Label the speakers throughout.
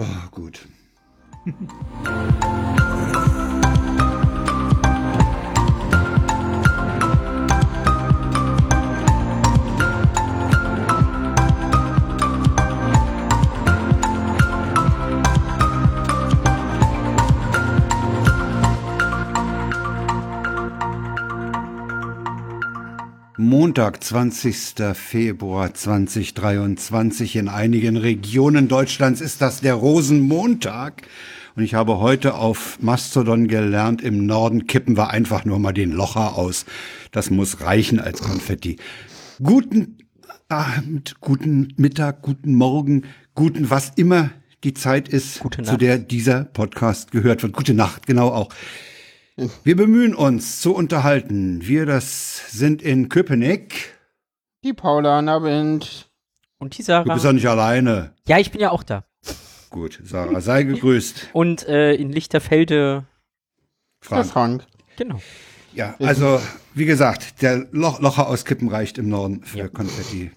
Speaker 1: Ah, gut. Montag, 20. Februar 2023. In einigen Regionen Deutschlands ist das der Rosenmontag. Und ich habe heute auf Mastodon gelernt, im Norden kippen wir einfach nur mal den Locher aus. Das muss reichen als Konfetti. Guten Abend, guten Mittag, guten Morgen, guten was immer die Zeit ist,
Speaker 2: Gute
Speaker 1: zu
Speaker 2: Nacht.
Speaker 1: der dieser Podcast gehört wird. Gute Nacht, genau auch.
Speaker 2: Hm.
Speaker 1: Wir bemühen uns zu unterhalten. Wir, das sind in Köpenick.
Speaker 3: Die Paula und Abend.
Speaker 2: Und die
Speaker 1: Du
Speaker 2: Sarah.
Speaker 1: bist halt ja nicht alleine.
Speaker 2: ja, ich bin ja auch da.
Speaker 1: Gut, Sarah, sei gegrüßt.
Speaker 2: Und äh, in Lichterfelde.
Speaker 3: Der
Speaker 1: Frank.
Speaker 3: Frank.
Speaker 2: Genau.
Speaker 1: Ja, also, wie gesagt, der Loch, Locher auskippen reicht im Norden für
Speaker 2: Ja.
Speaker 1: Konfetti.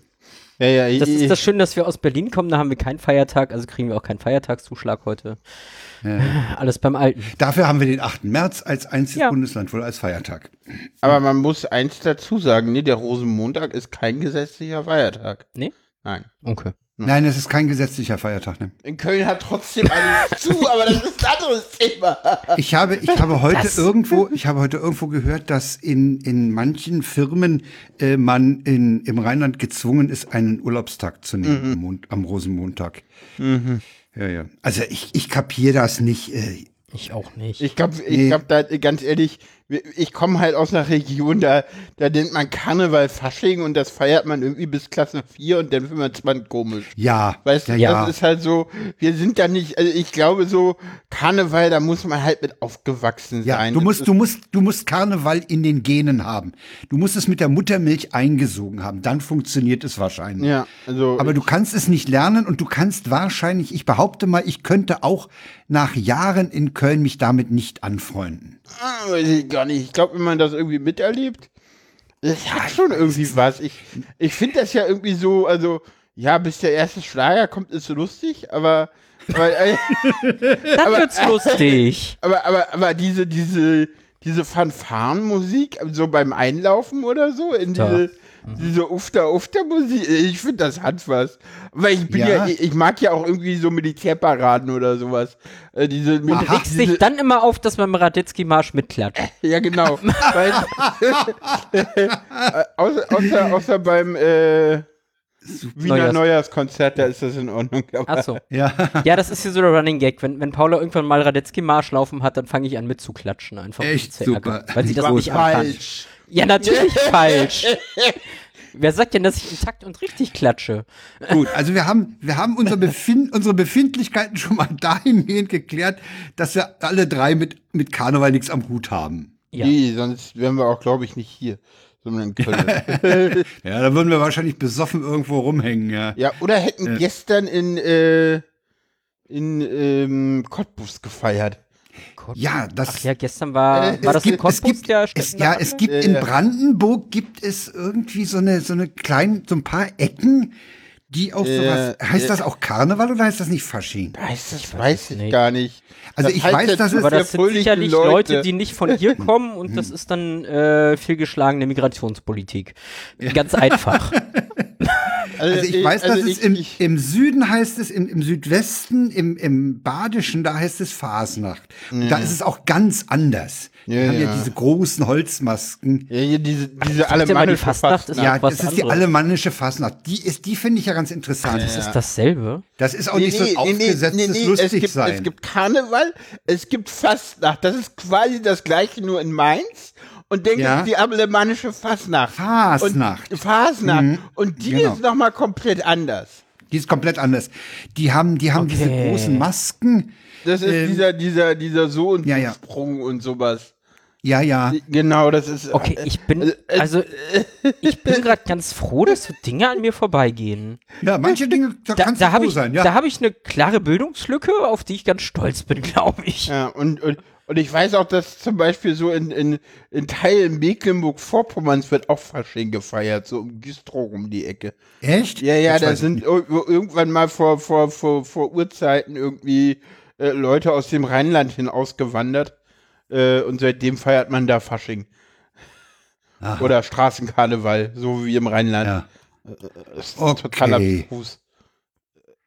Speaker 3: Ja, ja, ich,
Speaker 2: Das ist
Speaker 3: ich,
Speaker 2: das Schöne, dass wir aus Berlin kommen. Da haben wir keinen Feiertag, also kriegen wir auch keinen Feiertagszuschlag heute. Alles beim Alten.
Speaker 1: Dafür haben wir den 8. März als einziges
Speaker 2: Ja.
Speaker 1: Bundesland wohl als Feiertag.
Speaker 3: aber man muss eins dazu sagen, ne, der Rosenmontag ist kein gesetzlicher Feiertag.
Speaker 2: Nee?
Speaker 3: Nein.
Speaker 2: Okay.
Speaker 1: Nein, es ist kein gesetzlicher Feiertag. Ne?
Speaker 3: In Köln hat trotzdem alles zu, aber das ist ein anderes Thema.
Speaker 1: Ich habe, ich habe heute
Speaker 2: Das-
Speaker 1: irgendwo, ich habe heute irgendwo gehört, dass in, in manchen Firmen äh, man in, im Rheinland gezwungen ist, einen Urlaubstag zu nehmen
Speaker 3: Mhm.
Speaker 1: am, Mon- am Rosenmontag. Ja, ja. Also ich, ich kapiere das nicht. Äh,
Speaker 2: Ich auch nicht.
Speaker 3: Ich glaube,
Speaker 1: Nee.
Speaker 3: ich glaub, da, ganz ehrlich, ich komme halt aus einer Region, da, da nennt man Karneval Fasching und das feiert man irgendwie bis Klasse 4 und dann wird man zwar komisch.
Speaker 1: ja,
Speaker 3: Weißt
Speaker 1: ja,
Speaker 3: du,
Speaker 1: ja.
Speaker 3: das ist halt so, wir sind da nicht, also ich glaube so, Karneval, da muss man halt mit aufgewachsen
Speaker 1: ja,
Speaker 3: sein.
Speaker 1: du
Speaker 3: Das
Speaker 1: musst, du musst, du musst Karneval in den Genen haben. Du musst es mit der Muttermilch eingesogen haben. Dann funktioniert es wahrscheinlich.
Speaker 3: Ja, also.
Speaker 1: Aber du kannst es nicht lernen und du kannst wahrscheinlich, ich behaupte mal, ich könnte auch nach Jahren in Köln mich damit nicht anfreunden.
Speaker 3: Ah, weiß ich gar nicht. Ich glaube, wenn man das irgendwie miterlebt, das hat schon irgendwie was. Ich, ich finde das ja irgendwie so, also, ja, bis der erste Schlager kommt, ist so lustig, aber. Aber, äh,
Speaker 2: Dann wird's lustig.
Speaker 3: aber, aber, aber diese, diese, diese Fanfarenmusik, so beim Einlaufen oder so, in
Speaker 2: Da. Mhm.
Speaker 3: diese. Diese Ufter-Ufter-Musik, äh, ich finde, das hat was. Weil ich bin
Speaker 1: Ja.
Speaker 3: ja, ich, ich mag ja auch irgendwie so Militärparaden oder sowas. Äh, diese,
Speaker 2: Du
Speaker 3: Mil-
Speaker 2: regst dich dann immer auf, dass man im Radetzky-Marsch mitklatscht.
Speaker 3: Ja, genau. Weil, äh, außer, außer, außer beim äh, Wiener
Speaker 2: Neujahrs-
Speaker 3: Neujahrskonzert, da ist das in Ordnung. Aber,
Speaker 2: Achso.
Speaker 1: Ja.
Speaker 2: Ja, das ist hier so der Running Gag. Wenn, wenn Paula irgendwann mal Radetzky-Marsch laufen hat, dann fange ich an mitzuklatschen. Einfach um
Speaker 1: Echt
Speaker 2: sie zu ärgern,
Speaker 1: super.
Speaker 2: Weil sie das
Speaker 3: War
Speaker 2: nicht kann.
Speaker 3: falsch.
Speaker 2: Ja, natürlich falsch. Wer sagt denn, dass ich intakt und richtig klatsche?
Speaker 1: Gut, also wir haben, wir haben unsere, Befin unsere Befindlichkeiten schon mal dahingehend geklärt, dass wir alle drei mit, mit Karneval nichts am Hut haben.
Speaker 2: Ja.
Speaker 3: Nee, sonst wären wir auch, glaube ich, nicht hier, sondern in Köln.
Speaker 1: Ja, da würden wir wahrscheinlich besoffen irgendwo rumhängen, ja.
Speaker 3: ja, oder hätten gestern in, äh, in ähm, Cottbus gefeiert.
Speaker 1: Ja, das.
Speaker 2: Ach ja, gestern war,
Speaker 3: Äh,
Speaker 2: war
Speaker 3: es
Speaker 2: das in
Speaker 1: gibt, es
Speaker 2: Cottbus
Speaker 1: gibt,
Speaker 2: der
Speaker 1: es,
Speaker 2: Städtenabend?
Speaker 1: ja, es gibt in Brandenburg gibt es irgendwie so eine, so eine kleinen, so ein paar Ecken, die auch sowas. Heißt das auch Karneval oder heißt das nicht Fasching?
Speaker 3: Weiß das weiß,
Speaker 2: es
Speaker 3: ich
Speaker 2: nicht.
Speaker 3: gar nicht.
Speaker 1: Also ich
Speaker 3: heißt
Speaker 1: weiß,
Speaker 3: jetzt
Speaker 1: dass es-
Speaker 3: nur
Speaker 2: Aber
Speaker 3: für
Speaker 2: das sind
Speaker 3: fröhliche
Speaker 2: sicherlich Leute, die nicht von hier kommen und das ist dann äh, vielgeschlagene Migrationspolitik. Ganz einfach.
Speaker 1: Also ich weiß, dass
Speaker 3: also
Speaker 1: es
Speaker 3: ich-
Speaker 1: im,
Speaker 3: ich-
Speaker 1: im Süden heißt es, im, im Südwesten, im, im Badischen, da heißt es Fasnacht. Und da ist es auch ganz anders. Die
Speaker 3: Ja,
Speaker 1: haben ja
Speaker 3: ja.
Speaker 1: diese großen Holzmasken.
Speaker 3: Ja, hier diese, diese
Speaker 2: dachte immer, die
Speaker 3: alemannische
Speaker 2: Fastnacht ist-
Speaker 3: Fastnacht.
Speaker 1: Ja,
Speaker 2: auch was
Speaker 1: das ist die
Speaker 2: anderes.
Speaker 1: alemannische Fasnacht. Die ist, die finde ich ja ganz interessant. Das,
Speaker 2: Das
Speaker 1: ist,
Speaker 2: ist dasselbe.
Speaker 1: das ist auch nicht so ein
Speaker 3: nee,
Speaker 1: aufgesetztes
Speaker 3: nee, nee, es gibt,
Speaker 1: Lustigsein.
Speaker 3: Es gibt Karneval, es gibt Fastnacht. Das ist quasi das gleiche nur in Mainz. Und dann
Speaker 1: Ja.
Speaker 3: gibt es die alemannische Fastnacht.
Speaker 1: Fasnacht.
Speaker 3: Und, Fasnacht. und die
Speaker 1: genau.
Speaker 3: ist nochmal komplett anders.
Speaker 1: die ist komplett anders. Die haben, die haben diese
Speaker 2: Okay.
Speaker 1: großen Masken.
Speaker 3: Das ist dieser, dieser, dieser So- und
Speaker 1: Ähm. ja, ja.
Speaker 3: Sprung und sowas.
Speaker 1: Ja, ja.
Speaker 3: Genau, das ist.
Speaker 2: Okay, ich bin,
Speaker 1: äh,
Speaker 2: also, ich bin gerade ganz froh, dass so Dinge an mir vorbeigehen.
Speaker 1: Ja, manche Dinge, da,
Speaker 2: Da,
Speaker 1: kannst
Speaker 2: da
Speaker 1: du
Speaker 2: habe
Speaker 1: froh
Speaker 2: ich,
Speaker 1: sein. Ja.
Speaker 2: da hab ich eine klare Bildungslücke, auf die ich ganz stolz bin, glaube ich.
Speaker 3: Ja, und, und, Und ich weiß auch, dass zum Beispiel so in, in, in Teilen Mecklenburg-Vorpommerns wird auch Fasching gefeiert, so um Güstrow um die Ecke.
Speaker 1: Echt?
Speaker 3: Ja, ja,
Speaker 1: Das weiß
Speaker 3: da
Speaker 1: ich
Speaker 3: sind
Speaker 1: nicht.
Speaker 3: ir- irgendwann mal vor, vor, vor, vor Urzeiten irgendwie äh, Leute aus dem Rheinland hin ausgewandert. Äh, und seitdem feiert man da Fasching.
Speaker 1: Aha.
Speaker 3: Oder Straßenkarneval, so wie im Rheinland.
Speaker 1: Ja.
Speaker 3: Das ist
Speaker 1: Okay.
Speaker 3: totaler Fuß.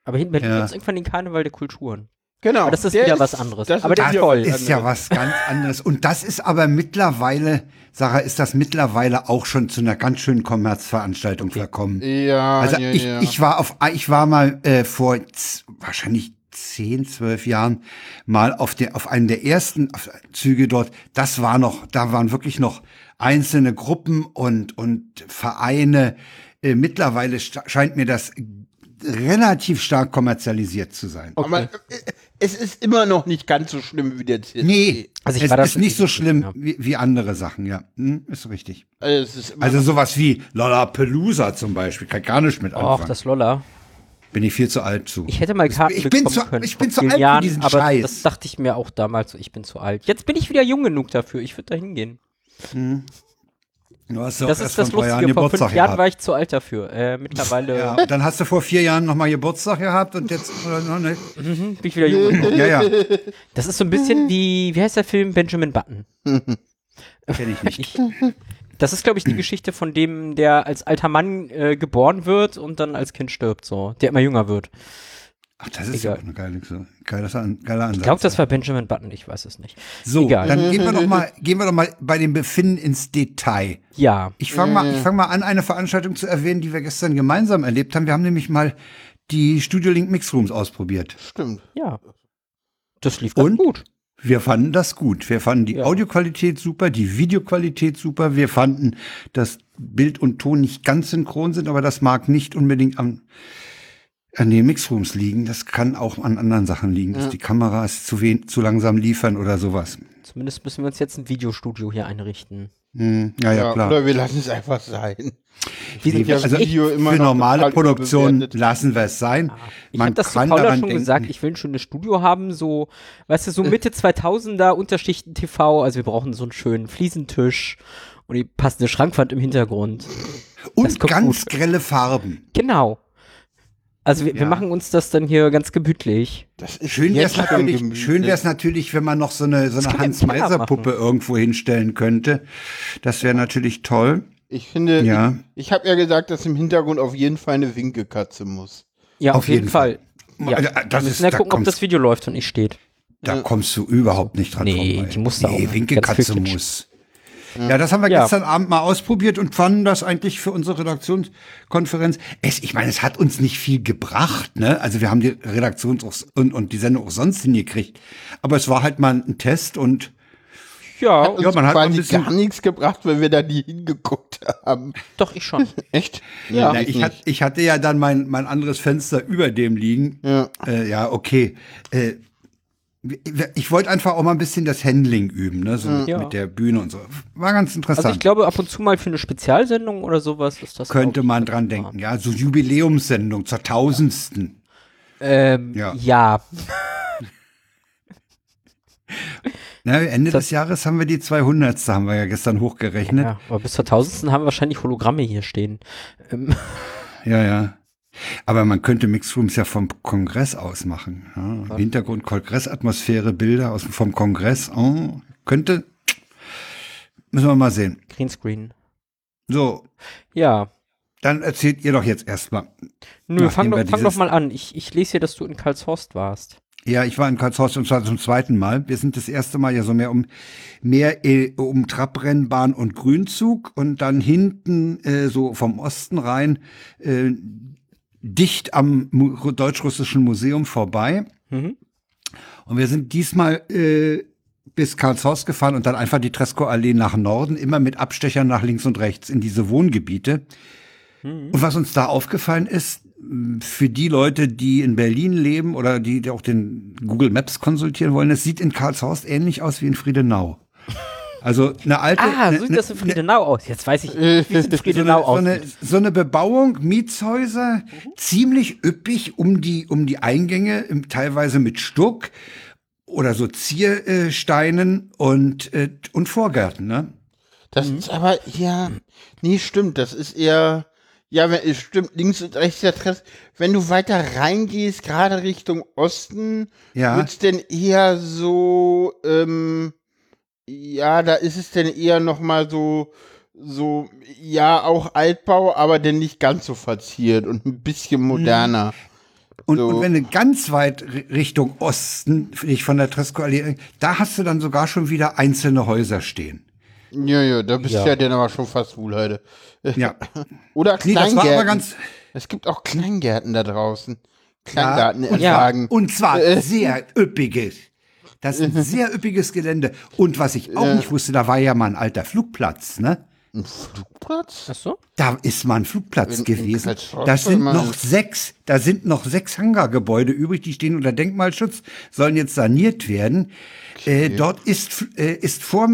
Speaker 2: Aber hinten
Speaker 1: Ja.
Speaker 2: ja. gibt's irgendwann den Karneval der Kulturen.
Speaker 3: Genau.
Speaker 2: Aber das ist
Speaker 3: Der
Speaker 2: wieder was anderes.
Speaker 3: das ist
Speaker 2: Aber der ist
Speaker 3: wieder
Speaker 2: toll.
Speaker 3: was
Speaker 1: ist ja
Speaker 3: anderes.
Speaker 1: was ganz anderes. Und das ist aber mittlerweile, Sarah, ist das mittlerweile auch schon zu einer ganz schönen Kommerzveranstaltung verkommen.
Speaker 3: Ja,
Speaker 1: Also
Speaker 3: ja,
Speaker 1: ich,
Speaker 3: ja.
Speaker 1: ich war auf, ich war mal äh, vor z- wahrscheinlich zehn, zwölf Jahren mal auf der, auf einem der ersten Züge dort. Das war noch, da waren wirklich noch einzelne Gruppen und und Vereine. Äh, mittlerweile sta- scheint mir das relativ stark kommerzialisiert zu sein.
Speaker 3: Aber äh, es ist immer noch nicht ganz so schlimm wie der CSD.
Speaker 1: Nee,
Speaker 2: Also ich
Speaker 1: es
Speaker 2: war da
Speaker 1: ist
Speaker 2: schon
Speaker 1: nicht so
Speaker 2: ewig
Speaker 1: schlimm
Speaker 2: drin,
Speaker 1: wie, wie andere Sachen, ja. Hm, ist richtig.
Speaker 3: Also, es ist immer
Speaker 1: Also sowas wie Lollapalooza zum Beispiel, kann ich gar nicht mit
Speaker 2: Och,
Speaker 1: anfangen.
Speaker 2: das Lolla.
Speaker 1: bin ich viel zu alt zu.
Speaker 2: Ich hätte mal Karten
Speaker 1: ich bin
Speaker 2: bekommen
Speaker 1: zu,
Speaker 2: können.
Speaker 1: ich
Speaker 2: vor
Speaker 1: bin zu
Speaker 2: vielen
Speaker 1: alt für
Speaker 2: Jahren,
Speaker 1: diesen
Speaker 2: aber
Speaker 1: Scheiß.
Speaker 2: Das dachte ich mir auch damals so, ich bin zu alt. Jetzt bin ich wieder jung genug dafür. Ich würde da hingehen.
Speaker 1: Du hast ja auch
Speaker 2: Das
Speaker 1: erst
Speaker 2: ist das
Speaker 1: vor drei
Speaker 2: Lustige. Vor fünf
Speaker 1: Geburtstag
Speaker 2: Jahren war
Speaker 1: gehabt.
Speaker 2: ich zu alt dafür. Äh, mittlerweile
Speaker 1: Ja, und dann hast du vor vier Jahren nochmal Geburtstag gehabt und jetzt oder noch nicht.
Speaker 2: bin ich wieder jung genug.
Speaker 1: Ja, ja,
Speaker 2: Das ist so ein bisschen wie, wie heißt der Film? Benjamin Button.
Speaker 1: kenne ich nicht.
Speaker 2: Ich, das ist, glaube ich, die Geschichte von dem, der als alter Mann äh, geboren wird und dann als Kind stirbt, so. Der immer jünger wird.
Speaker 1: Ach, das ist ja
Speaker 2: Egal.
Speaker 1: auch eine geile, so- geiler, An- geiler Ansatz.
Speaker 2: Ich glaube, das war Benjamin Button, ich weiß es nicht.
Speaker 1: so,
Speaker 2: egal.
Speaker 1: dann gehen wir doch mal, gehen wir doch mal bei dem Befinden ins Detail.
Speaker 2: Ja.
Speaker 1: Ich fange mal, ich fang mal an, eine Veranstaltung zu erwähnen, die wir gestern gemeinsam erlebt haben. Wir haben nämlich mal die Studio Link Mixrooms ausprobiert.
Speaker 3: stimmt.
Speaker 2: Ja. Das lief ganz
Speaker 1: Und?
Speaker 2: gut.
Speaker 1: Wir fanden das gut. Wir fanden die
Speaker 2: Ja.
Speaker 1: Audioqualität super, die Videoqualität super. Wir fanden, dass Bild und Ton nicht ganz synchron sind, aber das mag nicht unbedingt an, an den Mixrooms liegen. Das kann auch an anderen Sachen liegen, dass die Kameras zu, wen, zu langsam liefern oder sowas.
Speaker 2: Zumindest müssen wir uns jetzt ein Videostudio hier einrichten.
Speaker 1: Hm, ja, ja, klar.
Speaker 3: Oder wir lassen es einfach sein.
Speaker 2: Wir sind
Speaker 1: Nee,
Speaker 2: ja
Speaker 1: also
Speaker 2: echt-
Speaker 3: Video immer
Speaker 1: für
Speaker 3: noch
Speaker 1: normale
Speaker 3: total
Speaker 1: Produktionen
Speaker 3: überbewertet.
Speaker 1: lassen wir es sein.
Speaker 2: Ich habe das zu Paula schon gesagt, ich will ein schönes Studio haben, so, weißt du, so
Speaker 1: Äh.
Speaker 2: Mitte 2000er, Unterschichten-TV, also wir brauchen so einen schönen Fliesentisch und die passende Schrankwand im Hintergrund.
Speaker 1: und
Speaker 2: das kommt
Speaker 1: ganz
Speaker 2: gut.
Speaker 1: grelle Farben.
Speaker 2: Genau. Also wir, wir machen uns das dann hier ganz gemütlich.
Speaker 3: Das ist
Speaker 1: Schön wäre es
Speaker 3: jetzt schon gemütlich.
Speaker 1: natürlich, schön wär's natürlich, wenn man noch so eine, so
Speaker 2: äh,
Speaker 1: eine
Speaker 2: Das kann man im Keller
Speaker 1: Hans-Meiser-Puppe irgendwo hinstellen könnte. Das wäre natürlich toll.
Speaker 3: Ich finde,
Speaker 1: Ja.
Speaker 3: ich, ich habe ja gesagt, dass im Hintergrund auf jeden Fall eine Winkekatze muss.
Speaker 2: Ja,
Speaker 1: Auf
Speaker 2: auf, jeden,
Speaker 1: jeden
Speaker 2: Fall. Ja.
Speaker 1: Also, das
Speaker 2: wir
Speaker 1: ist-
Speaker 2: müssen ja
Speaker 1: da
Speaker 2: gucken, ob
Speaker 1: kommst-
Speaker 2: das Video läuft und ich steht.
Speaker 1: Da kommst du überhaupt nicht dran
Speaker 2: Nee,
Speaker 1: vorbei.
Speaker 2: die muss da auch ganz
Speaker 1: Winkekatze
Speaker 2: viel
Speaker 1: muss. Ja, das haben wir
Speaker 2: Ja.
Speaker 1: gestern Abend mal ausprobiert und fanden das eigentlich für unsere Redaktionskonferenz. Es, ich meine, es hat uns nicht viel gebracht, ne? Also wir haben die Redaktions- und, und die Sendung auch sonst hingekriegt. Aber es war halt mal ein Test und
Speaker 2: Ja,
Speaker 1: Ja, man hat
Speaker 3: quasi
Speaker 1: ein bisschen-
Speaker 3: gar nichts gebracht, weil wir da nie hingeguckt haben.
Speaker 2: doch, ich schon.
Speaker 3: Echt? Ja.
Speaker 1: Na, ich, hat, ich hatte ja dann mein, mein anderes Fenster über dem liegen. Ja, äh, ja okay. Äh, ich wollte einfach auch mal ein bisschen das Handling üben, ne? so mit,
Speaker 2: Ja.
Speaker 1: mit der Bühne und so. War ganz interessant.
Speaker 2: Also ich glaube, ab und zu mal für eine Spezialsendung oder sowas ist das.
Speaker 1: könnte
Speaker 2: auch-
Speaker 1: man dran denken, ja, so Jubiläumssendung zur tausendsten.
Speaker 2: Ähm,
Speaker 1: Ja.
Speaker 2: ja. ja.
Speaker 1: Ne, Ende des Jahres haben wir die 200. haben wir ja gestern hochgerechnet.
Speaker 2: aber bis zur tausendsten haben wir wahrscheinlich Hologramme hier stehen. Ähm,
Speaker 1: Ja, ja. Aber man könnte Mixrooms ja vom Kongress aus machen. Ja. Im Hintergrund Kongressatmosphäre, Bilder aus, vom Kongress. Oh, könnte. Müssen wir mal sehen.
Speaker 2: Greenscreen.
Speaker 1: So,
Speaker 2: Ja.
Speaker 1: dann erzählt ihr doch jetzt erstmal.
Speaker 2: Nö,
Speaker 1: Nachdem
Speaker 2: fang,
Speaker 1: wir
Speaker 2: doch, fang
Speaker 1: dieses-
Speaker 2: doch mal an. Ich, ich lese hier, dass du in Karlshorst warst.
Speaker 1: Ja, ich war in Karlshorst und zwar zum zweiten Mal. Wir sind das erste Mal ja so mehr um mehr äh, um Trabrennbahn und Grünzug und dann hinten äh, so vom Osten rein äh, dicht am Mu Deutsch-Russischen Museum vorbei. Und wir sind diesmal äh, bis Karlshorst gefahren und dann einfach die Treskow-Allee nach Norden, immer mit Abstechern nach links und rechts in diese Wohngebiete.
Speaker 2: Mhm.
Speaker 1: Und was uns da aufgefallen ist, mh, für die Leute, die in Berlin leben oder die die auch den Google Maps konsultieren wollen, es sieht in Karlshorst ähnlich aus wie in Friedenau. Also eine alte,
Speaker 2: Ah,
Speaker 1: eine,
Speaker 2: so sieht das in Friedenau aus. Jetzt weiß ich, wie sieht Friedenau
Speaker 1: Äh, so
Speaker 2: aus.
Speaker 1: eine, so eine Bebauung, Mietshäuser, ziemlich üppig um die, um die Eingänge, im- teilweise mit Stuck. oder so Ziersteinen und, äh, und Vorgärten, ne?
Speaker 3: Das ist aber, ja, nee, stimmt, das ist eher, ja, wenn, stimmt, links und rechts der Tress. Wenn du weiter reingehst, gerade Richtung Osten,
Speaker 1: Ja.
Speaker 3: wird's denn eher so, ähm, ja, da ist es denn eher nochmal so, so, ja, auch Altbau, aber denn nicht ganz so verziert und ein bisschen moderner.
Speaker 1: Und,
Speaker 3: So.
Speaker 1: und wenn du ganz weit ri- Richtung Osten dich von der Tresco-Allee, da hast du dann sogar schon wieder einzelne Häuser stehen.
Speaker 3: Ja, ja, da bist
Speaker 2: Ja.
Speaker 3: du ja dann aber schon fast wohl heute.
Speaker 1: Ja.
Speaker 3: Oder
Speaker 1: Nee, das
Speaker 3: Kleingärten.
Speaker 1: war aber ganz.
Speaker 3: es gibt auch Kleingärten da draußen. Kleingarten in Äh, Erfragen.
Speaker 1: Und zwar sehr üppiges. Das ist ein sehr üppiges Gelände. Und was ich auch nicht wusste, da war ja mal ein alter Flugplatz, ne?
Speaker 3: Ein Flugplatz?
Speaker 2: Ach so?
Speaker 1: Da ist mal ein Flugplatz
Speaker 3: In- in
Speaker 1: gewesen.
Speaker 3: Karlsruhe
Speaker 1: Da sind
Speaker 3: mal-
Speaker 1: noch sechs, da sind noch sechs Hangargebäude übrig, die stehen unter Denkmalschutz, sollen jetzt saniert werden. Äh, dort ist, äh, ist vor,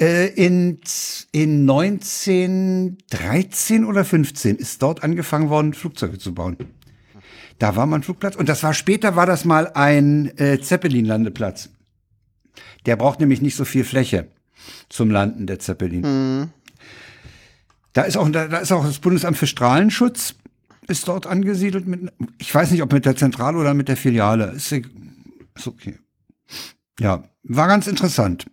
Speaker 1: äh, in, in 1913 oder 15 ist dort angefangen worden, Flugzeuge zu bauen. Da war mal ein Flugplatz und das war später war das mal ein äh, Zeppelin-Landeplatz. Der braucht nämlich nicht so viel Fläche zum Landen der Zeppelin. Da ist auch, da, da ist auch das Bundesamt für Strahlenschutz ist dort angesiedelt mit, ich weiß nicht, ob mit der Zentrale oder mit der Filiale. Ist, e- ist okay. Ja, war ganz interessant.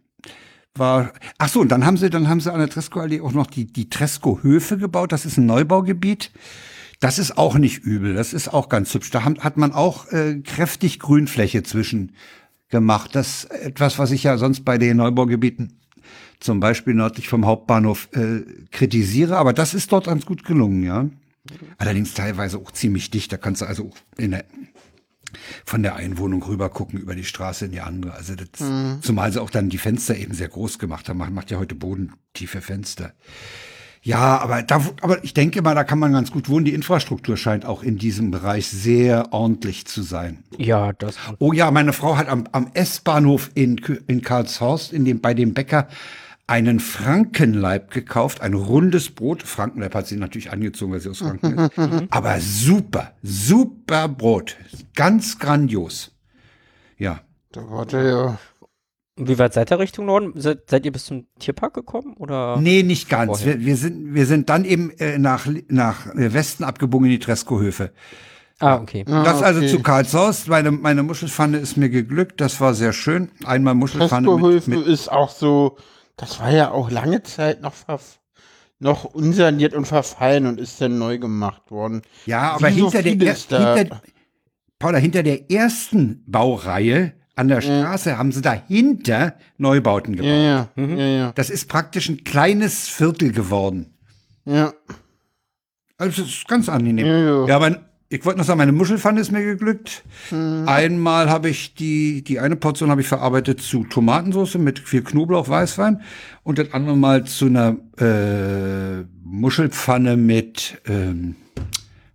Speaker 1: War, ach so, und dann haben sie, dann haben sie an der Tresco-Allee auch noch die, die Tresco-Höfe gebaut. Das ist ein Neubaugebiet. Das ist auch nicht übel. Das ist auch ganz hübsch. Da haben, hat man auch äh, kräftig Grünfläche zwischen gemacht. Das ist etwas, was ich ja sonst bei den Neubaugebieten zum Beispiel nördlich vom Hauptbahnhof äh, kritisiere, aber das ist dort ganz gut gelungen, ja. Allerdings teilweise auch ziemlich dicht, da kannst du also auch in der, von der einen Wohnung rüber gucken über die Straße in die andere. Also das, zumal sie auch dann die Fenster eben sehr groß gemacht haben, Man macht ja heute bodentiefe Fenster. Ja, aber da, aber ich denke mal, da kann man ganz gut wohnen. Die Infrastruktur scheint auch in diesem Bereich sehr ordentlich zu sein.
Speaker 2: Ja, das.
Speaker 1: Oh ja, meine Frau hat am, am S-Bahnhof in, Kö- in Karlshorst, in dem, bei dem Bäcker, einen Frankenleib gekauft, ein rundes Brot. Frankenleib hat sie natürlich angezogen, weil sie aus Franken ist. Aber super, super Brot. Ganz grandios. Ja.
Speaker 3: Da warte ja.
Speaker 2: Wie weit seid ihr Richtung Norden? Seid, seid ihr bis zum Tierpark gekommen? Oder?
Speaker 1: Nee, nicht ganz.
Speaker 2: Vorher.
Speaker 1: Wir, wir, sind, wir sind dann eben äh, nach, nach äh, Westen abgebogen in die Tresco-Höfe.
Speaker 2: Ah, okay.
Speaker 3: Ah,
Speaker 1: Das also
Speaker 3: okay.
Speaker 1: zu Karlshorst. Meine, meine Muschelpfanne ist mir geglückt. Das war sehr schön. Einmal Muschelpfanne mit,
Speaker 3: Frescohöfen
Speaker 1: mit
Speaker 3: ist auch so, das war ja auch lange Zeit noch verf noch unsaniert und verfallen und ist dann neu gemacht worden.
Speaker 1: Ja, aber
Speaker 3: Wie so
Speaker 1: hinter, der, er,
Speaker 3: vieles da.
Speaker 1: hinter, Paula, hinter der ersten Baureihe an der Straße haben sie dahinter Neubauten gebaut.
Speaker 3: Ja, ja,
Speaker 1: Mhm.
Speaker 3: ja, ja,
Speaker 1: Das ist praktisch ein kleines Viertel geworden.
Speaker 3: ja.
Speaker 1: Also es ist ganz angenehm.
Speaker 3: Ja, ja.
Speaker 1: ja aber ich wollte noch sagen, meine Muschelpfanne ist mir geglückt.
Speaker 3: Hm.
Speaker 1: Einmal habe ich die, die eine Portion habe ich verarbeitet zu Tomatensauce mit viel Knoblauch, Weißwein und das andere Mal zu einer äh, Muschelpfanne mit ähm,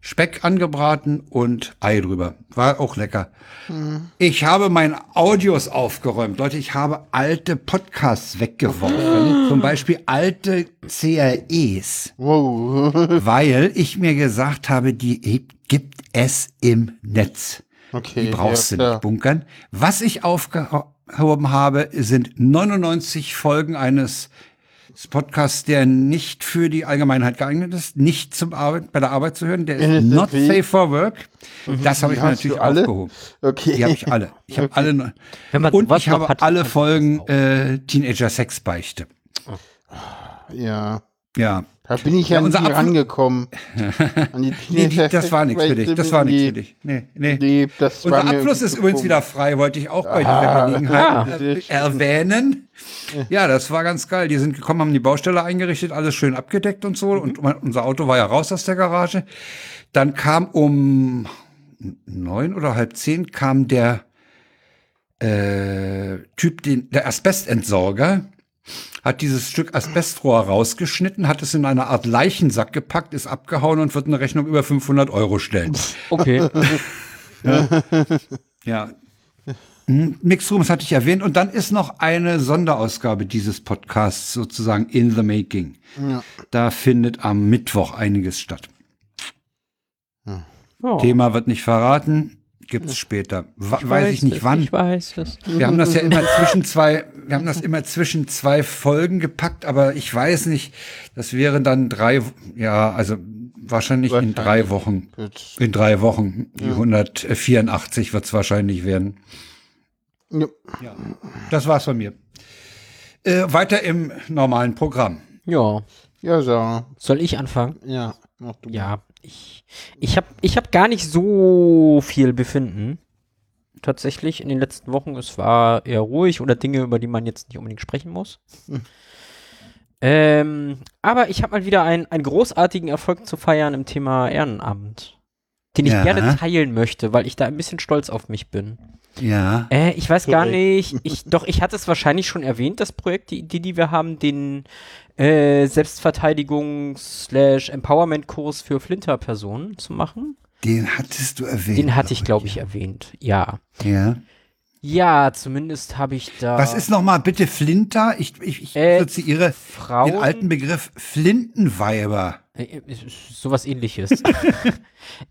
Speaker 1: Speck angebraten und Ei drüber. War auch lecker.
Speaker 3: Hm.
Speaker 1: Ich habe meine Audios aufgeräumt. Leute, ich habe alte Podcasts weggeworfen. Zum Beispiel alte CREs
Speaker 3: Wow.
Speaker 1: weil ich mir gesagt habe, die gibt es im Netz.
Speaker 3: Okay.
Speaker 1: Die brauchst
Speaker 3: ja,
Speaker 1: du
Speaker 3: klar.
Speaker 1: nicht bunkern. Was ich aufgehoben habe, sind 99 Folgen eines Podcasts, der nicht für die Allgemeinheit geeignet ist, nicht zum Arbeit, bei der Arbeit zu hören. Der ist
Speaker 3: NSFW.
Speaker 1: not safe for work. Das habe ich mir
Speaker 3: Mhm. hast du
Speaker 1: natürlich
Speaker 3: alle?
Speaker 1: aufgehoben.
Speaker 3: Okay.
Speaker 1: Die habe ich alle. Ich habe alle. ne-
Speaker 2: Wenn man
Speaker 1: Und
Speaker 2: sowas
Speaker 1: ich
Speaker 2: noch
Speaker 1: habe
Speaker 2: hat,
Speaker 1: alle
Speaker 2: kann man
Speaker 1: Folgen äh, Teenager Sex Beichte.
Speaker 3: Ja.
Speaker 1: Ja.
Speaker 3: Da bin ich ja,
Speaker 1: unser
Speaker 3: nie
Speaker 1: Apfel-
Speaker 3: rangekommen. An die
Speaker 1: Nee, die, das war nichts für dich. Das war nichts
Speaker 3: Nee,
Speaker 1: für dich. Nee, nee.
Speaker 3: Nee, das war
Speaker 1: Unser Abfluss
Speaker 3: mir irgendwie
Speaker 1: ist
Speaker 3: zu
Speaker 1: übrigens
Speaker 3: komisch.
Speaker 1: wieder frei, wollte ich auch bei dieser
Speaker 3: Ah,
Speaker 1: Gelegenheit
Speaker 3: sehr
Speaker 1: äh,
Speaker 3: schön.
Speaker 1: erwähnen. Ja, das war ganz geil. Die sind gekommen, haben die Baustelle eingerichtet, alles schön abgedeckt und so. Und mein- unser Auto war ja raus aus der Garage. Dann kam um neun oder halb zehn kam der äh, Typ, den, der Asbestentsorger, hat dieses Stück Asbestrohr rausgeschnitten, hat es in eine Art Leichensack gepackt, ist abgehauen und wird eine Rechnung über 500 Euro stellen.
Speaker 2: Okay.
Speaker 1: Ja. Hm, Mixed Rooms hatte ich erwähnt. Und dann ist noch eine Sonderausgabe dieses Podcasts sozusagen in the making. Da findet am Mittwoch einiges statt.
Speaker 2: Ja.
Speaker 1: Thema wird nicht verraten. Gibt's später. Wa- weiß Oh. ich nicht
Speaker 4: es,
Speaker 1: wann.
Speaker 4: Ich weiß es.
Speaker 1: Wir haben das ja immer zwischen zwei, wir haben das immer zwischen zwei Folgen gepackt, aber ich weiß nicht, das wären dann drei, ja, also wahrscheinlich, in drei Wochen.
Speaker 3: Jetzt-
Speaker 1: In drei Wochen. Die 184 wird's wahrscheinlich werden.
Speaker 3: Ja.
Speaker 1: Das war's von mir. Äh, weiter im normalen Programm.
Speaker 2: Ja.
Speaker 3: Ja, Sarah.
Speaker 2: Soll ich anfangen?
Speaker 3: Ja, mach du.
Speaker 2: Ja, ich, ich habe ich hab gar nicht so viel Befinden. Tatsächlich in den letzten Wochen, es war eher ruhig oder Dinge, über die man jetzt nicht unbedingt sprechen muss. Ähm, aber ich habe mal wieder einen, einen großartigen Erfolg zu feiern im Thema Ehrenamt, den ich
Speaker 1: Ja.
Speaker 2: gerne teilen möchte, weil ich da ein bisschen stolz auf mich bin.
Speaker 1: Ja.
Speaker 2: Äh, ich weiß gar
Speaker 3: Korrekt.
Speaker 2: nicht. Ich, doch, ich hatte es wahrscheinlich schon erwähnt, das Projekt, die Idee, die wir haben, den äh, Selbstverteidigungs-Empowerment-Kurs für Flinterpersonen zu machen.
Speaker 1: Den hattest du erwähnt.
Speaker 2: Den hatte ich,
Speaker 1: genau.
Speaker 2: glaube ich, erwähnt. Ja.
Speaker 1: Ja.
Speaker 2: Ja, zumindest habe ich da.
Speaker 1: Was ist nochmal bitte Flinter? Ich, ich, ich
Speaker 2: Äh,
Speaker 1: assoziiere
Speaker 2: Frauen-
Speaker 1: den alten Begriff Flintenweiber.
Speaker 2: Äh, es ist Sowas ähnliches.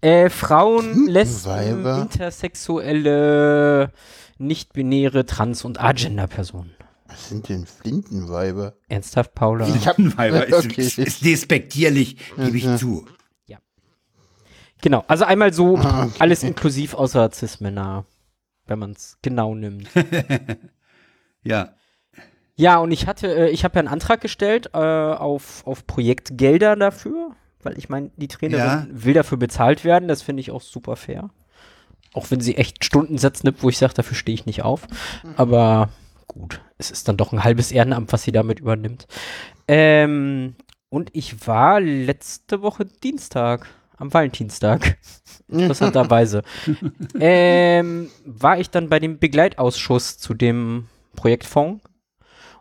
Speaker 2: äh,
Speaker 1: Hm,
Speaker 2: Frauen, Lesben,
Speaker 3: Weiber.
Speaker 2: intersexuelle, nicht-binäre, trans- und agender-Personen.
Speaker 3: Was sind denn Flintenweiber?
Speaker 2: Ernsthaft, Paula?
Speaker 1: Flintenweiber ist,
Speaker 3: Okay.
Speaker 1: ist, ist despektierlich, gebe
Speaker 2: Mhm.
Speaker 1: ich zu.
Speaker 2: Genau, also einmal so alles inklusiv außer Cis-Männer, wenn man es genau nimmt.
Speaker 1: Ja.
Speaker 2: ja, und ich hatte, äh, ich habe ja einen Antrag gestellt äh, auf, auf Projektgelder dafür, weil ich meine, die Trainerin
Speaker 1: Ja.
Speaker 2: will dafür bezahlt werden, das finde ich auch super fair. Auch wenn sie echt Stundensatz nimmt, wo ich sage, dafür stehe ich nicht auf. Aber gut, es ist dann doch ein halbes Ehrenamt, was sie damit übernimmt. Ähm, und ich war letzte Woche Dienstag, am Valentinstag, interessanterweise, ähm, war ich dann bei dem Begleitausschuss zu dem Projektfonds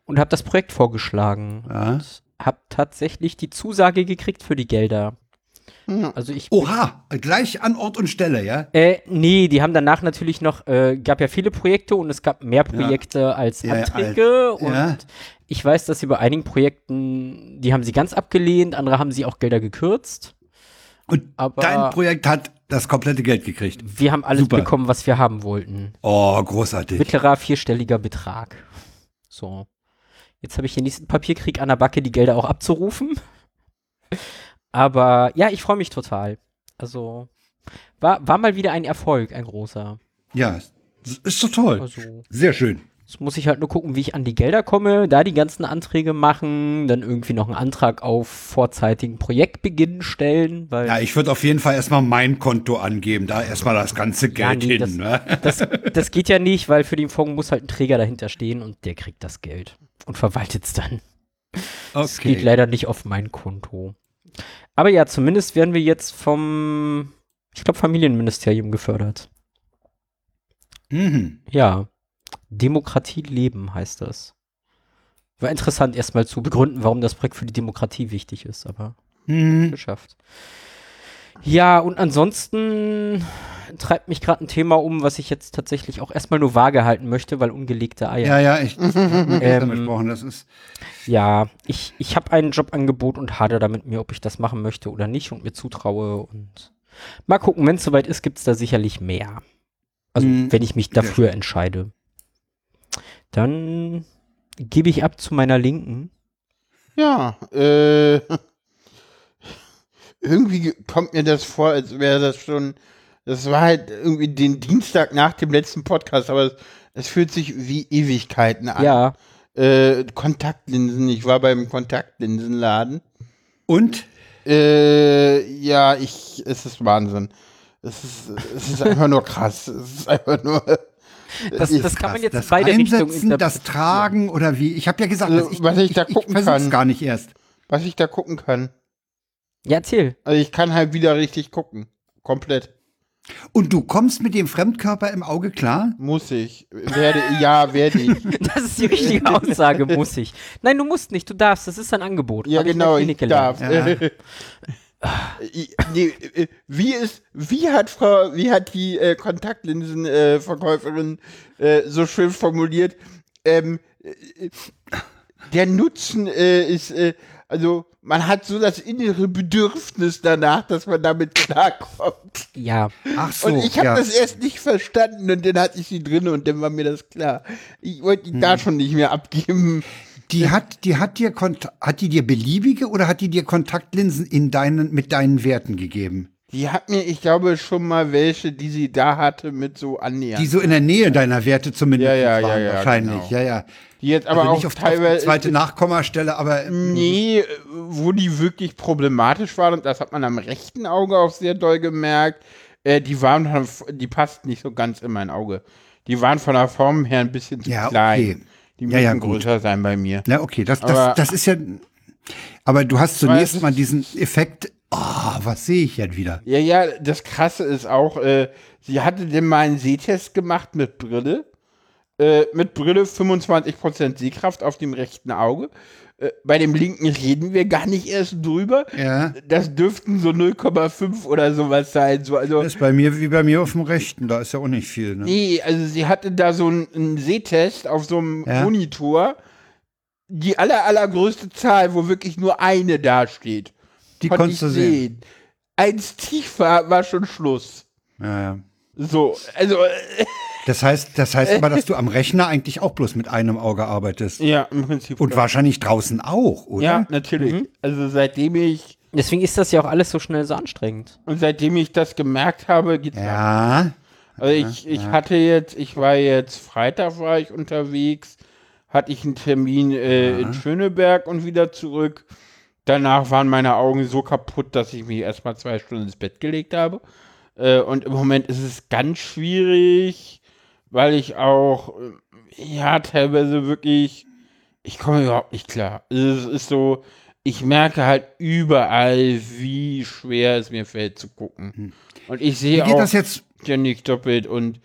Speaker 2: und habe das Projekt vorgeschlagen.
Speaker 1: Ja.
Speaker 2: Und habe tatsächlich die Zusage gekriegt für die Gelder. Also ich
Speaker 1: Oha, gleich an Ort und Stelle, ja?
Speaker 2: äh, nee, die haben danach natürlich noch, äh, gab ja viele Projekte und es gab mehr Projekte als
Speaker 1: Ja, ja,
Speaker 2: Anträge
Speaker 1: als-
Speaker 2: und
Speaker 1: ja.
Speaker 2: ich weiß, dass sie bei einigen Projekten, die haben sie ganz abgelehnt, andere haben sie auch Gelder gekürzt.
Speaker 1: Und
Speaker 2: Aber-
Speaker 1: dein Projekt hat das komplette Geld gekriegt.
Speaker 2: Wir haben alles
Speaker 1: Super.
Speaker 2: bekommen, was wir haben wollten.
Speaker 1: Oh, großartig.
Speaker 2: Mittlerer vierstelliger Betrag. So. Jetzt habe ich den nächsten Papierkrieg an der Backe, die Gelder auch abzurufen. Aber ja, ich freue mich total. Also war, war mal wieder ein Erfolg, ein großer.
Speaker 1: Ja, s- ist doch toll.
Speaker 2: Also,
Speaker 1: Sehr schön.
Speaker 2: Jetzt muss ich halt nur gucken, wie ich an die Gelder komme, da die ganzen Anträge machen, dann irgendwie noch einen Antrag auf vorzeitigen Projektbeginn stellen, weil
Speaker 1: Ja, ich würde auf jeden Fall erstmal mein Konto angeben, da erstmal das ganze
Speaker 2: Ja,
Speaker 1: Geld
Speaker 2: nee, das-
Speaker 1: hin. Ne?
Speaker 2: das, das geht ja nicht, weil für den Fonds muss halt ein Träger dahinter stehen und der kriegt das Geld und verwaltet es dann. Es
Speaker 1: Okay.
Speaker 2: geht leider nicht auf mein Konto. Aber ja, zumindest werden wir jetzt vom, ich glaube, Familienministerium gefördert.
Speaker 1: mhm.
Speaker 2: Ja. Demokratie leben heißt das. War interessant, erstmal zu begründen, warum das Projekt für die Demokratie wichtig ist, aber.
Speaker 1: Mhm.
Speaker 2: geschafft. Ja, und ansonsten treibt mich gerade ein Thema um, was ich jetzt tatsächlich auch erstmal nur vage halten möchte, weil ungelegte Eier.
Speaker 1: Ja, ja, ich habe mit
Speaker 2: Ähm,
Speaker 1: gestern besprochen, das ist.
Speaker 2: Ja, ich, ich habe ein Jobangebot und hader da mit mir, ob ich das machen möchte oder nicht und mir zutraue und mal gucken, wenn es soweit ist, gibt es da sicherlich mehr. Also,
Speaker 1: Mhm.
Speaker 2: wenn ich mich dafür entscheide. Dann gebe ich ab zu meiner Linken.
Speaker 3: Ja, äh. Irgendwie ge- kommt mir das vor, als wäre das schon. Das war halt irgendwie den Dienstag nach dem letzten Podcast, aber es, es fühlt sich wie Ewigkeiten
Speaker 1: Ah.
Speaker 3: an.
Speaker 2: Ja,
Speaker 3: Äh, Kontaktlinsen. Ich war beim Kontaktlinsenladen.
Speaker 1: Und?
Speaker 3: Äh, ja, ich. Es ist Wahnsinn. Es ist, es ist einfach nur krass. Es ist einfach nur.
Speaker 2: das,
Speaker 3: ist
Speaker 2: das kann
Speaker 1: Krass,
Speaker 2: man jetzt
Speaker 1: das
Speaker 2: in beide Richtungen
Speaker 1: Einsetzen, das
Speaker 2: interpretieren.
Speaker 1: Tragen oder wie? Ich habe ja gesagt,
Speaker 3: Also,
Speaker 1: dass ich,
Speaker 3: was ich da gucken
Speaker 1: versuch's
Speaker 3: kann.
Speaker 1: gar nicht erst.
Speaker 3: Was ich da gucken kann.
Speaker 2: Ja, erzähl.
Speaker 3: Also ich kann halt wieder richtig gucken. Komplett.
Speaker 1: Und du kommst mit dem Fremdkörper im Auge klar?
Speaker 3: Muss ich. Werde, ja, werde ich.
Speaker 2: Das ist die richtige Aussage, muss ich. Nein, du musst nicht, du darfst, das ist ein Angebot.
Speaker 3: Ja,
Speaker 2: Hab in der
Speaker 3: genau, ich
Speaker 2: Klinik gelernt.
Speaker 3: darf. Ich- nee, äh, wie ist, wie hat Frau, wie hat die äh, Kontaktlinsenverkäuferin äh, Verkäuferin, äh, so schön formuliert? Ähm, äh, der Nutzen äh, ist, äh, also man hat so das innere Bedürfnis danach, dass man damit klarkommt.
Speaker 2: Ja,
Speaker 1: Ach so,
Speaker 3: Und ich habe
Speaker 1: ja.
Speaker 3: das erst nicht verstanden und dann hatte ich sie drin und dann war mir das klar. Ich wollte die
Speaker 1: Hm.
Speaker 3: da schon nicht mehr abgeben.
Speaker 1: Die hat, die hat dir Kont hat die dir beliebige oder hat die dir Kontaktlinsen in deinen mit deinen Werten gegeben,
Speaker 3: Die hat mir, ich glaube, schon mal welche, die sie da hatte, mit so annähernd.
Speaker 1: die so in der Nähe deiner Werte zumindest
Speaker 3: Ja, ja,
Speaker 1: waren
Speaker 3: ja, ja,
Speaker 1: wahrscheinlich,
Speaker 3: genau.
Speaker 1: ja ja.
Speaker 3: Die jetzt aber
Speaker 1: also
Speaker 3: auch
Speaker 1: nicht auf, auf die
Speaker 3: teilweise.
Speaker 1: zweite Nachkommastelle, aber
Speaker 3: Nee, äh, wo die wirklich problematisch waren, und das hat man am rechten Auge auch sehr doll gemerkt, äh, die waren, von- die passten nicht so ganz in mein Auge. Die waren von der Form her ein bisschen zu
Speaker 1: Ja,
Speaker 3: klein.
Speaker 1: okay.
Speaker 3: Die
Speaker 1: Ja,
Speaker 3: müssen
Speaker 1: ja, gut.
Speaker 3: größer sein bei mir.
Speaker 1: na okay, das das,
Speaker 3: Aber-
Speaker 1: das ist ja. Aber du hast
Speaker 3: es
Speaker 1: zunächst
Speaker 3: ist-
Speaker 1: mal diesen Effekt. Ah, was sehe ich jetzt wieder?
Speaker 3: Ja, ja, das Krasse ist auch, äh, sie hatte denn mal einen Sehtest gemacht mit Brille. Äh, mit Brille 25% Sehkraft auf dem rechten Auge. Äh, bei dem linken reden wir gar nicht erst drüber.
Speaker 1: Ja.
Speaker 3: Das dürften so 0,5 oder sowas sein. So, also,
Speaker 1: Das ist bei mir wie bei mir auf dem rechten, da ist ja auch nicht viel. Ne?
Speaker 3: Nee, also sie hatte da so einen, einen Sehtest auf so einem
Speaker 1: Ja.
Speaker 3: Monitor. Die aller, allergrößte Zahl, wo wirklich nur eine da steht.
Speaker 1: Die
Speaker 3: konnte
Speaker 1: konntest
Speaker 3: ich
Speaker 1: du sehen.
Speaker 3: Eins tiefer war schon Schluss.
Speaker 1: Ja, ja.
Speaker 3: So, also, äh,
Speaker 1: Das heißt, das heißt aber, dass du am Rechner eigentlich auch bloß mit einem Auge arbeitest.
Speaker 3: ja, im Prinzip.
Speaker 1: Und ne?
Speaker 3: ja.
Speaker 1: wahrscheinlich draußen auch, oder?
Speaker 3: Ja, natürlich. Also seitdem ich,
Speaker 2: deswegen ist das ja auch alles so schnell so anstrengend.
Speaker 3: und seitdem ich das gemerkt habe, geht's ab.
Speaker 1: Ja.
Speaker 3: Also ich, ich hatte jetzt, ich war jetzt, Freitag war ich unterwegs, hatte ich einen Termin äh, in Schöneberg und wieder zurück. Danach waren meine Augen so kaputt, dass ich mich erstmal zwei Stunden ins Bett gelegt habe. Äh, und im Moment ist es ganz schwierig, weil ich auch, äh, ja, teilweise wirklich, ich komme überhaupt nicht klar. Also Es ist so, ich merke halt überall, wie schwer es mir fällt zu gucken. Und ich
Speaker 1: Hm.
Speaker 3: sehe
Speaker 1: Wie geht
Speaker 3: auch
Speaker 1: das jetzt?
Speaker 3: ja nicht doppelt und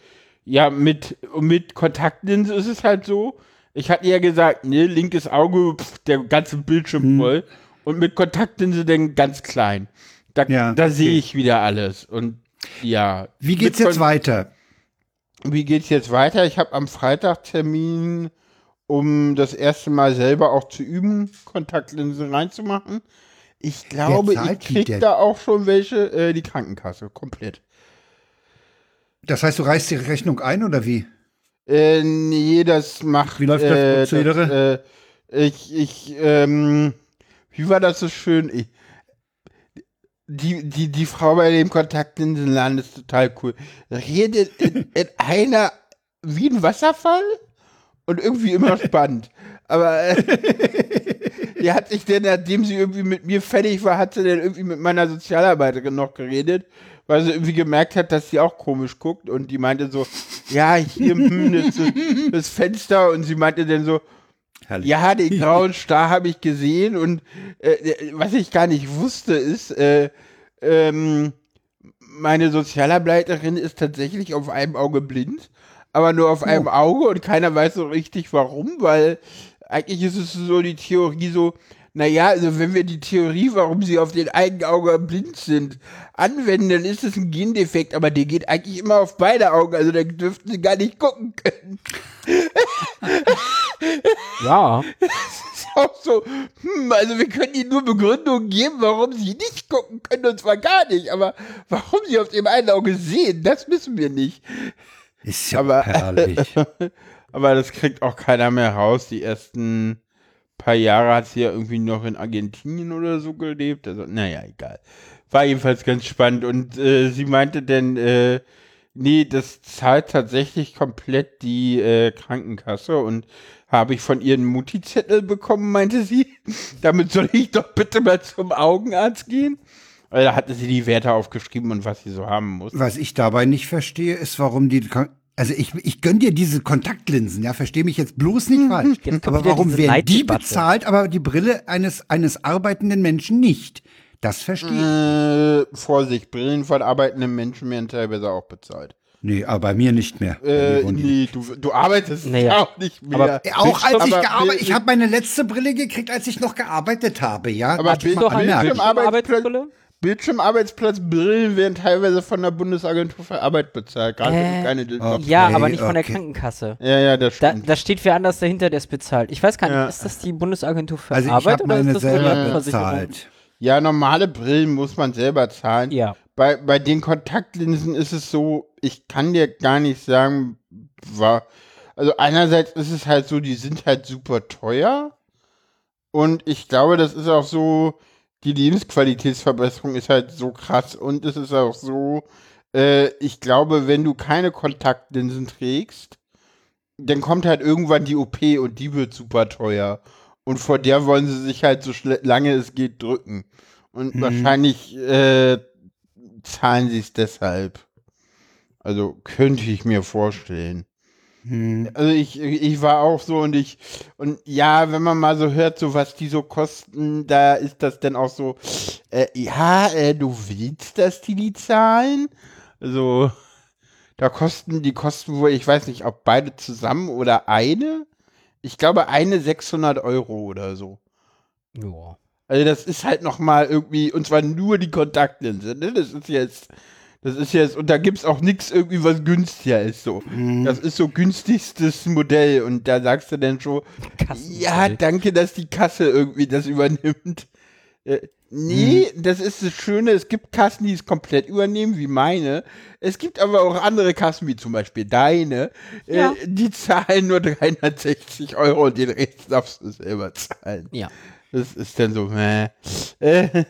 Speaker 3: ja, mit, mit Kontaktlinse ist es halt so. Ich hatte ja gesagt, ne, linkes Auge, pf, der ganze Bildschirm
Speaker 1: Hm.
Speaker 3: voll. Und mit Kontaktlinse dann ganz klein. Da,
Speaker 1: Ja,
Speaker 3: da
Speaker 1: okay.
Speaker 3: sehe ich wieder alles. Und ja.
Speaker 1: Wie geht's
Speaker 3: Mit
Speaker 1: jetzt weiter?
Speaker 3: wie geht's jetzt weiter? Ich habe am Freitag Termin, um das erste Mal selber auch zu üben, Kontaktlinsen reinzumachen. Ich glaube, ich
Speaker 1: zahlt die
Speaker 3: krieg
Speaker 1: denn?
Speaker 3: da auch schon welche, äh, die Krankenkasse, komplett.
Speaker 1: Das heißt, du reißt die Rechnung ein oder wie?
Speaker 3: Äh, nee, das macht.
Speaker 1: Wie läuft das
Speaker 3: äh,
Speaker 1: Prozedere?
Speaker 3: Das, äh, ich, ich, ähm, wie war das so schön? Ich, die, die, die Frau bei dem Kontaktlinsenladen ist total cool. Redet in, in einer wie ein Wasserfall und irgendwie immer spannend. Aber äh, die hat sich denn, nachdem sie irgendwie mit mir fertig war, hat sie dann irgendwie mit meiner Sozialarbeiterin noch geredet, weil sie irgendwie gemerkt hat, dass sie auch komisch guckt und die meinte so, ja, hier hm, das, das Fenster und sie meinte dann so,
Speaker 1: Herrlich.
Speaker 3: ja, den grauen Star habe ich gesehen und äh, was ich gar nicht wusste ist, äh, ähm, meine Sozialarbeiterin ist tatsächlich auf einem Auge blind, aber nur auf einem Auge und keiner weiß so richtig warum, weil eigentlich ist es so die Theorie so, naja, also wenn wir die Theorie, warum sie auf den einen Auge blind sind, anwenden, dann ist es ein Gendefekt, aber der geht eigentlich immer auf beide Augen, also da dürften sie gar nicht gucken können.
Speaker 2: Ja,
Speaker 3: auch so, hm, also wir können ihnen nur Begründungen geben, warum sie nicht gucken können, und zwar gar nicht, aber warum sie auf dem einen Auge sehen, das wissen wir nicht.
Speaker 1: Ist ja
Speaker 3: aber-
Speaker 1: herrlich.
Speaker 3: Aber das kriegt auch keiner mehr raus. Die ersten paar Jahre hat sie ja irgendwie noch in Argentinien oder so gelebt. Also, naja, egal. War jedenfalls ganz spannend. Und äh, sie meinte denn, äh, nee, das zahlt tatsächlich komplett die äh, Krankenkasse. Und habe ich von ihren Mutti-Zettel bekommen, meinte sie. Damit soll ich doch bitte mal zum Augenarzt gehen. Weil Da hatte sie die Werte aufgeschrieben und was sie so haben muss.
Speaker 1: Was ich dabei nicht verstehe, ist, warum die. Kon- Also ich, ich gönn dir diese Kontaktlinsen, ja, verstehe mich jetzt bloß nicht falsch.
Speaker 2: Mhm. Jetzt kommt
Speaker 1: aber
Speaker 2: wieder
Speaker 1: warum
Speaker 2: diese
Speaker 1: werden die
Speaker 2: Neiddebatte.
Speaker 1: bezahlt, aber die Brille eines, eines arbeitenden Menschen nicht? Das verstehe ich.
Speaker 3: Äh, Vorsicht, Brillen von arbeitenden Menschen werden teilweise auch bezahlt.
Speaker 1: Nee, aber bei mir nicht mehr. Bei mir
Speaker 3: Äh,
Speaker 1: wohnen die
Speaker 3: nee, du, du arbeitest
Speaker 2: Naja.
Speaker 3: auch Äh, nicht mehr.
Speaker 1: Ja, Auch als ich
Speaker 3: Aber
Speaker 1: gearbeitet,
Speaker 3: Bild-
Speaker 1: ich habe meine letzte Brille gekriegt, als ich noch gearbeitet habe, ja.
Speaker 3: Aber
Speaker 1: Hat
Speaker 3: Bild-
Speaker 1: man
Speaker 3: Bildschirm-
Speaker 1: gemerkt.
Speaker 2: Bildschirmarbeitsbrille?
Speaker 3: Arbeitsbrille? Bildschirmarbeitsplatz, Brillen werden teilweise von der Bundesagentur für Arbeit bezahlt. Gerade
Speaker 2: Äh,
Speaker 3: keine Disney-
Speaker 2: ja,
Speaker 1: Okay,
Speaker 2: aber nicht von der
Speaker 1: okay.
Speaker 2: Krankenkasse.
Speaker 3: Ja, ja, das
Speaker 2: Da,
Speaker 3: stimmt.
Speaker 2: da steht wer anders dahinter, der es bezahlt. Ich weiß gar nicht,
Speaker 3: Ja.
Speaker 2: ist das die Bundesagentur für
Speaker 1: Also ich
Speaker 2: Arbeit
Speaker 1: habe meine
Speaker 2: ist das
Speaker 1: selber
Speaker 2: Krankenversicherung?
Speaker 1: bezahlt.
Speaker 3: ja, normale Brillen muss man selber zahlen.
Speaker 2: Ja.
Speaker 3: Bei, bei den Kontaktlinsen ist es so, ich kann dir gar nicht sagen, war. Also einerseits ist es halt so, die sind halt super teuer. Und ich glaube, das ist auch so, die Lebensqualitätsverbesserung ist halt so krass. Und es ist auch so, äh, ich glaube, wenn du keine Kontaktlinsen trägst, dann kommt halt irgendwann die OP und die wird super teuer. Und vor der wollen sie sich halt so schle- lange es geht drücken. Und wahrscheinlich äh, zahlen sie es deshalb. Also könnte ich mir vorstellen.
Speaker 1: Hm.
Speaker 3: Also ich, ich war auch so und ich, und ja, wenn man mal so hört, so was die so kosten, da ist das dann auch so, äh, ja, äh, du willst, dass die die zahlen? Also, da kosten, die kosten wohl, ich weiß nicht, ob beide zusammen oder eine? Ich glaube, eine 600 Euro oder so.
Speaker 2: Ja.
Speaker 3: Also das ist halt nochmal irgendwie, und zwar nur die Kontaktlinse, ne? Das ist jetzt, das ist jetzt, und da gibt's auch nichts irgendwie, was günstiger ist, so. Das ist so günstigstes Modell und da sagst du dann schon, ja, danke, dass die Kasse irgendwie das übernimmt. Äh, nee, das ist das Schöne, es gibt Kassen, die es komplett übernehmen, wie meine. Es gibt aber auch andere Kassen, wie zum Beispiel deine,
Speaker 2: Ja.
Speaker 3: äh, die zahlen nur 360 Euro und den Rest darfst du selber zahlen.
Speaker 2: Ja.
Speaker 3: Das ist dann so, meh. Äh,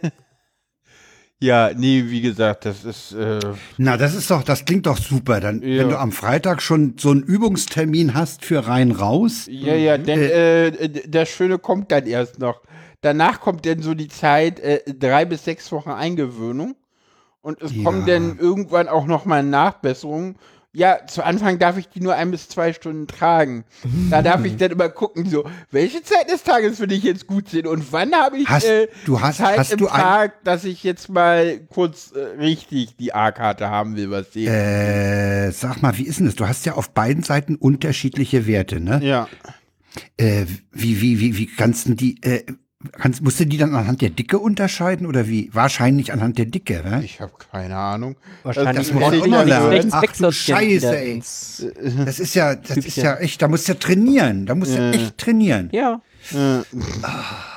Speaker 3: ja, nee, wie gesagt, das ist. Äh,
Speaker 1: Na, das ist doch, das klingt doch super. Dann,
Speaker 3: Ja.
Speaker 1: wenn du am Freitag schon so einen Übungstermin hast für rein raus.
Speaker 3: ja, ja, denn äh, d- das Schöne kommt dann erst noch. Danach kommt dann so die Zeit, äh, drei bis sechs Wochen Eingewöhnung. Und es
Speaker 1: Ja.
Speaker 3: kommen dann irgendwann auch nochmal Nachbesserungen. Ja, zu Anfang darf ich die nur ein bis zwei Stunden tragen. Da darf
Speaker 1: Mhm.
Speaker 3: ich dann immer gucken, so, welche Zeit des Tages würde ich jetzt gut sehen und wann habe ich
Speaker 1: Hast-
Speaker 3: äh,
Speaker 1: du
Speaker 3: die
Speaker 1: hast-
Speaker 3: Zeit
Speaker 1: hast
Speaker 3: im
Speaker 1: du ein-
Speaker 3: Tag, dass ich jetzt mal kurz äh, richtig die A-Karte haben will, was sehen.
Speaker 1: Äh, sag mal, wie ist denn das? Du hast ja auf beiden Seiten unterschiedliche Werte, ne?
Speaker 3: Ja.
Speaker 1: Äh, wie, wie, wie, wie kannst du die, äh, kannst, musst du die dann anhand der Dicke unterscheiden oder wie? Wahrscheinlich anhand der Dicke, ne?
Speaker 3: Ich habe keine Ahnung.
Speaker 2: Wahrscheinlich
Speaker 1: das muss man
Speaker 2: werden
Speaker 1: auch
Speaker 2: die
Speaker 1: noch
Speaker 2: links,
Speaker 1: lernen.
Speaker 2: rechts
Speaker 1: Ach du
Speaker 2: wechseln
Speaker 1: Scheiße,
Speaker 2: wieder
Speaker 1: ey.
Speaker 2: ins-
Speaker 1: Das ist ja, das ist
Speaker 2: Typchen.
Speaker 1: ja echt, da musst du ja trainieren, da musst du
Speaker 3: äh, Ja.
Speaker 1: echt trainieren.
Speaker 2: Ja.
Speaker 3: Äh,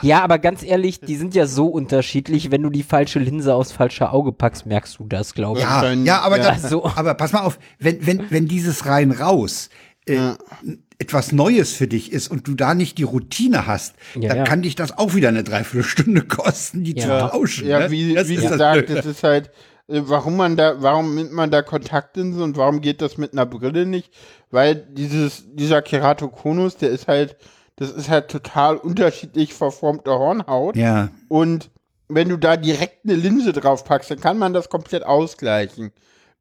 Speaker 2: Ja, aber ganz ehrlich, die sind ja so unterschiedlich. Wenn du die falsche Linse aufs falsche Auge packst, merkst du das, glaube ich.
Speaker 1: Ja,
Speaker 3: Dann-
Speaker 1: Ah, ja, aber,
Speaker 2: ja.
Speaker 1: Das,
Speaker 2: So.
Speaker 1: aber pass mal auf, wenn, wenn, wenn dieses rein raus äh, etwas Neues für dich ist und du da nicht die Routine hast,
Speaker 2: Ja,
Speaker 1: dann
Speaker 2: ja.
Speaker 1: kann dich das auch wieder eine Dreiviertelstunde kosten, die
Speaker 2: Ja.
Speaker 1: zu tauschen.
Speaker 3: Ja,
Speaker 1: ne?
Speaker 3: wie,
Speaker 1: das
Speaker 3: wie
Speaker 1: ist
Speaker 3: gesagt,
Speaker 1: das
Speaker 3: das, ist halt, äh, warum man da, warum nimmt man da Kontaktlinsen und warum geht das mit einer Brille nicht? Weil dieses, dieser Keratokonus, der ist halt, das ist halt total unterschiedlich verformte Hornhaut.
Speaker 1: ja.
Speaker 3: Und wenn du da direkt eine Linse draufpackst, dann kann man das komplett ausgleichen.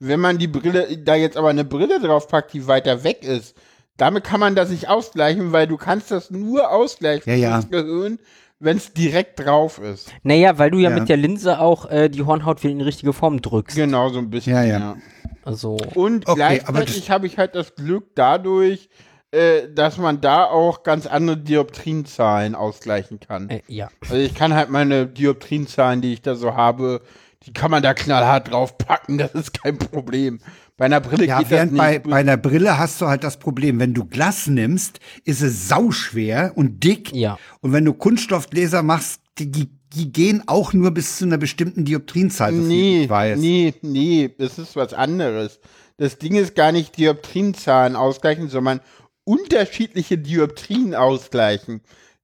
Speaker 3: Wenn man die Brille, da jetzt aber eine Brille draufpackt, die weiter weg ist, damit kann man das nicht ausgleichen, weil du kannst das nur ausgleichen
Speaker 1: Ja, ja.
Speaker 3: fürs Gehirn, wenn es direkt drauf ist.
Speaker 2: Naja, weil du ja,
Speaker 1: Ja.
Speaker 2: mit der Linse auch äh, die Hornhaut wieder in die richtige Form drückst.
Speaker 3: Genau, so ein bisschen.
Speaker 1: Ja, ja.
Speaker 2: Also,
Speaker 3: Und
Speaker 1: Okay, aber
Speaker 3: gleichzeitig
Speaker 1: das-
Speaker 3: habe ich halt das Glück dadurch, äh, dass man da auch ganz andere Dioptrienzahlen ausgleichen kann.
Speaker 2: äh, ja.
Speaker 3: Also ich kann halt meine Dioptrienzahlen, die ich da so habe, die kann man da knallhart draufpacken, das ist kein Problem. Bei einer Brille
Speaker 1: Ja,
Speaker 3: geht das
Speaker 1: während
Speaker 3: nicht.
Speaker 1: bei, bei einer Brille hast du halt das Problem, wenn du Glas nimmst, ist es sauschwer und dick.
Speaker 2: Ja.
Speaker 1: Und wenn du Kunststoffgläser machst, die, die, die gehen auch nur bis zu einer bestimmten Dioptrienzahl. so viel
Speaker 3: nee,
Speaker 1: ich weiß.
Speaker 3: nee, nee, das ist was anderes. Das Ding ist gar nicht Dioptrienzahlen ausgleichen, sondern unterschiedliche Dioptrien ausgleichen.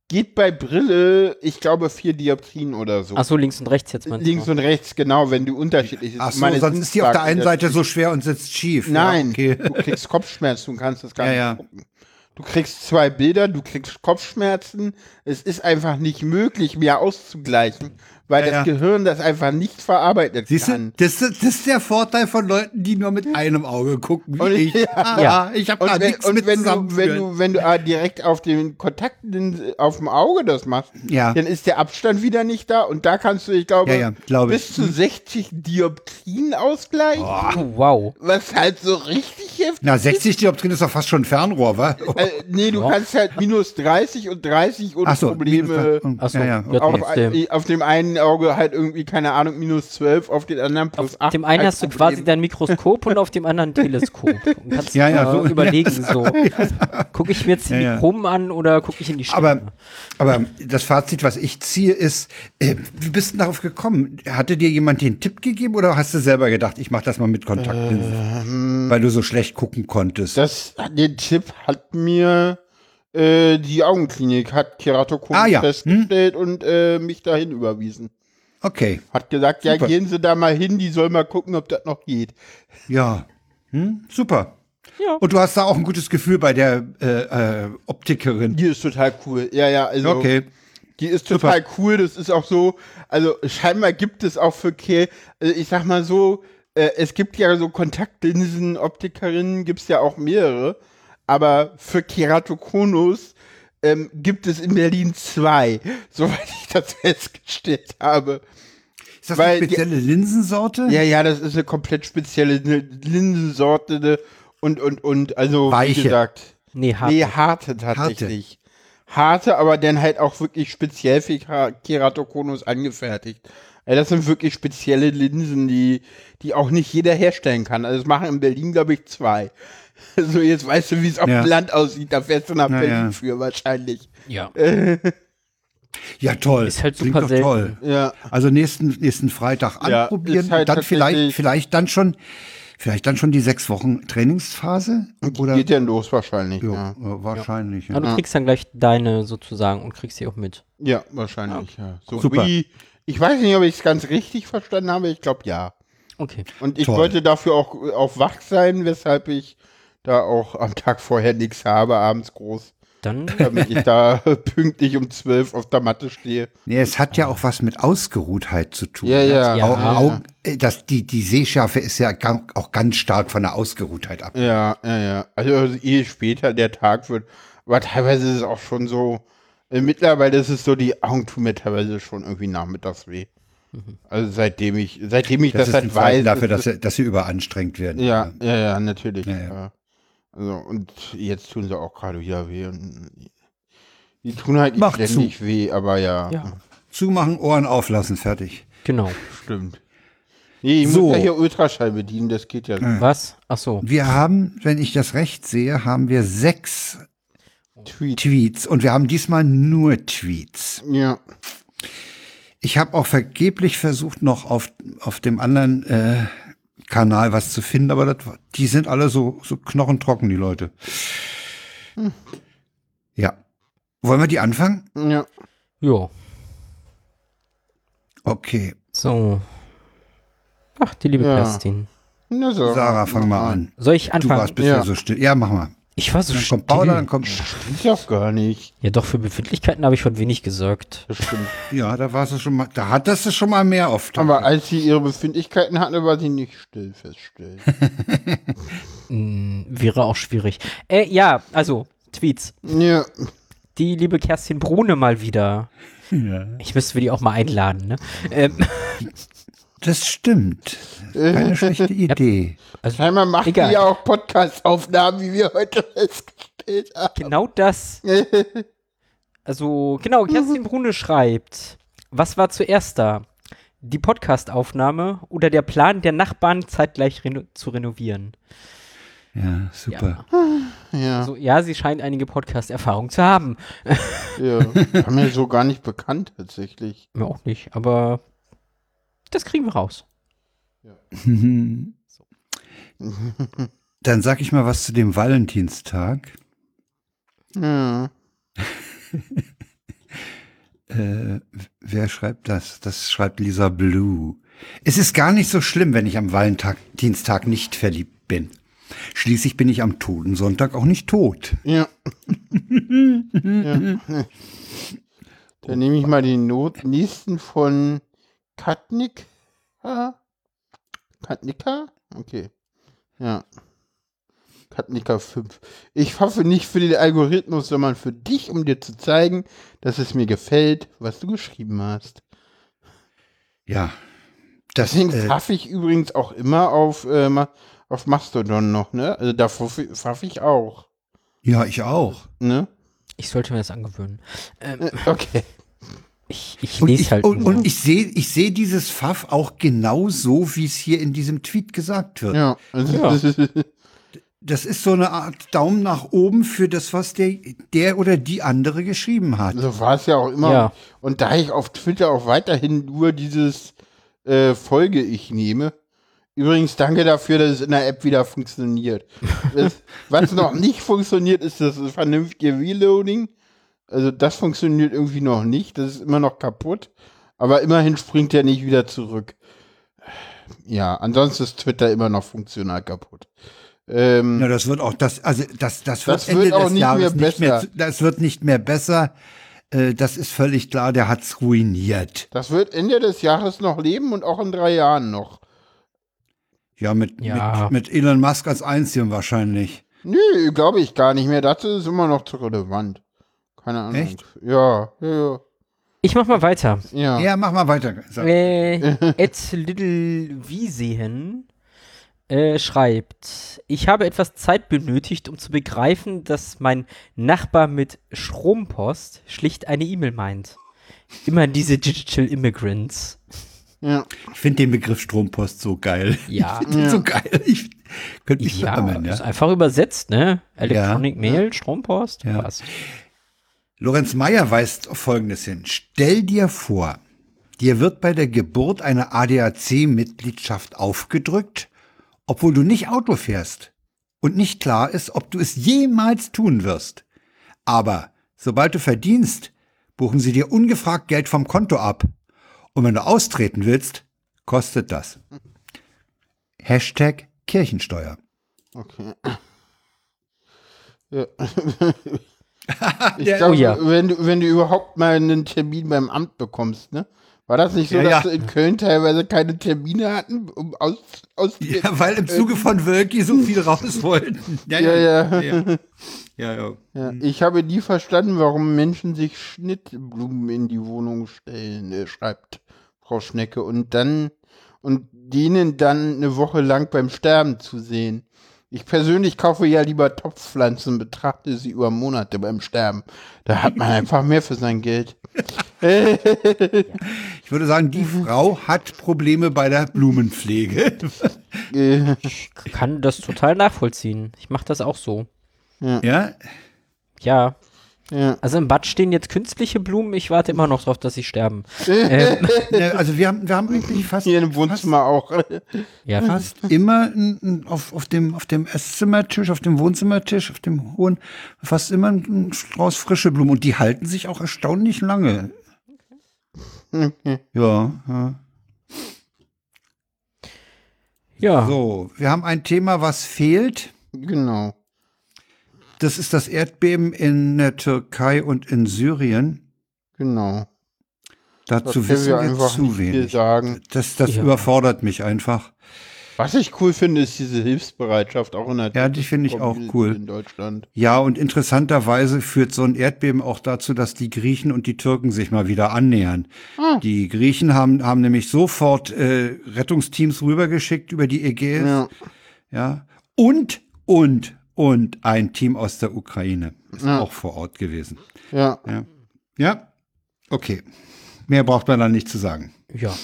Speaker 3: Geht bei Brille, ich glaube, vier Dioptrien oder so.
Speaker 2: Achso, links und rechts jetzt meinst
Speaker 3: Links
Speaker 2: du.
Speaker 3: und rechts, genau, wenn du unterschiedlich
Speaker 1: Ach so,
Speaker 3: Meine
Speaker 1: sonst ist die auf der
Speaker 3: Dienstwagen-
Speaker 1: einen Seite so schwer und sitzt schief.
Speaker 3: Nein,
Speaker 1: Ja, okay.
Speaker 3: du kriegst Kopfschmerzen, du kannst das gar
Speaker 1: Ja,
Speaker 3: nicht
Speaker 1: ja.
Speaker 3: gucken. Du kriegst zwei Bilder, du kriegst Kopfschmerzen. Es ist einfach nicht möglich, mehr auszugleichen, weil
Speaker 1: Ja,
Speaker 3: das
Speaker 1: ja.
Speaker 3: Gehirn das einfach nicht verarbeitet
Speaker 1: Siehst du,
Speaker 3: kann.
Speaker 1: das, ist- das ist der Vorteil von Leuten, die nur mit einem Auge gucken, wie
Speaker 3: Und-
Speaker 1: ich.
Speaker 3: ja.
Speaker 1: Ah,
Speaker 2: Ja.
Speaker 1: Ich habe da
Speaker 3: Und, wenn,
Speaker 1: nichts mit
Speaker 3: und wenn, du, wenn
Speaker 1: zusammenführen.
Speaker 3: du, wenn du ah, direkt auf den Kontakten auf dem Auge das machst,
Speaker 1: Ja.
Speaker 3: dann ist der Abstand wieder nicht da und da kannst du, ich glaube,
Speaker 1: Ja, ja, glaube
Speaker 3: bis
Speaker 1: ich.
Speaker 3: zu 60 Dioptrien ausgleichen,
Speaker 2: Oh, wow.
Speaker 3: was halt so richtig heftig
Speaker 1: Na, 60 Dioptrien ist doch fast schon ein Fernrohr, wa?
Speaker 3: Äh, nee, du kannst halt minus 30 und 30 ohne
Speaker 1: Ach so,
Speaker 3: Probleme
Speaker 1: minus- oh. Hm,
Speaker 2: Ach so,
Speaker 1: ja, ja,
Speaker 2: ja,
Speaker 1: okay.
Speaker 3: auf,
Speaker 2: trotzdem.
Speaker 3: ein- auf dem einen einen Auge halt irgendwie, keine Ahnung, minus 12, auf den anderen plus 8.
Speaker 2: Dem einen hast du quasi dein Mikroskop und auf dem anderen Teleskop. Und kannst
Speaker 1: Ja, ja,
Speaker 2: äh,
Speaker 1: so-
Speaker 2: überlegen, so. Gucke ich mir jetzt die
Speaker 1: Ja, ja.
Speaker 2: Mikroben an oder gucke ich in die Sterne?
Speaker 1: Aber, aber das Fazit, was ich ziehe, ist, äh, wie bist du darauf gekommen? Hatte dir jemand den Tipp gegeben oder hast du selber gedacht, ich mache das mal mit
Speaker 3: Ähm.
Speaker 1: Kontaktlinsen, weil du so schlecht gucken konntest?
Speaker 3: Das, den Tipp hat mir äh, die Augenklinik, hat Keratokonik
Speaker 1: Ah, ja.
Speaker 3: festgestellt und äh, mich dahin überwiesen.
Speaker 1: Okay,
Speaker 3: Hat gesagt, ja,
Speaker 1: Super.
Speaker 3: gehen Sie da mal hin, die soll mal gucken, ob das noch geht.
Speaker 1: ja, hm, super.
Speaker 2: Ja.
Speaker 1: Und du hast da auch ein gutes Gefühl bei der äh, äh, Optikerin.
Speaker 3: Die ist total cool. Ja, ja, also.
Speaker 1: Okay.
Speaker 3: Die ist total cool, das ist auch so, also scheinbar gibt es auch für Kehl, also ich sag mal so, äh, es gibt ja so Kontaktlinsen, Optikerinnen, gibt es ja auch mehrere, aber für Keratokonus ähm, gibt es in Berlin zwei, soweit ich das festgestellt habe.
Speaker 1: Ist das
Speaker 3: Weil
Speaker 1: eine
Speaker 3: die-
Speaker 1: spezielle Linsensorte?
Speaker 3: Ja, ja, das ist eine komplett spezielle eine Linsensorte ne, und, und, und, also
Speaker 1: Weiche.
Speaker 3: wie gesagt.
Speaker 2: Nee, hart.
Speaker 3: Nee, harte tatsächlich. Harte. aber dann halt auch wirklich speziell für Kera- Keratokonus angefertigt. Also das sind wirklich spezielle Linsen, die, die auch nicht jeder herstellen kann. Also das machen in Berlin, glaube ich, zwei. So, jetzt weißt du, wie es auf
Speaker 1: Ja.
Speaker 3: dem Land aussieht. Da fährst du nach
Speaker 1: Na ja.
Speaker 3: Berlin für wahrscheinlich.
Speaker 2: Ja.
Speaker 1: Ja, toll.
Speaker 2: Ist halt
Speaker 1: Klingt
Speaker 2: super
Speaker 1: doch
Speaker 2: selten.
Speaker 1: toll.
Speaker 3: Ja.
Speaker 1: Also nächsten, nächsten Freitag
Speaker 3: Ja,
Speaker 1: anprobieren
Speaker 3: ist halt
Speaker 1: und dann vielleicht,
Speaker 3: tatsächlich-
Speaker 1: vielleicht dann schon, vielleicht dann schon die sechs Wochen Trainingsphase oder
Speaker 3: Geht dann los wahrscheinlich.
Speaker 1: Jo,
Speaker 3: Ja,
Speaker 1: äh, wahrscheinlich.
Speaker 2: Aber
Speaker 1: Ja.
Speaker 2: du kriegst dann gleich deine sozusagen und kriegst sie auch mit.
Speaker 3: ja wahrscheinlich. Ja. So
Speaker 1: Super.
Speaker 3: wie, ich weiß nicht, ob ich es ganz richtig verstanden habe. Ich glaube, ja.
Speaker 2: Okay.
Speaker 3: Und ich
Speaker 1: Toll.
Speaker 3: wollte dafür auch, auch wach sein, weshalb ich da auch am Tag vorher nichts habe, abends groß,
Speaker 2: Dann
Speaker 3: damit ich da pünktlich um 12 auf der Matte stehe.
Speaker 1: Nee, es hat ja auch was mit Ausgeruhtheit zu tun. ne?
Speaker 3: Ja, ja.
Speaker 1: Au-
Speaker 2: Ja.
Speaker 1: Au- äh, das, die, die Sehschärfe ist ja ga- auch ganz stark von der Ausgeruhtheit ab.
Speaker 3: Ja, ja, ja. Also je später der Tag wird, aber teilweise ist es auch schon so, äh, mittlerweile ist es so, die Augen tun mir teilweise schon irgendwie nachmittags weh. Also seitdem ich, seitdem ich
Speaker 1: Das,
Speaker 3: das,
Speaker 1: ist ein
Speaker 3: halt weiß.
Speaker 1: Zeichen dafür,
Speaker 3: ist
Speaker 1: dass sie, dass sie überanstrengt werden.
Speaker 3: Ja, ja, ja, natürlich.
Speaker 1: Ja,
Speaker 3: Ja,
Speaker 1: ja.
Speaker 3: Also, und jetzt tun sie auch gerade wieder weh. Und die tun halt
Speaker 1: Macht
Speaker 3: nicht ständig weh, aber ja,
Speaker 2: Ja.
Speaker 1: Zumachen, Ohren auflassen, fertig.
Speaker 2: genau.
Speaker 3: stimmt. Nee, ich
Speaker 1: So.
Speaker 3: muss ja hier Ultraschall bedienen, das geht ja nicht.
Speaker 2: Was? Ach so.
Speaker 1: Wir haben, wenn ich das recht sehe, haben wir sechs
Speaker 3: Tweet.
Speaker 1: Tweets und wir haben diesmal nur Tweets.
Speaker 3: Ja.
Speaker 1: Ich habe auch vergeblich versucht, noch auf, auf dem anderen äh, Kanal was zu finden, aber das, war- die sind alle so, so knochentrocken, die Leute. Ja. Wollen wir die anfangen?
Speaker 3: ja.
Speaker 2: Jo.
Speaker 1: Okay.
Speaker 2: So. Ach, die liebe
Speaker 3: Ja.
Speaker 2: Kerstin.
Speaker 3: Na so.
Speaker 1: Sarah, fang mal an.
Speaker 2: Soll ich
Speaker 1: Du
Speaker 2: anfangen?
Speaker 1: warst bisher
Speaker 3: Ja.
Speaker 1: so still. Ja, mach mal.
Speaker 2: ich war so
Speaker 1: Dann
Speaker 2: still.
Speaker 1: kommt Paula, dann kommt.
Speaker 3: Ist doch gar nicht.
Speaker 2: Ja, doch, für Befindlichkeiten habe ich schon wenig gesorgt.
Speaker 3: Das stimmt.
Speaker 1: Ja, da warst du schon mal. Da hattest du schon mal mehr oft.
Speaker 3: Aber als sie ihre Befindlichkeiten hatten, war sie nicht still feststellen.
Speaker 2: Hm, wäre auch schwierig. Äh, ja, also, Tweets.
Speaker 3: ja.
Speaker 2: Die liebe Kerstin Brune mal wieder. Ich müsste die auch mal einladen, ne? Ähm,
Speaker 1: Das stimmt. Keine schlechte Idee.
Speaker 3: Scheinbar macht
Speaker 2: Egal.
Speaker 3: die ja auch Podcast-Aufnahmen, wie wir heute festgestellt haben.
Speaker 2: genau das. Also, genau, Kerstin Brune schreibt, was war zuerst da? Die Podcastaufnahme oder der Plan der Nachbarn zeitgleich reno zu renovieren?
Speaker 1: Ja, super.
Speaker 3: Ja.
Speaker 2: Also, ja, sie scheint einige Podcast-Erfahrung zu haben.
Speaker 3: Ja, war mir so gar nicht bekannt tatsächlich.
Speaker 2: Mir auch nicht, aber das kriegen wir raus.
Speaker 1: Dann sag ich mal was zu dem Valentinstag.
Speaker 3: Ja.
Speaker 1: Äh, wer schreibt das? Das schreibt Lisa Blue. Es ist gar nicht so schlimm, wenn ich am Valentinstag nicht verliebt bin. Schließlich bin ich am Totensonntag auch nicht tot.
Speaker 3: Ja. ja. Dann nehme ich mal den Not nächsten von Katnik. Katnika? Okay. Ja. Katnika 5. Ich hoffe nicht für den Algorithmus, sondern für dich, um dir zu zeigen, dass es mir gefällt, was du geschrieben hast.
Speaker 1: Ja. Das,
Speaker 3: Deswegen
Speaker 1: äh,
Speaker 3: pfaffe ich übrigens auch immer auf, äh, Ma- auf Mastodon noch, ne? Also da pfaffe pfaffe ich auch,
Speaker 1: ja, ich auch.
Speaker 3: ne?
Speaker 2: Ich sollte mir das angewöhnen. Ähm,
Speaker 3: Äh, Okay.
Speaker 2: Ich, ich
Speaker 1: Und
Speaker 2: lese
Speaker 1: ich,
Speaker 2: halt
Speaker 1: und,
Speaker 2: nur.
Speaker 1: und ich sehe ich sehe dieses Pfaff auch genau so, wie es hier in diesem Tweet gesagt wird.
Speaker 3: Ja. also
Speaker 1: Das ist so eine Art Daumen nach oben für das, was der, der oder die andere geschrieben hat.
Speaker 3: So war es ja auch immer.
Speaker 2: Ja.
Speaker 3: Und da ich auf Twitter auch weiterhin nur dieses äh, Folge ich nehme. Übrigens, danke dafür, dass es in der App wieder funktioniert. Es, was noch nicht funktioniert, ist das vernünftige Reloading. Also das funktioniert irgendwie noch nicht. Das ist immer noch kaputt. Aber immerhin springt er nicht wieder zurück. Ja, ansonsten ist Twitter immer noch funktional kaputt. Ähm,
Speaker 1: Ja, das wird auch das, also das, das wird
Speaker 3: Das
Speaker 1: Ende
Speaker 3: wird auch
Speaker 1: des
Speaker 3: nicht
Speaker 1: Jahres
Speaker 3: mehr
Speaker 1: nicht mehr,
Speaker 3: besser.
Speaker 1: das wird nicht mehr besser. Äh, Das ist völlig klar, der hat's ruiniert.
Speaker 3: Das wird Ende des Jahres noch leben und auch in drei Jahren noch.
Speaker 1: Ja, mit,
Speaker 2: Ja.
Speaker 1: mit, mit Elon Musk als Einzigen wahrscheinlich.
Speaker 3: Nö, glaube ich gar nicht mehr. Dazu ist es immer noch zu relevant. Keine Ahnung.
Speaker 1: Echt?
Speaker 3: Ja, ja,
Speaker 2: Ich mach mal weiter.
Speaker 3: ja. ja.
Speaker 1: Ja, mach mal weiter. Sag-
Speaker 2: Äh, at Little Wiesehen äh, schreibt, ich habe etwas Zeit benötigt, um zu begreifen, dass mein Nachbar mit Strompost schlicht eine E-Mail meint. Immer diese Digital Immigrants.
Speaker 3: ja.
Speaker 1: Ich finde den Begriff Strompost so geil.
Speaker 2: Ja.
Speaker 1: Ich find den so geil. Ich könnte mich
Speaker 2: Ja,
Speaker 1: wärmen,
Speaker 2: ist
Speaker 1: ja.
Speaker 2: einfach übersetzt, ne? Electronic Mail, Strompost,
Speaker 1: Ja.
Speaker 2: was?
Speaker 1: Lorenz Meyer weist auf Folgendes hin. Stell dir vor, dir wird bei der Geburt eine ADAC-Mitgliedschaft aufgedrückt, obwohl du nicht Auto fährst und nicht klar ist, ob du es jemals tun wirst. Aber sobald du verdienst, buchen sie dir ungefragt Geld vom Konto ab. Und wenn du austreten willst, kostet das. Hashtag Kirchensteuer.
Speaker 3: Okay. Ja. ich
Speaker 1: Der-
Speaker 3: glaube,
Speaker 2: Oh ja.
Speaker 3: wenn, du, wenn du überhaupt mal einen Termin beim Amt bekommst, ne? War das nicht so,
Speaker 1: Ja,
Speaker 3: dass
Speaker 1: ja.
Speaker 3: du in Köln teilweise keine Termine hatten, um aus, aus
Speaker 1: Ja, weil im Zuge von Wölki so viel raus wollten.
Speaker 3: Ja, ja.
Speaker 1: ja. ja, ja.
Speaker 3: Ja, ich habe nie verstanden, warum Menschen sich Schnittblumen in die Wohnung stellen, äh, schreibt Frau Schnecke, und dann und denen dann eine Woche lang beim Sterben zu sehen. Ich persönlich kaufe ja lieber Topfpflanzen, betrachte sie über Monate beim Sterben. Da hat man einfach mehr für sein Geld.
Speaker 1: Ich würde sagen, die Frau hat Probleme bei der Blumenpflege.
Speaker 3: Äh,
Speaker 2: Ich kann das total nachvollziehen. Ich mache das auch so.
Speaker 1: Ja,
Speaker 2: Ja.
Speaker 3: ja.
Speaker 2: Also im Bad stehen jetzt künstliche Blumen. Ich warte immer noch drauf, dass sie sterben.
Speaker 1: ne, also wir haben, wir haben eigentlich fast,
Speaker 3: Hier im Wohnzimmer auch.
Speaker 2: Ja.
Speaker 1: fast immer ein, ein, auf, auf dem, auf dem Esszimmertisch, auf dem Wohnzimmertisch, auf dem hohen, fast immer ein Strauß frische Blumen. Und die halten sich auch erstaunlich lange. Ja, ja.
Speaker 3: Ah.
Speaker 2: Ja.
Speaker 1: So, wir haben ein Thema, was fehlt.
Speaker 3: Genau.
Speaker 1: Das ist das Erdbeben in der Türkei und in Syrien.
Speaker 3: Genau.
Speaker 1: Dazu
Speaker 3: können
Speaker 1: wissen
Speaker 3: wir
Speaker 1: wir
Speaker 3: einfach
Speaker 1: zu
Speaker 3: nicht viel
Speaker 1: wenig.
Speaker 3: sagen.
Speaker 1: Das, das
Speaker 2: Ja.
Speaker 1: überfordert mich einfach.
Speaker 3: Was ich cool finde, ist diese Hilfsbereitschaft auch in der
Speaker 1: Ja, die finde ich auch
Speaker 3: Community
Speaker 1: cool.
Speaker 3: in Deutschland.
Speaker 1: Ja, und interessanterweise führt so ein Erdbeben auch dazu, dass die Griechen und die Türken sich mal wieder annähern. Die Griechen haben, haben nämlich sofort äh, Rettungsteams rübergeschickt über die Ägäis. Ja.
Speaker 3: Ja.
Speaker 1: Und, und, und ein Team aus der Ukraine ist auch vor Ort gewesen.
Speaker 3: Ja.
Speaker 1: Ja, okay. Mehr braucht man dann nicht zu sagen.
Speaker 2: Ja.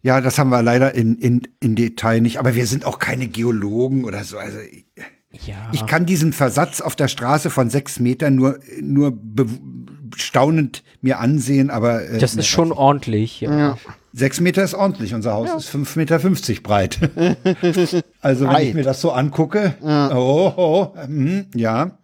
Speaker 1: Ja, das haben wir leider in, in, in Detail nicht, aber wir sind auch keine Geologen oder so. Also
Speaker 2: Ja.
Speaker 1: Ich kann diesen Versatz auf der Straße von sechs Metern nur, nur be- staunend mir ansehen, aber äh,
Speaker 2: das ist schon ordentlich. Ja.
Speaker 1: sechs Meter ist ordentlich. Unser Haus ist fünf Meter fünfzig breit. also wenn ich mir das so angucke, oh, oh hm, ja.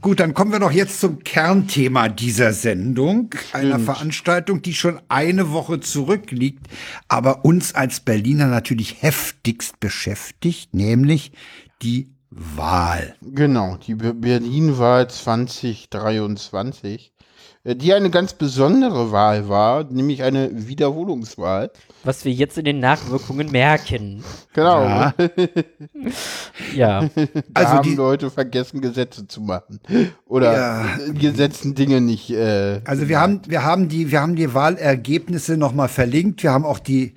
Speaker 1: Gut, dann kommen wir doch jetzt zum Kernthema dieser Sendung, einer Veranstaltung, die schon eine Woche zurückliegt, aber uns als Berliner natürlich heftigst beschäftigt, nämlich die Wahl.
Speaker 3: Genau, die Be- Berlin-Wahl 2023, äh, die eine ganz besondere Wahl war, nämlich eine Wiederholungswahl.
Speaker 2: Was wir jetzt in den Nachwirkungen merken.
Speaker 3: Genau,
Speaker 1: Ja.
Speaker 2: Ja.
Speaker 3: da
Speaker 1: Also
Speaker 3: haben
Speaker 1: die-
Speaker 3: Leute vergessen, Gesetze zu machen. Oder
Speaker 1: Ja.
Speaker 3: in Gesetzen Dinge nicht. Äh,
Speaker 1: Also wir haben, wir haben die, wir haben die Wahlergebnisse nochmal verlinkt. Wir haben auch die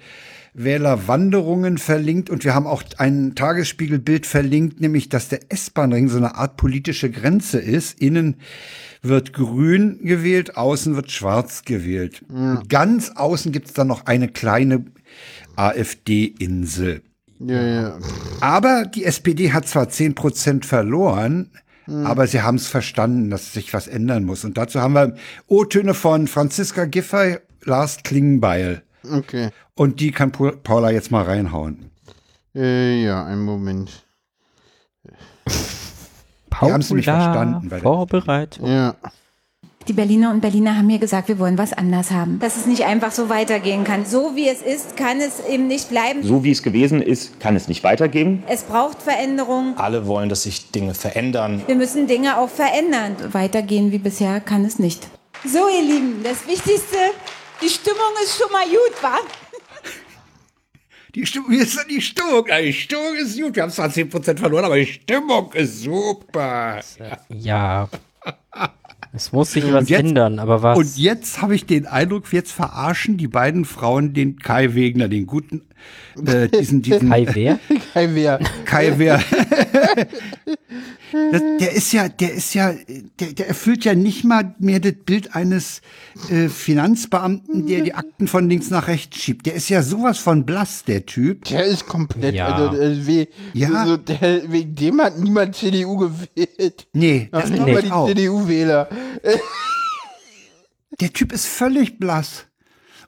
Speaker 1: Wählerwanderungen verlinkt und wir haben auch ein Tagesspiegelbild verlinkt, nämlich dass der S-Bahn-Ring so eine Art politische Grenze ist. Innen wird grün gewählt, außen wird schwarz gewählt. Und ganz außen gibt es dann noch eine kleine AfD-Insel.
Speaker 3: Ja, ja.
Speaker 1: Aber die SPD hat zwar 10 Prozent verloren, aber sie haben es verstanden, dass sich was ändern muss. Und dazu haben wir O-Töne von Franziska Giffey, Lars Klingbeil.
Speaker 3: Okay.
Speaker 1: Und die kann Pu- Paula jetzt mal reinhauen.
Speaker 3: Äh, ja, einen Moment.
Speaker 1: Die haben's nämlich verstanden bei der-
Speaker 2: Vorbereitung.
Speaker 3: Ja.
Speaker 4: Die Berliner und Berliner haben mir gesagt, wir wollen was anders haben. Dass es nicht einfach so weitergehen kann. So wie es ist, kann es eben nicht bleiben.
Speaker 5: So wie es gewesen ist, kann es nicht weitergehen.
Speaker 4: Es braucht Veränderung.
Speaker 6: Alle wollen, dass sich Dinge verändern.
Speaker 4: Wir müssen Dinge auch verändern. Weitergehen wie bisher kann es nicht. So, ihr Lieben, das Wichtigste, die Stimmung ist schon mal gut, wa?
Speaker 1: Die Stimmung, wie ist denn die Stimmung? Ja, Die Stimmung ist gut. Wir haben zwar 10% verloren, aber die Stimmung ist super.
Speaker 2: Ja. Es muss sich was
Speaker 1: jetzt-
Speaker 2: ändern, aber was?
Speaker 1: Und jetzt habe ich den Eindruck, jetzt verarschen die beiden Frauen den Kai Wegner, den guten, äh, diesen, diesen
Speaker 2: Hi, wer?
Speaker 3: Kein Wehr.
Speaker 1: Kai Wehr. Äh. Das, der ist ja, der ist ja, der, der erfüllt ja nicht mal mehr das Bild eines äh, Finanzbeamten, der die Akten von links nach rechts schiebt. Der ist ja sowas von blass, der Typ.
Speaker 3: Der ist komplett,
Speaker 2: Ja.
Speaker 3: also äh, we,
Speaker 1: Ja.
Speaker 3: also, der, wegen dem hat niemand CDU gewählt.
Speaker 1: Nee, das
Speaker 3: nicht
Speaker 1: glaube
Speaker 3: mal
Speaker 1: ich
Speaker 3: die
Speaker 1: auch.
Speaker 3: CDU-Wähler.
Speaker 1: Der Typ ist völlig blass.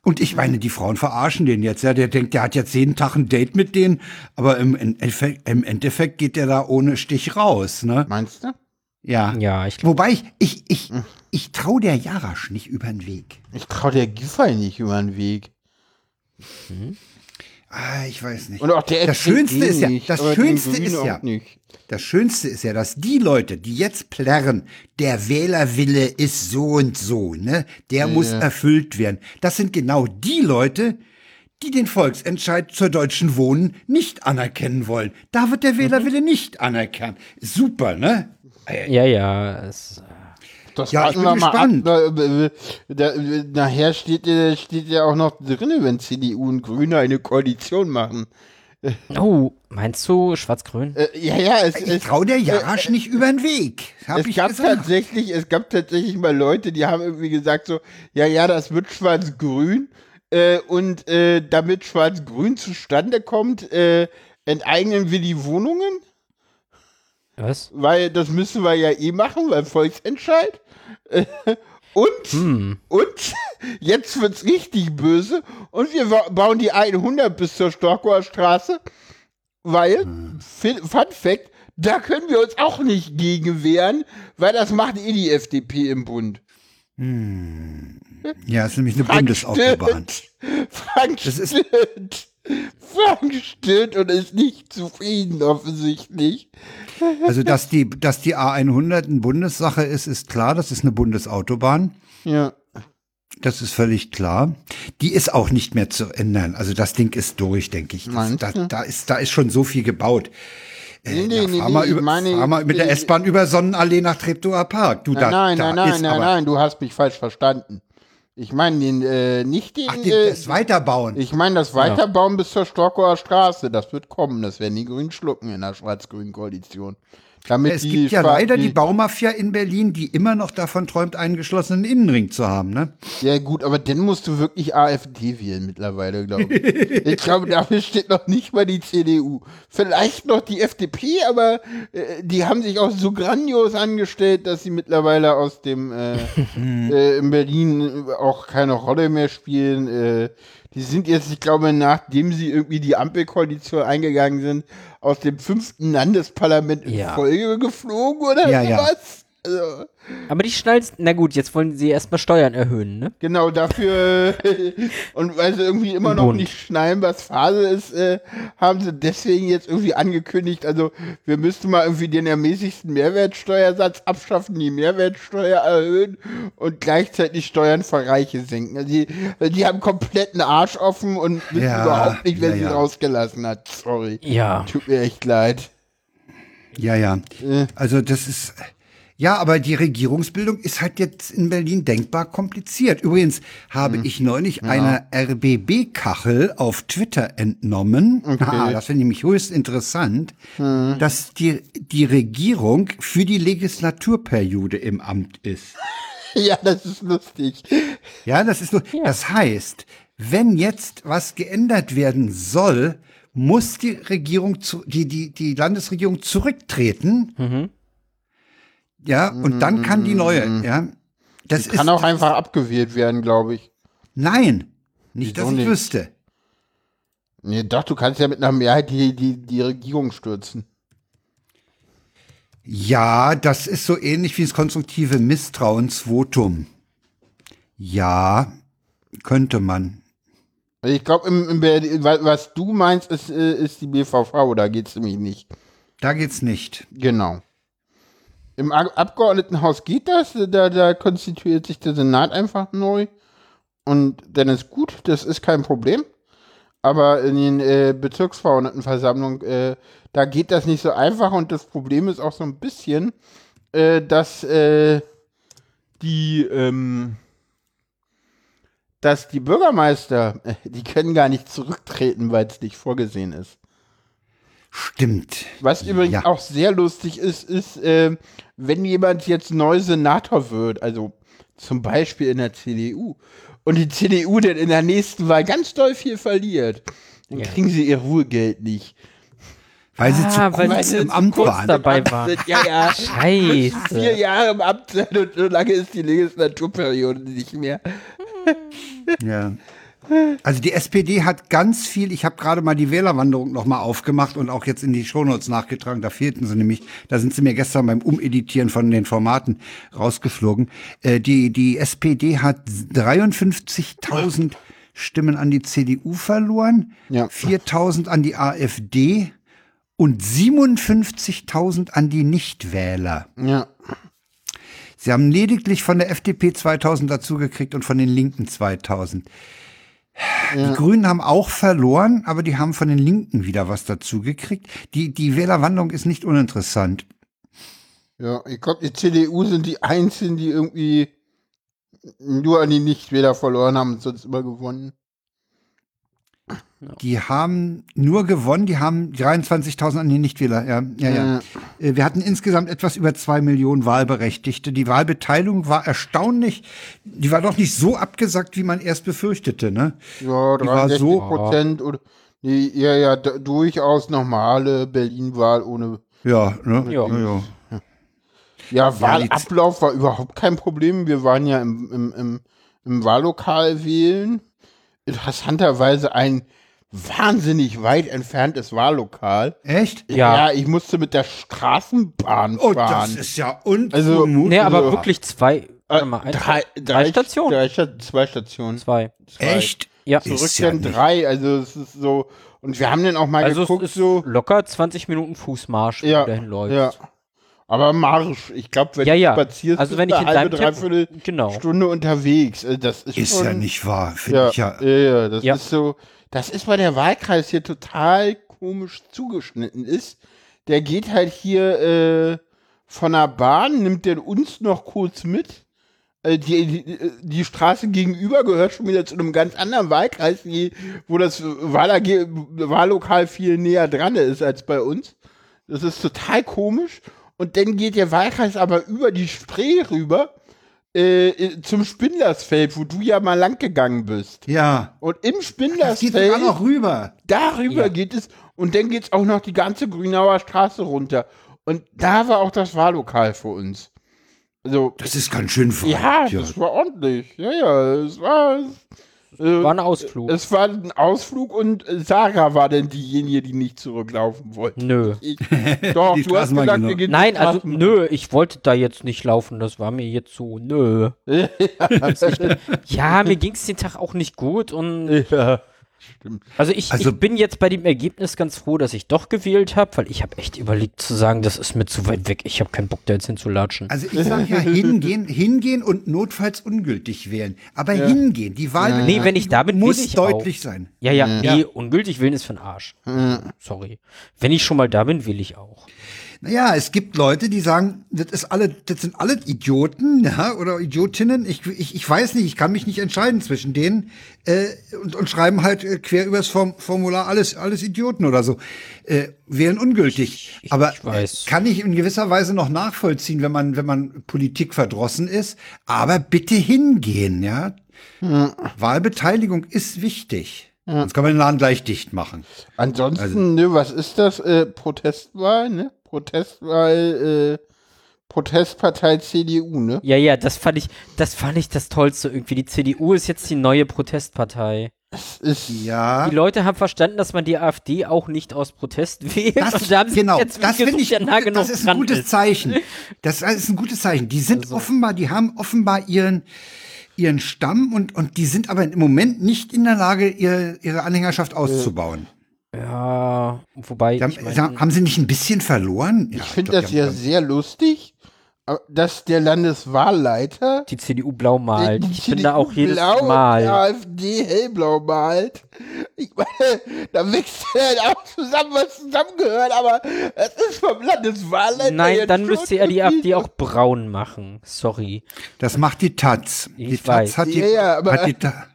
Speaker 1: Und ich meine, die Frauen verarschen den jetzt. Ja, der denkt, der hat jetzt jeden Tag ein Date mit denen, aber im, Endeffekt- im Endeffekt geht der da ohne Stich raus, ne?
Speaker 3: Meinst du?
Speaker 1: Ja.
Speaker 2: Ja, ich
Speaker 1: Wobei ich, ich, ich, ich trau der Jarasch nicht über den Weg.
Speaker 3: Ich trau der Giffey nicht über den Weg.
Speaker 1: Ah, ich weiß nicht.
Speaker 3: Und auch der
Speaker 1: das
Speaker 3: SPD
Speaker 1: Schönste ist ja,
Speaker 3: nicht,
Speaker 1: das
Speaker 3: aber den
Speaker 1: Schönste
Speaker 3: Grünen
Speaker 1: ist
Speaker 3: auch
Speaker 1: ja,
Speaker 3: Nicht.
Speaker 1: das Schönste ist ja, dass die Leute, die jetzt plärren, der Wählerwille ist so und so, ne, der muss erfüllt werden. Das sind genau die Leute, die den Volksentscheid zur deutschen Wohnen nicht anerkennen wollen. Da wird der Wählerwille
Speaker 3: Mhm.
Speaker 1: nicht anerkannt. Super, ne?
Speaker 2: Ja, ja. Es,
Speaker 3: Das
Speaker 1: Ja,
Speaker 3: warten
Speaker 1: ich bin
Speaker 3: wir mal
Speaker 1: gespannt.
Speaker 3: Ab. Na, äh, äh, Da, äh, nachher steht, ja- steht ja auch noch drin, wenn CDU und Grüne eine Koalition machen.
Speaker 2: oh, meinst du schwarz-grün?
Speaker 3: Äh, ja, ja, es,
Speaker 1: Ich
Speaker 3: es, äh,
Speaker 1: trau der Jarasch nicht über den Weg. Hab
Speaker 3: es
Speaker 1: ich
Speaker 3: gab
Speaker 1: gesagt.
Speaker 3: tatsächlich, es gab tatsächlich mal Leute, die haben irgendwie gesagt so, ja, ja, das wird schwarz-grün äh, und äh, damit schwarz-grün zustande kommt, äh, enteignen wir die Wohnungen,
Speaker 2: Was?
Speaker 3: weil das müssen wir ja eh machen, weil Volksentscheid. Äh, und,
Speaker 1: Hm.
Speaker 3: und jetzt wird's richtig böse und wir wa- bauen die 100 bis zur Storkower Straße, weil,
Speaker 1: Hm.
Speaker 3: Fi- Fun Fact, da können wir uns auch nicht gegen wehren, weil das macht eh die FDP im Bund.
Speaker 1: Ja, ist nämlich eine Bundesautobahn.
Speaker 3: Stillt. Frank
Speaker 1: Das ist-
Speaker 3: stillt. Frank stillt und ist nicht zufrieden, offensichtlich.
Speaker 1: Also, dass die, dass die A100 eine Bundessache ist, ist klar. Das ist eine Bundesautobahn.
Speaker 3: Ja.
Speaker 1: Das ist völlig klar. Die ist auch nicht mehr zu ändern. Also das Ding ist durch, denke ich. Das, da, da, ist, da ist schon so viel gebaut.
Speaker 3: Nee, nee,
Speaker 1: Ja,
Speaker 3: nee,
Speaker 1: fahr,
Speaker 3: nee,
Speaker 1: mal
Speaker 3: ich
Speaker 1: über,
Speaker 3: meine-
Speaker 1: fahr mal mit der
Speaker 3: ich-
Speaker 1: S-Bahn über Sonnenallee nach Treptower Park. Du, da,
Speaker 3: Nein, nein,
Speaker 1: da
Speaker 3: nein, nein,
Speaker 1: ist
Speaker 3: nein,
Speaker 1: aber,
Speaker 3: nein, du hast mich falsch verstanden. Ich meine den, äh, nicht den,
Speaker 1: Ach, die,
Speaker 3: äh,
Speaker 1: das Weiterbauen.
Speaker 3: ich meine das Weiterbauen bis zur Storkower Straße, das wird kommen, das werden die Grünen schlucken in der schwarz-grünen Koalition. Damit
Speaker 1: es
Speaker 3: die
Speaker 1: gibt ja
Speaker 3: Schwar-
Speaker 1: leider die Baumafia in Berlin, die immer noch davon träumt, einen geschlossenen Innenring zu haben. Ne?
Speaker 3: Ja gut, aber dann musst du wirklich AfD wählen mittlerweile, glaube ich. ich glaube, dafür steht noch nicht mal die CDU. Vielleicht noch die FDP, aber äh, die haben sich auch so grandios angestellt, dass sie mittlerweile aus dem äh, äh, in Berlin auch keine Rolle mehr spielen. Äh, die sind jetzt, ich glaube, nachdem sie irgendwie die Ampelkoalition eingegangen sind, aus dem fünften Landesparlament in
Speaker 2: Ja.
Speaker 3: Folge geflogen oder
Speaker 1: Ja, ja.
Speaker 3: was? Also,
Speaker 2: Aber die schnallst. Na gut, jetzt wollen sie erstmal Steuern erhöhen, ne?
Speaker 3: Genau, dafür und weil sie irgendwie immer noch
Speaker 2: Bund.
Speaker 3: nicht schneiden, was Phase ist, äh, haben sie deswegen jetzt irgendwie angekündigt, also wir müssten mal irgendwie den ermäßigten Mehrwertsteuersatz abschaffen, die Mehrwertsteuer erhöhen und gleichzeitig Steuern für Reiche senken. Also die, die haben kompletten Arsch offen und wissen
Speaker 1: Ja,
Speaker 3: überhaupt nicht, wer
Speaker 1: ja,
Speaker 3: sie
Speaker 1: ja.
Speaker 3: rausgelassen hat. Sorry.
Speaker 2: Ja.
Speaker 3: Tut mir echt leid.
Speaker 1: Ja, ja. Also das ist, Ja, aber die Regierungsbildung ist halt jetzt in Berlin denkbar kompliziert. Übrigens habe ich neulich einer RBB-Kachel auf Twitter entnommen. Ah, das finde ich nämlich höchst interessant, dass die, die Regierung für die Legislaturperiode im Amt ist.
Speaker 3: Ja, das ist lustig.
Speaker 1: Ja, das ist nur, das heißt, wenn jetzt was geändert werden soll, muss die Regierung zu, die, die, die Landesregierung zurücktreten. Ja, und dann kann die neue,
Speaker 3: Mhm.
Speaker 1: ja. Das ist,
Speaker 3: Kann auch einfach abgewählt werden, glaube ich.
Speaker 1: nein, nicht, dass
Speaker 3: Wieso
Speaker 1: ich
Speaker 3: nicht?
Speaker 1: wüsste.
Speaker 3: Nee, doch, du kannst ja mit einer Mehrheit die, die, die Regierung stürzen.
Speaker 1: Ja, das ist so ähnlich wie das konstruktive Misstrauensvotum. Ja, könnte man.
Speaker 3: Also ich glaube, im, im, Berlin- wa- was du meinst, ist, äh, ist die BVV, da geht es nämlich nicht.
Speaker 1: Da geht's nicht.
Speaker 3: Genau. Im A- Abgeordnetenhaus geht das, da, da konstituiert sich der Senat einfach neu. Und dann ist gut, das ist kein Problem. Aber in den äh, Bezirksverordnetenversammlungen, äh, da geht das nicht so einfach. Und das Problem ist auch so ein bisschen, äh, dass äh, die, ähm, dass die Bürgermeister, äh, die können gar nicht zurücktreten, weil es nicht vorgesehen ist.
Speaker 1: Stimmt.
Speaker 3: Was übrigens
Speaker 1: Ja.
Speaker 3: auch sehr lustig ist, ist, äh, wenn jemand jetzt neu Senator wird, also zum Beispiel in der CDU, und die CDU dann in der nächsten Wahl ganz doll viel verliert, dann kriegen sie ihr Ruhegeld nicht.
Speaker 1: Ah, Weil sie zu
Speaker 2: Ah, weil
Speaker 1: kurz
Speaker 2: sie
Speaker 1: im
Speaker 2: zu
Speaker 1: Amt
Speaker 2: kurz
Speaker 1: waren.
Speaker 2: dabei war.
Speaker 3: Sind ja, ja, vier
Speaker 2: Scheiße.
Speaker 3: Jahre im Amt sein und so lange ist die Legislaturperiode nicht mehr.
Speaker 1: Ja. Also die SPD hat ganz viel, ich habe gerade mal die Wählerwanderung nochmal aufgemacht und auch jetzt in die Shownotes nachgetragen, da fehlten sie nämlich, da sind sie mir gestern beim Umeditieren von den Formaten rausgeflogen. Äh, die, die SPD hat 53.000 Stimmen an die CDU verloren,
Speaker 3: Ja.
Speaker 1: 4.000 an die AfD und 57.000 an die Nichtwähler.
Speaker 3: Ja.
Speaker 1: Sie haben lediglich von der FDP 2000 dazugekriegt und von den Linken 2000. Die Grünen haben auch verloren, aber die haben von den Linken wieder was dazugekriegt. Die, die Wählerwanderung ist nicht uninteressant.
Speaker 3: Ja, ich glaube, die CDU sind die Einzigen, die irgendwie nur an die Nichtwähler verloren haben, sonst immer gewonnen.
Speaker 1: Die haben nur gewonnen, die haben 23.000 an die Nichtwähler. Ja, ja, ja. Äh, Wir hatten insgesamt etwas über zwei Millionen Wahlberechtigte. Die Wahlbeteiligung war erstaunlich, die war doch nicht so abgesackt, wie man erst befürchtete. Ne?
Speaker 3: Ja,
Speaker 1: Die war
Speaker 3: 63
Speaker 1: so-
Speaker 3: Prozent oder nee, ja, ja, d- durchaus normale Berlin-Wahl ohne.
Speaker 1: Ja, ne?
Speaker 2: Ja.
Speaker 1: ja.
Speaker 3: Ja,
Speaker 1: die-
Speaker 3: Wahlablauf war überhaupt kein Problem. Wir waren ja im, im, im, im Wahllokal wählen. Interessanterweise ein wahnsinnig weit entferntes Wahllokal.
Speaker 1: Echt?
Speaker 2: Ja.
Speaker 3: ich musste mit der Straßenbahn
Speaker 1: Oh, das
Speaker 3: fahren.
Speaker 1: ist ja
Speaker 3: Also-
Speaker 1: unzumutbar.
Speaker 2: Nee, aber
Speaker 3: Ja. Äh,
Speaker 2: wirklich zwei. Warte mal, eins,
Speaker 3: drei, drei,
Speaker 2: Stationen.
Speaker 3: Drei, Sta- zwei Stationen.
Speaker 2: zwei.
Speaker 3: Zwei.
Speaker 1: Echt?
Speaker 2: Ja.
Speaker 3: Zurück
Speaker 1: Ist ja
Speaker 3: dann
Speaker 1: nicht-
Speaker 3: drei. Also es ist so. Und wir haben dann auch mal
Speaker 2: Also
Speaker 3: geguckt,
Speaker 2: es ist
Speaker 3: so.
Speaker 2: locker 20 Minuten Fußmarsch, wo
Speaker 3: ja,
Speaker 2: du dahin läufst.
Speaker 3: Ja. Aber Marsch, ich glaube, wenn
Speaker 2: Ja, ja.
Speaker 3: du spazierst,
Speaker 2: Also
Speaker 3: bist
Speaker 2: wenn
Speaker 3: du
Speaker 2: ich in
Speaker 3: eine halbe,
Speaker 2: deinem Tempo-
Speaker 3: dreiviertel
Speaker 2: genau.
Speaker 3: Stunde unterwegs. Also Das ist,
Speaker 1: Ist
Speaker 3: schon,
Speaker 1: ja nicht wahr, finde
Speaker 3: Ja,
Speaker 1: ich ja.
Speaker 3: ja, ja, das
Speaker 2: Ja.
Speaker 3: ist so. Das ist, weil der Wahlkreis hier total komisch zugeschnitten ist. Der geht halt hier äh, von der Bahn, nimmt den uns noch kurz mit. Äh, Die, die, die Straße gegenüber gehört schon wieder zu einem ganz anderen Wahlkreis, die, wo das Wahlerge Wahllokal viel näher dran ist als bei uns. Das ist total komisch. Und dann geht der Wahlkreis aber über die Spree rüber äh, äh, zum Spindlersfeld, wo du ja mal lang gegangen bist.
Speaker 1: Ja.
Speaker 3: Und im
Speaker 1: Das geht sogar noch
Speaker 3: Spindlersfeld,
Speaker 1: rüber.
Speaker 3: darüber geht es. Und dann geht es auch noch die ganze Grünauer Straße runter. Und da war auch das Wahllokal für uns. Also,
Speaker 1: Das ist ganz schön weit.
Speaker 3: ja, das war ordentlich. Ja, ja, es war. äh,
Speaker 2: War ein Ausflug.
Speaker 3: Es war ein Ausflug und äh, Sarah war denn diejenige, die nicht zurücklaufen wollte.
Speaker 2: Nö.
Speaker 3: Ich, doch,
Speaker 1: Die
Speaker 3: du hast
Speaker 1: Straßenbahn
Speaker 3: gesagt,
Speaker 1: genommen.
Speaker 3: wir gehen
Speaker 2: Nein,
Speaker 3: zur
Speaker 2: also
Speaker 3: Straßenbahn.
Speaker 2: nö, ich wollte da jetzt nicht laufen, das war mir jetzt so, nö. ja, mir ging es den Tag auch nicht gut und also ich,
Speaker 1: Also-
Speaker 2: ich bin jetzt bei dem Ergebnis ganz froh, dass ich doch gewählt habe, weil ich habe echt überlegt zu sagen, das ist mir zu weit weg, ich habe keinen Bock da jetzt hinzulatschen.
Speaker 1: Also ich sage ja hingehen, hingehen und notfalls ungültig wählen. Aber hingehen, die Wahl
Speaker 2: Nee, wenn ich da bin,
Speaker 1: muss
Speaker 2: will ich
Speaker 1: deutlich
Speaker 2: auch.
Speaker 1: sein.
Speaker 2: ja, ja,
Speaker 3: Mhm.
Speaker 2: nee, ungültig wählen ist für den Arsch. Sorry. Wenn ich schon mal da bin, will ich auch.
Speaker 1: Naja, es gibt Leute, die sagen, das ist alle, das sind alle Idioten, ja, oder Idiotinnen. Ich, ich, ich weiß nicht, ich kann mich nicht entscheiden zwischen denen äh, und, und schreiben halt äh, quer übers Form, Formular alles, alles Idioten oder so. Äh, wären ungültig. Aber
Speaker 2: ich weiß.
Speaker 1: äh, kann ich in gewisser Weise noch nachvollziehen, wenn man, wenn man Politik verdrossen ist. Aber bitte hingehen, ja. Wahlbeteiligung ist wichtig. Sonst kann man den Laden gleich dicht machen.
Speaker 3: Ansonsten, ne, was ist das? Äh, Protestwahl, ne? Protestwahl, äh, Protestpartei CDU, ne?
Speaker 2: Ja, ja, das fand ich, das fand ich das Tollste irgendwie. Die CDU ist jetzt die neue Protestpartei.
Speaker 3: Das ist,
Speaker 1: Ja.
Speaker 2: Die Leute haben verstanden, dass man die AfD auch nicht aus Protest wählt.
Speaker 1: Das,
Speaker 2: und da haben sie
Speaker 1: genau,
Speaker 2: jetzt
Speaker 1: das finde
Speaker 2: versucht,
Speaker 1: ich,
Speaker 2: der nah
Speaker 1: gut,
Speaker 2: genug
Speaker 1: das ist ein
Speaker 2: dran
Speaker 1: gutes
Speaker 2: ist. Also.
Speaker 1: Zeichen. Das ist ein gutes Zeichen. Die sind offenbar, die haben offenbar ihren, ihren Stamm und, und die sind aber im Moment nicht in der Lage, ihre, ihre Anhängerschaft auszubauen.
Speaker 2: Ja, wobei,
Speaker 1: Da,
Speaker 2: Äh, ich mein,
Speaker 1: da, haben sie nicht ein bisschen verloren? Ja,
Speaker 3: ich finde
Speaker 1: glaub,
Speaker 3: das
Speaker 1: die
Speaker 3: ja
Speaker 1: haben-
Speaker 3: sehr lustig, äh, dass der Landeswahlleiter
Speaker 2: die CDU blau malt.
Speaker 3: die
Speaker 2: Ich bin da auch jedes
Speaker 3: CDU blau Und die
Speaker 2: Mal.
Speaker 3: AfD hellblau malt. Ich meine, da wächst halt auch zusammen, was zusammengehört, aber es ist vom Landeswahlleiter
Speaker 2: Nein,
Speaker 3: jetzt
Speaker 2: dann
Speaker 3: schon
Speaker 2: müsste er die AfD
Speaker 3: irgendwie
Speaker 2: auch braun machen. Sorry.
Speaker 1: Das macht die Taz. die
Speaker 2: Ich
Speaker 1: Taz
Speaker 2: weiß.
Speaker 1: hat die,
Speaker 3: Ja, ja, aber-
Speaker 1: hat die Ta-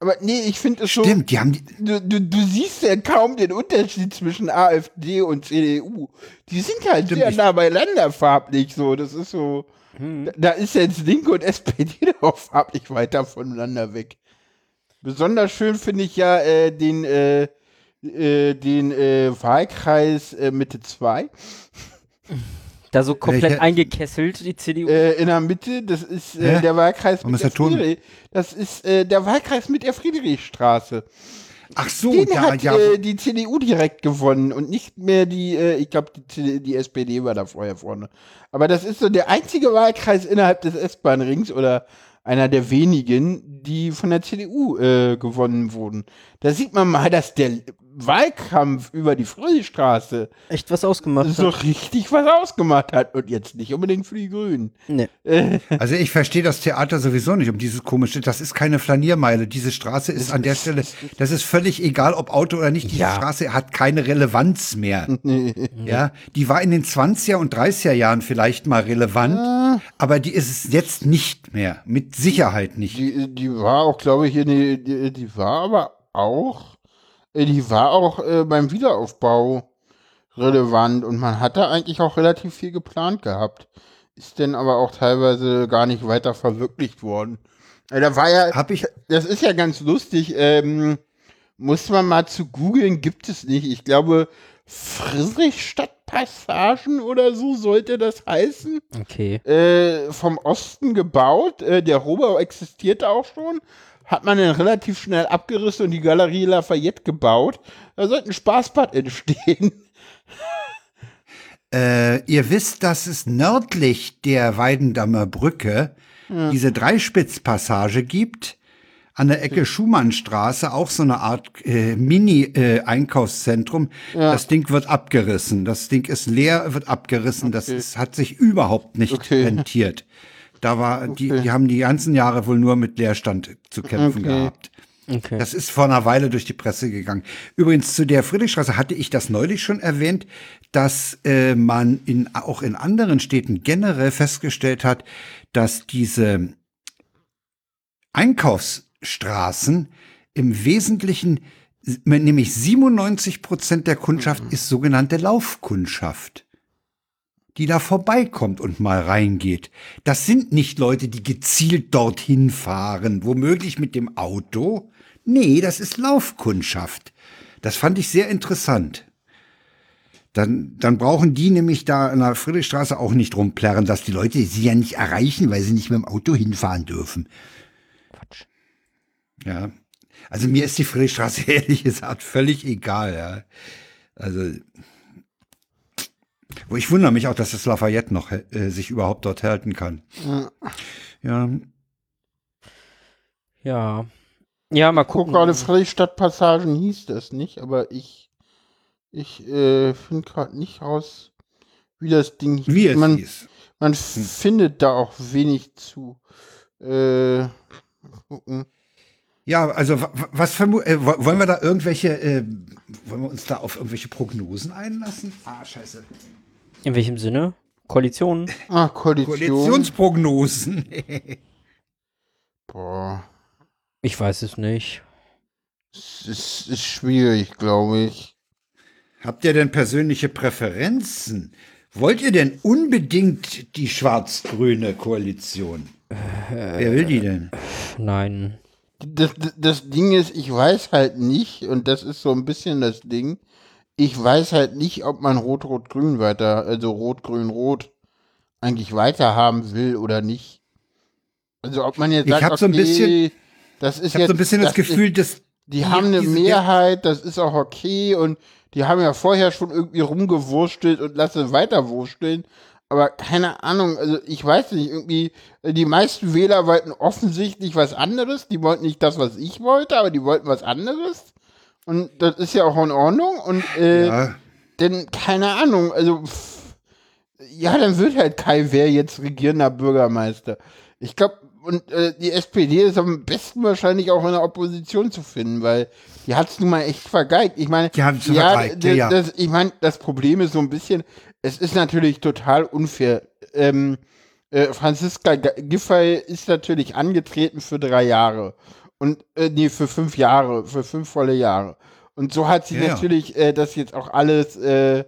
Speaker 3: Aber nee, ich finde es schon.
Speaker 1: Stimmt, die haben die,
Speaker 3: Du, du, du siehst ja kaum den Unterschied zwischen AfD und CDU. Die sind halt sehr
Speaker 1: ich-
Speaker 3: nah beieinander farblich so. Das ist so.
Speaker 1: Hm.
Speaker 3: Da, da ist jetzt Linke und SPD auch farblich weiter voneinander weg. Besonders schön finde ich ja äh, den, äh, äh, den äh, Wahlkreis äh, Mitte 2.
Speaker 2: Da
Speaker 1: Äh,
Speaker 2: so komplett
Speaker 1: Welcher-
Speaker 2: eingekesselt, die CDU.
Speaker 3: Äh, in der Mitte, das ist äh,
Speaker 1: Hä?
Speaker 3: der Wahlkreis
Speaker 1: Warum
Speaker 3: mit
Speaker 1: ist der Ton?
Speaker 3: Friedrich. Das ist äh, der Wahlkreis mit der Friedrichstraße.
Speaker 1: ach so,
Speaker 3: Den
Speaker 1: ja,
Speaker 3: hat
Speaker 1: ja.
Speaker 3: äh, die CDU direkt gewonnen und nicht mehr die, äh, ich glaube, die, CD die SPD war da vorher vorne. Aber das ist so der einzige Wahlkreis innerhalb des S-Bahn-Rings oder einer der wenigen, die von der CDU äh, gewonnen wurden. Da sieht man mal, dass der Wahlkampf über die Friedrichstraße
Speaker 2: Echt was ausgemacht.
Speaker 3: so
Speaker 2: hat.
Speaker 3: richtig was ausgemacht hat und jetzt nicht unbedingt für die Grünen.
Speaker 2: Nee.
Speaker 1: Also ich verstehe das Theater sowieso nicht um dieses komische, das ist keine Flaniermeile. Diese Straße ist an der Stelle, das ist völlig egal, ob Auto oder nicht, diese
Speaker 2: Ja.
Speaker 1: Straße hat keine Relevanz mehr. ja, die war in den 20er und 30er Jahren vielleicht mal relevant, aber die ist es jetzt nicht mehr. Mit Sicherheit nicht.
Speaker 3: Die, die war auch, glaube ich, in die, die, die war aber auch, äh, die war auch äh, beim Wiederaufbau relevant und man hat da eigentlich auch relativ viel geplant gehabt. Ist denn aber auch teilweise gar nicht weiter verwirklicht worden. Äh, Da war ja,
Speaker 1: Hab ich-
Speaker 3: das ist ja ganz lustig, ähm, muss man mal zu googeln, gibt es nicht. Ich glaube, Friedrichstadtpassagen oder so sollte das heißen
Speaker 2: Okay.
Speaker 3: äh, vom Osten gebaut. Äh, der Rohbau existierte auch schon. Hat man dann relativ schnell abgerissen und die Galerie Lafayette gebaut. Da sollte ein Spaßbad entstehen.
Speaker 1: Äh, ihr wisst, dass es nördlich der Weidendammer Brücke diese Dreispitzpassage gibt. An der Ecke Schumannstraße auch so eine Art äh, Mini-Einkaufszentrum. Das Ding wird abgerissen. Das Ding ist leer, wird abgerissen. Das ist, hat sich überhaupt nicht
Speaker 3: Okay.
Speaker 1: rentiert. Da war, die, die haben die ganzen Jahre wohl nur mit Leerstand zu kämpfen gehabt.
Speaker 2: Okay.
Speaker 1: Das ist vor einer Weile durch die Presse gegangen. Übrigens zu der Friedrichstraße hatte ich das neulich schon erwähnt, dass äh, man in, auch in anderen Städten generell festgestellt hat, dass diese Einkaufsstraßen im Wesentlichen, s- nämlich 97 Prozent der Kundschaft ist sogenannte Laufkundschaft die da vorbeikommt und mal reingeht. Das sind nicht Leute, die gezielt dorthin fahren, womöglich mit dem Auto. Nee, das ist Laufkundschaft. Das fand ich sehr interessant. Dann, dann brauchen die nämlich da an der Friedrichstraße auch nicht rumplärren, dass die Leute sie ja nicht erreichen, weil sie nicht mit dem Auto hinfahren dürfen.
Speaker 2: Quatsch.
Speaker 1: Ja. Also mir ist die Friedrichstraße ehrlich gesagt völlig egal, ja. Also wo ich wundere mich auch, dass das Lafayette noch äh, sich überhaupt dort halten kann. Ja,
Speaker 2: Ja. Ja, mal
Speaker 3: Guck
Speaker 2: gucken.
Speaker 1: Mhm.
Speaker 3: gerade, Friedrichstadtpassagen hieß das nicht, aber ich, ich äh, finde gerade nicht raus, wie das Ding hieß.
Speaker 1: wie es
Speaker 3: man,
Speaker 1: hieß. Hm.
Speaker 3: man findet da auch wenig zu. Äh, gucken.
Speaker 1: Ja, also wa- wa- was vermu- äh, wo- wollen wir da irgendwelche äh, wollen wir uns da auf irgendwelche Prognosen einlassen? Ah, scheiße.
Speaker 2: In welchem Sinne? Koalition?
Speaker 3: Ah, Koalition.
Speaker 1: Koalitionsprognosen.
Speaker 3: Boah.
Speaker 2: Ich weiß es nicht.
Speaker 3: Es ist, ist schwierig, glaube ich.
Speaker 1: Habt ihr denn persönliche Präferenzen? Wollt ihr denn unbedingt die schwarz-grüne Koalition? Wer will die denn?
Speaker 2: Nein.
Speaker 3: Das, das- das Ding ist, ich weiß halt nicht, und das ist so ein bisschen das Ding, ich weiß halt nicht, ob man Rot-Rot-Grün weiter, also Rot-Grün-Rot eigentlich weiter haben will oder nicht. Also ob man jetzt
Speaker 1: Ich
Speaker 3: sagt,
Speaker 1: hab so ein
Speaker 3: okay,
Speaker 1: bisschen-
Speaker 3: das ist
Speaker 1: Ich habe
Speaker 3: jetzt,
Speaker 1: so ein bisschen das
Speaker 3: ist-
Speaker 1: Gefühl, dass
Speaker 3: Die haben eine
Speaker 1: diese-
Speaker 3: Mehrheit, das ist auch okay und die haben ja vorher schon irgendwie rumgewurstelt und lassen weiterwursteln. Aber keine Ahnung, also ich weiß nicht, irgendwie, äh, die meisten Wähler wollten offensichtlich was anderes. Die wollten nicht das, was ich wollte, aber die wollten was anderes. Und das ist ja auch in Ordnung. Und äh,
Speaker 1: Ja.
Speaker 3: denn, keine Ahnung, also pff, ja, dann wird halt Kai Wehr jetzt regierender Bürgermeister. Ich glaube, und äh, die SPD ist am besten wahrscheinlich auch in der Opposition zu finden, weil die hat es nun mal echt vergeigt. Ich meine,
Speaker 1: Die haben's vergeigt,
Speaker 3: das,
Speaker 1: ja.
Speaker 3: Das, ich meine, das Problem ist so ein bisschen, es ist natürlich total unfair. Ähm, äh, Franziska G- Giffey ist natürlich angetreten für drei Jahre. Und, äh, nee, für fünf Jahre, für fünf volle Jahre. Und so hat sie
Speaker 1: Ja, ja.
Speaker 3: natürlich äh, das jetzt auch alles äh,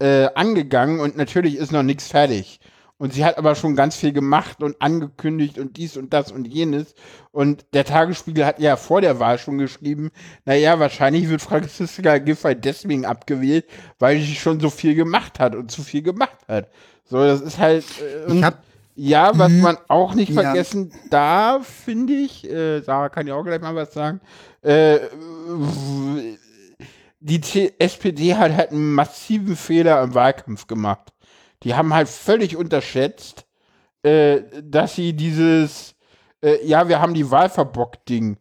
Speaker 3: äh, angegangen und natürlich ist noch nichts fertig. Und sie hat aber schon ganz viel gemacht und angekündigt und dies und das und jenes. Und der Tagesspiegel hat ja vor der Wahl schon geschrieben, naja, wahrscheinlich wird Franziska Giffey deswegen abgewählt, weil sie schon so viel gemacht hat und zu viel gemacht hat. So, das ist halt. Äh, und
Speaker 1: Ich hab-
Speaker 3: ja, was man auch nicht
Speaker 1: Ja.
Speaker 3: vergessen darf, finde ich, äh, Sarah kann ja auch gleich mal was sagen, äh, die C SPD hat halt einen massiven Fehler im Wahlkampf gemacht. Die haben halt völlig unterschätzt, äh, dass sie dieses, äh, ja, wir haben die Wahl verbockt Ding,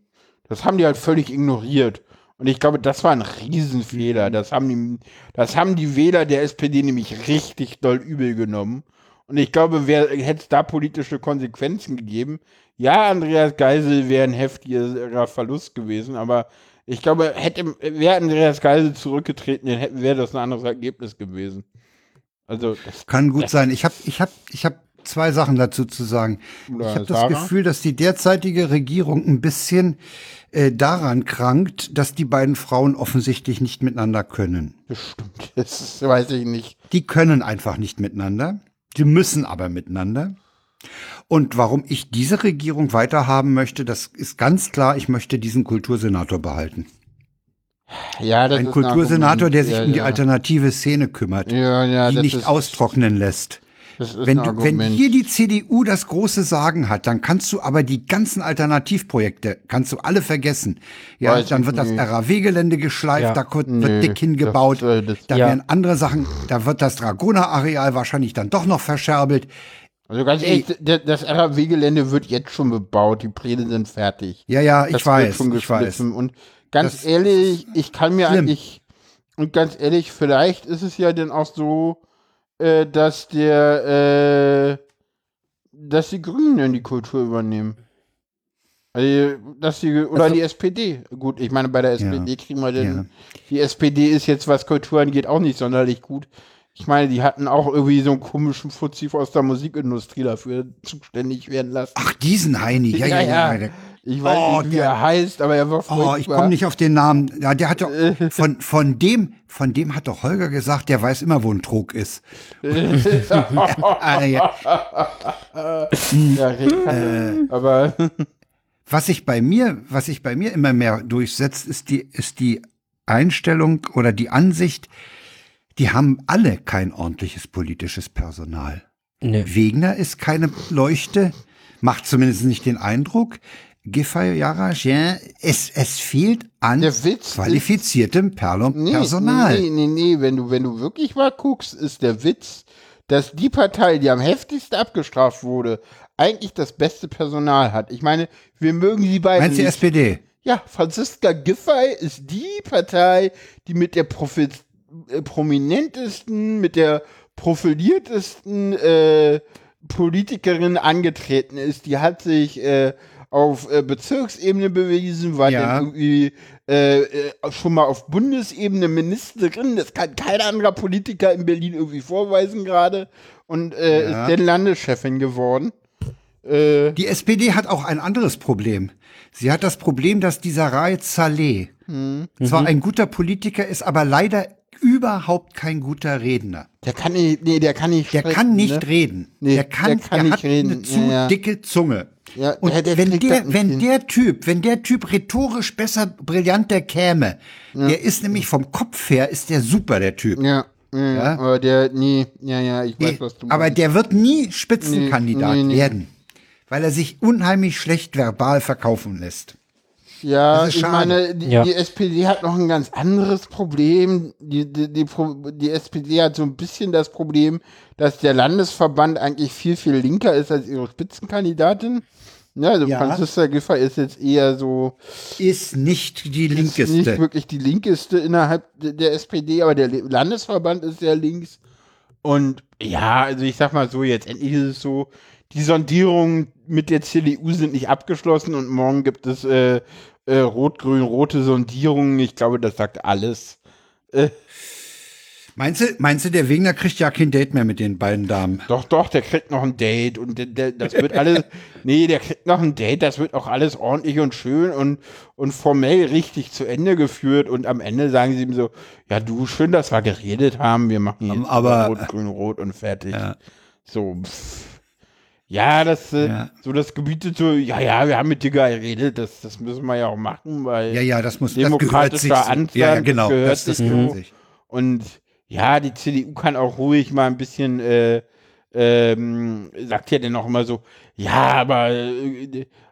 Speaker 3: das haben die halt völlig ignoriert. Und ich glaube, das war ein Riesenfehler. Das haben die, das haben die Wähler der SPD nämlich richtig doll übel genommen. Und ich glaube, wer hätte es da politische Konsequenzen gegeben? Ja, Andreas Geisel wäre ein heftigerer Verlust gewesen, aber ich glaube, hätte wäre Andreas Geisel zurückgetreten, dann hätte- wäre das ein anderes Ergebnis gewesen. Also, das
Speaker 1: Kann gut sein. Ich habe ich hab, ich hab zwei Sachen dazu zu sagen. Ich
Speaker 3: Oder
Speaker 1: habe das
Speaker 3: Sarah?
Speaker 1: Gefühl, dass die derzeitige Regierung ein bisschen äh, daran krankt, dass die beiden Frauen offensichtlich nicht miteinander können.
Speaker 3: stimmt. Das ist- weiß ich nicht.
Speaker 1: Die können einfach nicht miteinander. Die müssen aber miteinander. Und warum ich diese Regierung weiterhaben möchte, das ist ganz klar, ich möchte diesen Kultursenator behalten.
Speaker 3: Ja, das
Speaker 1: Ein
Speaker 3: ist
Speaker 1: Kultursenator,
Speaker 3: Argument.
Speaker 1: der sich
Speaker 3: ja,
Speaker 1: um die
Speaker 3: ja.
Speaker 1: alternative Szene kümmert,
Speaker 3: Ja, ja,
Speaker 1: die
Speaker 3: das
Speaker 1: nicht
Speaker 3: ist-
Speaker 1: austrocknen lässt.
Speaker 3: Das ist
Speaker 1: Wenn,
Speaker 3: ein
Speaker 1: du, wenn
Speaker 3: Argument.
Speaker 1: hier die CDU das große Sagen hat, dann kannst du aber die ganzen Alternativprojekte, kannst du alle vergessen. Ja,
Speaker 3: Weiß
Speaker 1: dann
Speaker 3: ich
Speaker 1: wird das
Speaker 3: nicht.
Speaker 1: RAW-Gelände geschleift,
Speaker 2: Ja.
Speaker 1: da wird
Speaker 3: Nö,
Speaker 1: dick hingebaut,
Speaker 3: das, äh, das-
Speaker 1: da
Speaker 2: Ja.
Speaker 1: werden andere Sachen, da wird das Dragoner-Areal wahrscheinlich dann doch noch verscherbelt.
Speaker 3: Also ganz ehrlich, d- das RAW-Gelände wird jetzt schon bebaut, die Pläne sind fertig.
Speaker 1: Ja, ja, ich
Speaker 3: das wird
Speaker 1: weiß,
Speaker 3: schon
Speaker 1: ich weiß.
Speaker 3: geschliffen. Und ganz
Speaker 1: Das-
Speaker 3: ehrlich, ich kann mir
Speaker 1: schlimm.
Speaker 3: eigentlich, und ganz ehrlich, vielleicht ist es ja dann auch so, äh, dass der, äh, dass die Grünen dann die Kultur übernehmen. Also, dass die, oder die SPD. Gut, ich meine, bei der SPD kriegen wir den.
Speaker 1: ja.
Speaker 3: Die SPD ist jetzt, was Kultur angeht, auch nicht sonderlich gut. Ich meine, die hatten auch irgendwie so einen komischen Fuzzi aus der Musikindustrie dafür zuständig werden lassen.
Speaker 1: Ach, diesen Heini, ja, ja, ja. ja.
Speaker 3: Ich weiß
Speaker 1: Oh,
Speaker 3: nicht, wie
Speaker 1: der-
Speaker 3: er heißt, aber er war
Speaker 1: Oh, ich komme nicht auf den Namen. Ja, der hat doch, von, von dem, von dem hat doch Holger gesagt, der weiß immer, wo ein Trog ist. Ah, ja.
Speaker 3: Ja,
Speaker 1: Äh,
Speaker 3: Ricardo. aber
Speaker 1: Was sich bei mir, was sich bei mir immer mehr durchsetzt, ist die, ist die Einstellung oder die Ansicht, die haben alle kein ordentliches politisches Personal.
Speaker 2: Nee.
Speaker 1: Wegner ist keine Leuchte, macht zumindest nicht den Eindruck. Giffey, Jarasch, ja, es, es fehlt an
Speaker 3: Der Witz ist-
Speaker 1: qualifiziertem Perlo
Speaker 3: nee,
Speaker 1: Personal.
Speaker 3: nee, nee, nee, wenn du, wenn du wirklich mal guckst, ist der Witz, dass die Partei, die am heftigsten abgestraft wurde, eigentlich das beste Personal hat. Ich meine, wir mögen sie beide
Speaker 1: Meinst du die
Speaker 3: nicht.
Speaker 1: SPD?
Speaker 3: Ja, Franziska Giffey ist die Partei, die mit der Profi äh, prominentesten, mit der profiliertesten äh, Politikerin angetreten ist. Die hat sich äh, auf äh, Bezirksebene bewiesen, war
Speaker 1: Ja.
Speaker 3: dann irgendwie äh, äh, schon mal auf Bundesebene Ministerin. Das kann kein anderer Politiker in Berlin irgendwie vorweisen gerade. Und äh,
Speaker 1: Ja.
Speaker 3: ist dann Landeschefin geworden. Äh,
Speaker 1: Die SPD hat auch ein anderes Problem. Sie hat das Problem, dass dieser Raed Saleh
Speaker 3: Hm. Mhm.
Speaker 1: zwar ein guter Politiker ist, aber leider überhaupt kein guter Redner.
Speaker 3: der kann nicht, nee, der kann nicht
Speaker 1: Der
Speaker 3: sprechen,
Speaker 1: kann nicht
Speaker 3: ne?
Speaker 1: reden.
Speaker 3: Nee,
Speaker 1: der kann,
Speaker 3: der kann
Speaker 1: der
Speaker 3: nicht
Speaker 1: hat
Speaker 3: reden.
Speaker 1: eine zu
Speaker 3: Ja, ja.
Speaker 1: dicke Zunge.
Speaker 3: Ja,
Speaker 1: Und
Speaker 3: der- der
Speaker 1: wenn,
Speaker 3: kriegt das
Speaker 1: der,
Speaker 3: nicht
Speaker 1: wenn
Speaker 3: hin.
Speaker 1: der Typ, wenn der Typ rhetorisch besser, brillanter käme, der ist nämlich vom Kopf her, ist der super, der Typ.
Speaker 3: Ja, ja, aber der, nee, ja, ja, ich weiß, was du meinst.
Speaker 1: Aber der wird nie Spitzenkandidat
Speaker 3: Nee, nee, nee.
Speaker 1: werden, weil er sich unheimlich schlecht verbal verkaufen lässt.
Speaker 3: Ja,
Speaker 1: Das ist
Speaker 3: ich
Speaker 1: schade.
Speaker 3: meine, die,
Speaker 2: Ja.
Speaker 3: die SPD hat noch ein ganz anderes Problem. Die, die, die, Pro- die SPD hat so ein bisschen das Problem, dass der Landesverband eigentlich viel, viel linker ist als ihre Spitzenkandidatin. Ja, also
Speaker 1: Ja.
Speaker 3: Franziska Giffey ist jetzt eher so
Speaker 1: Ist nicht die
Speaker 3: ist nicht
Speaker 1: linkeste.
Speaker 3: wirklich die linkeste innerhalb de- der SPD, aber der Le- Landesverband ist sehr links. Und ja, also ich sag mal so, jetzt endlich ist es so, die Sondierungen mit der CDU sind nicht abgeschlossen und morgen gibt es äh, äh, rot-grün-rote Sondierungen. Ich glaube, das sagt alles.
Speaker 1: Meinst du, meinst du, der Wegner kriegt ja kein Date mehr mit den beiden Damen?
Speaker 3: Doch, doch, der kriegt noch ein Date und der, der, das wird alles. nee, der kriegt noch ein Date, das wird auch alles ordentlich und schön und, und formell richtig zu Ende geführt. Und am Ende sagen sie ihm so: Ja, du, schön, dass wir geredet haben, wir machen jetzt
Speaker 1: Mhm, aber-
Speaker 3: Rot, Grün, Rot und fertig. So. pff. Ja, das, äh,
Speaker 1: Ja.
Speaker 3: so das gebietet so, ja, ja, wir haben mit dir geredet, das, das müssen wir ja auch machen, weil
Speaker 1: Ja, ja, das muss das gehört sich. so.
Speaker 3: demokratischer Ansatz.
Speaker 1: ja, ja, genau,
Speaker 3: gehört
Speaker 1: das, das
Speaker 3: sich
Speaker 1: gehört
Speaker 3: so.
Speaker 1: sich.
Speaker 3: Und ja, die CDU kann auch ruhig mal ein bisschen, äh, ähm, sagt ja dann auch immer so, ja, aber äh,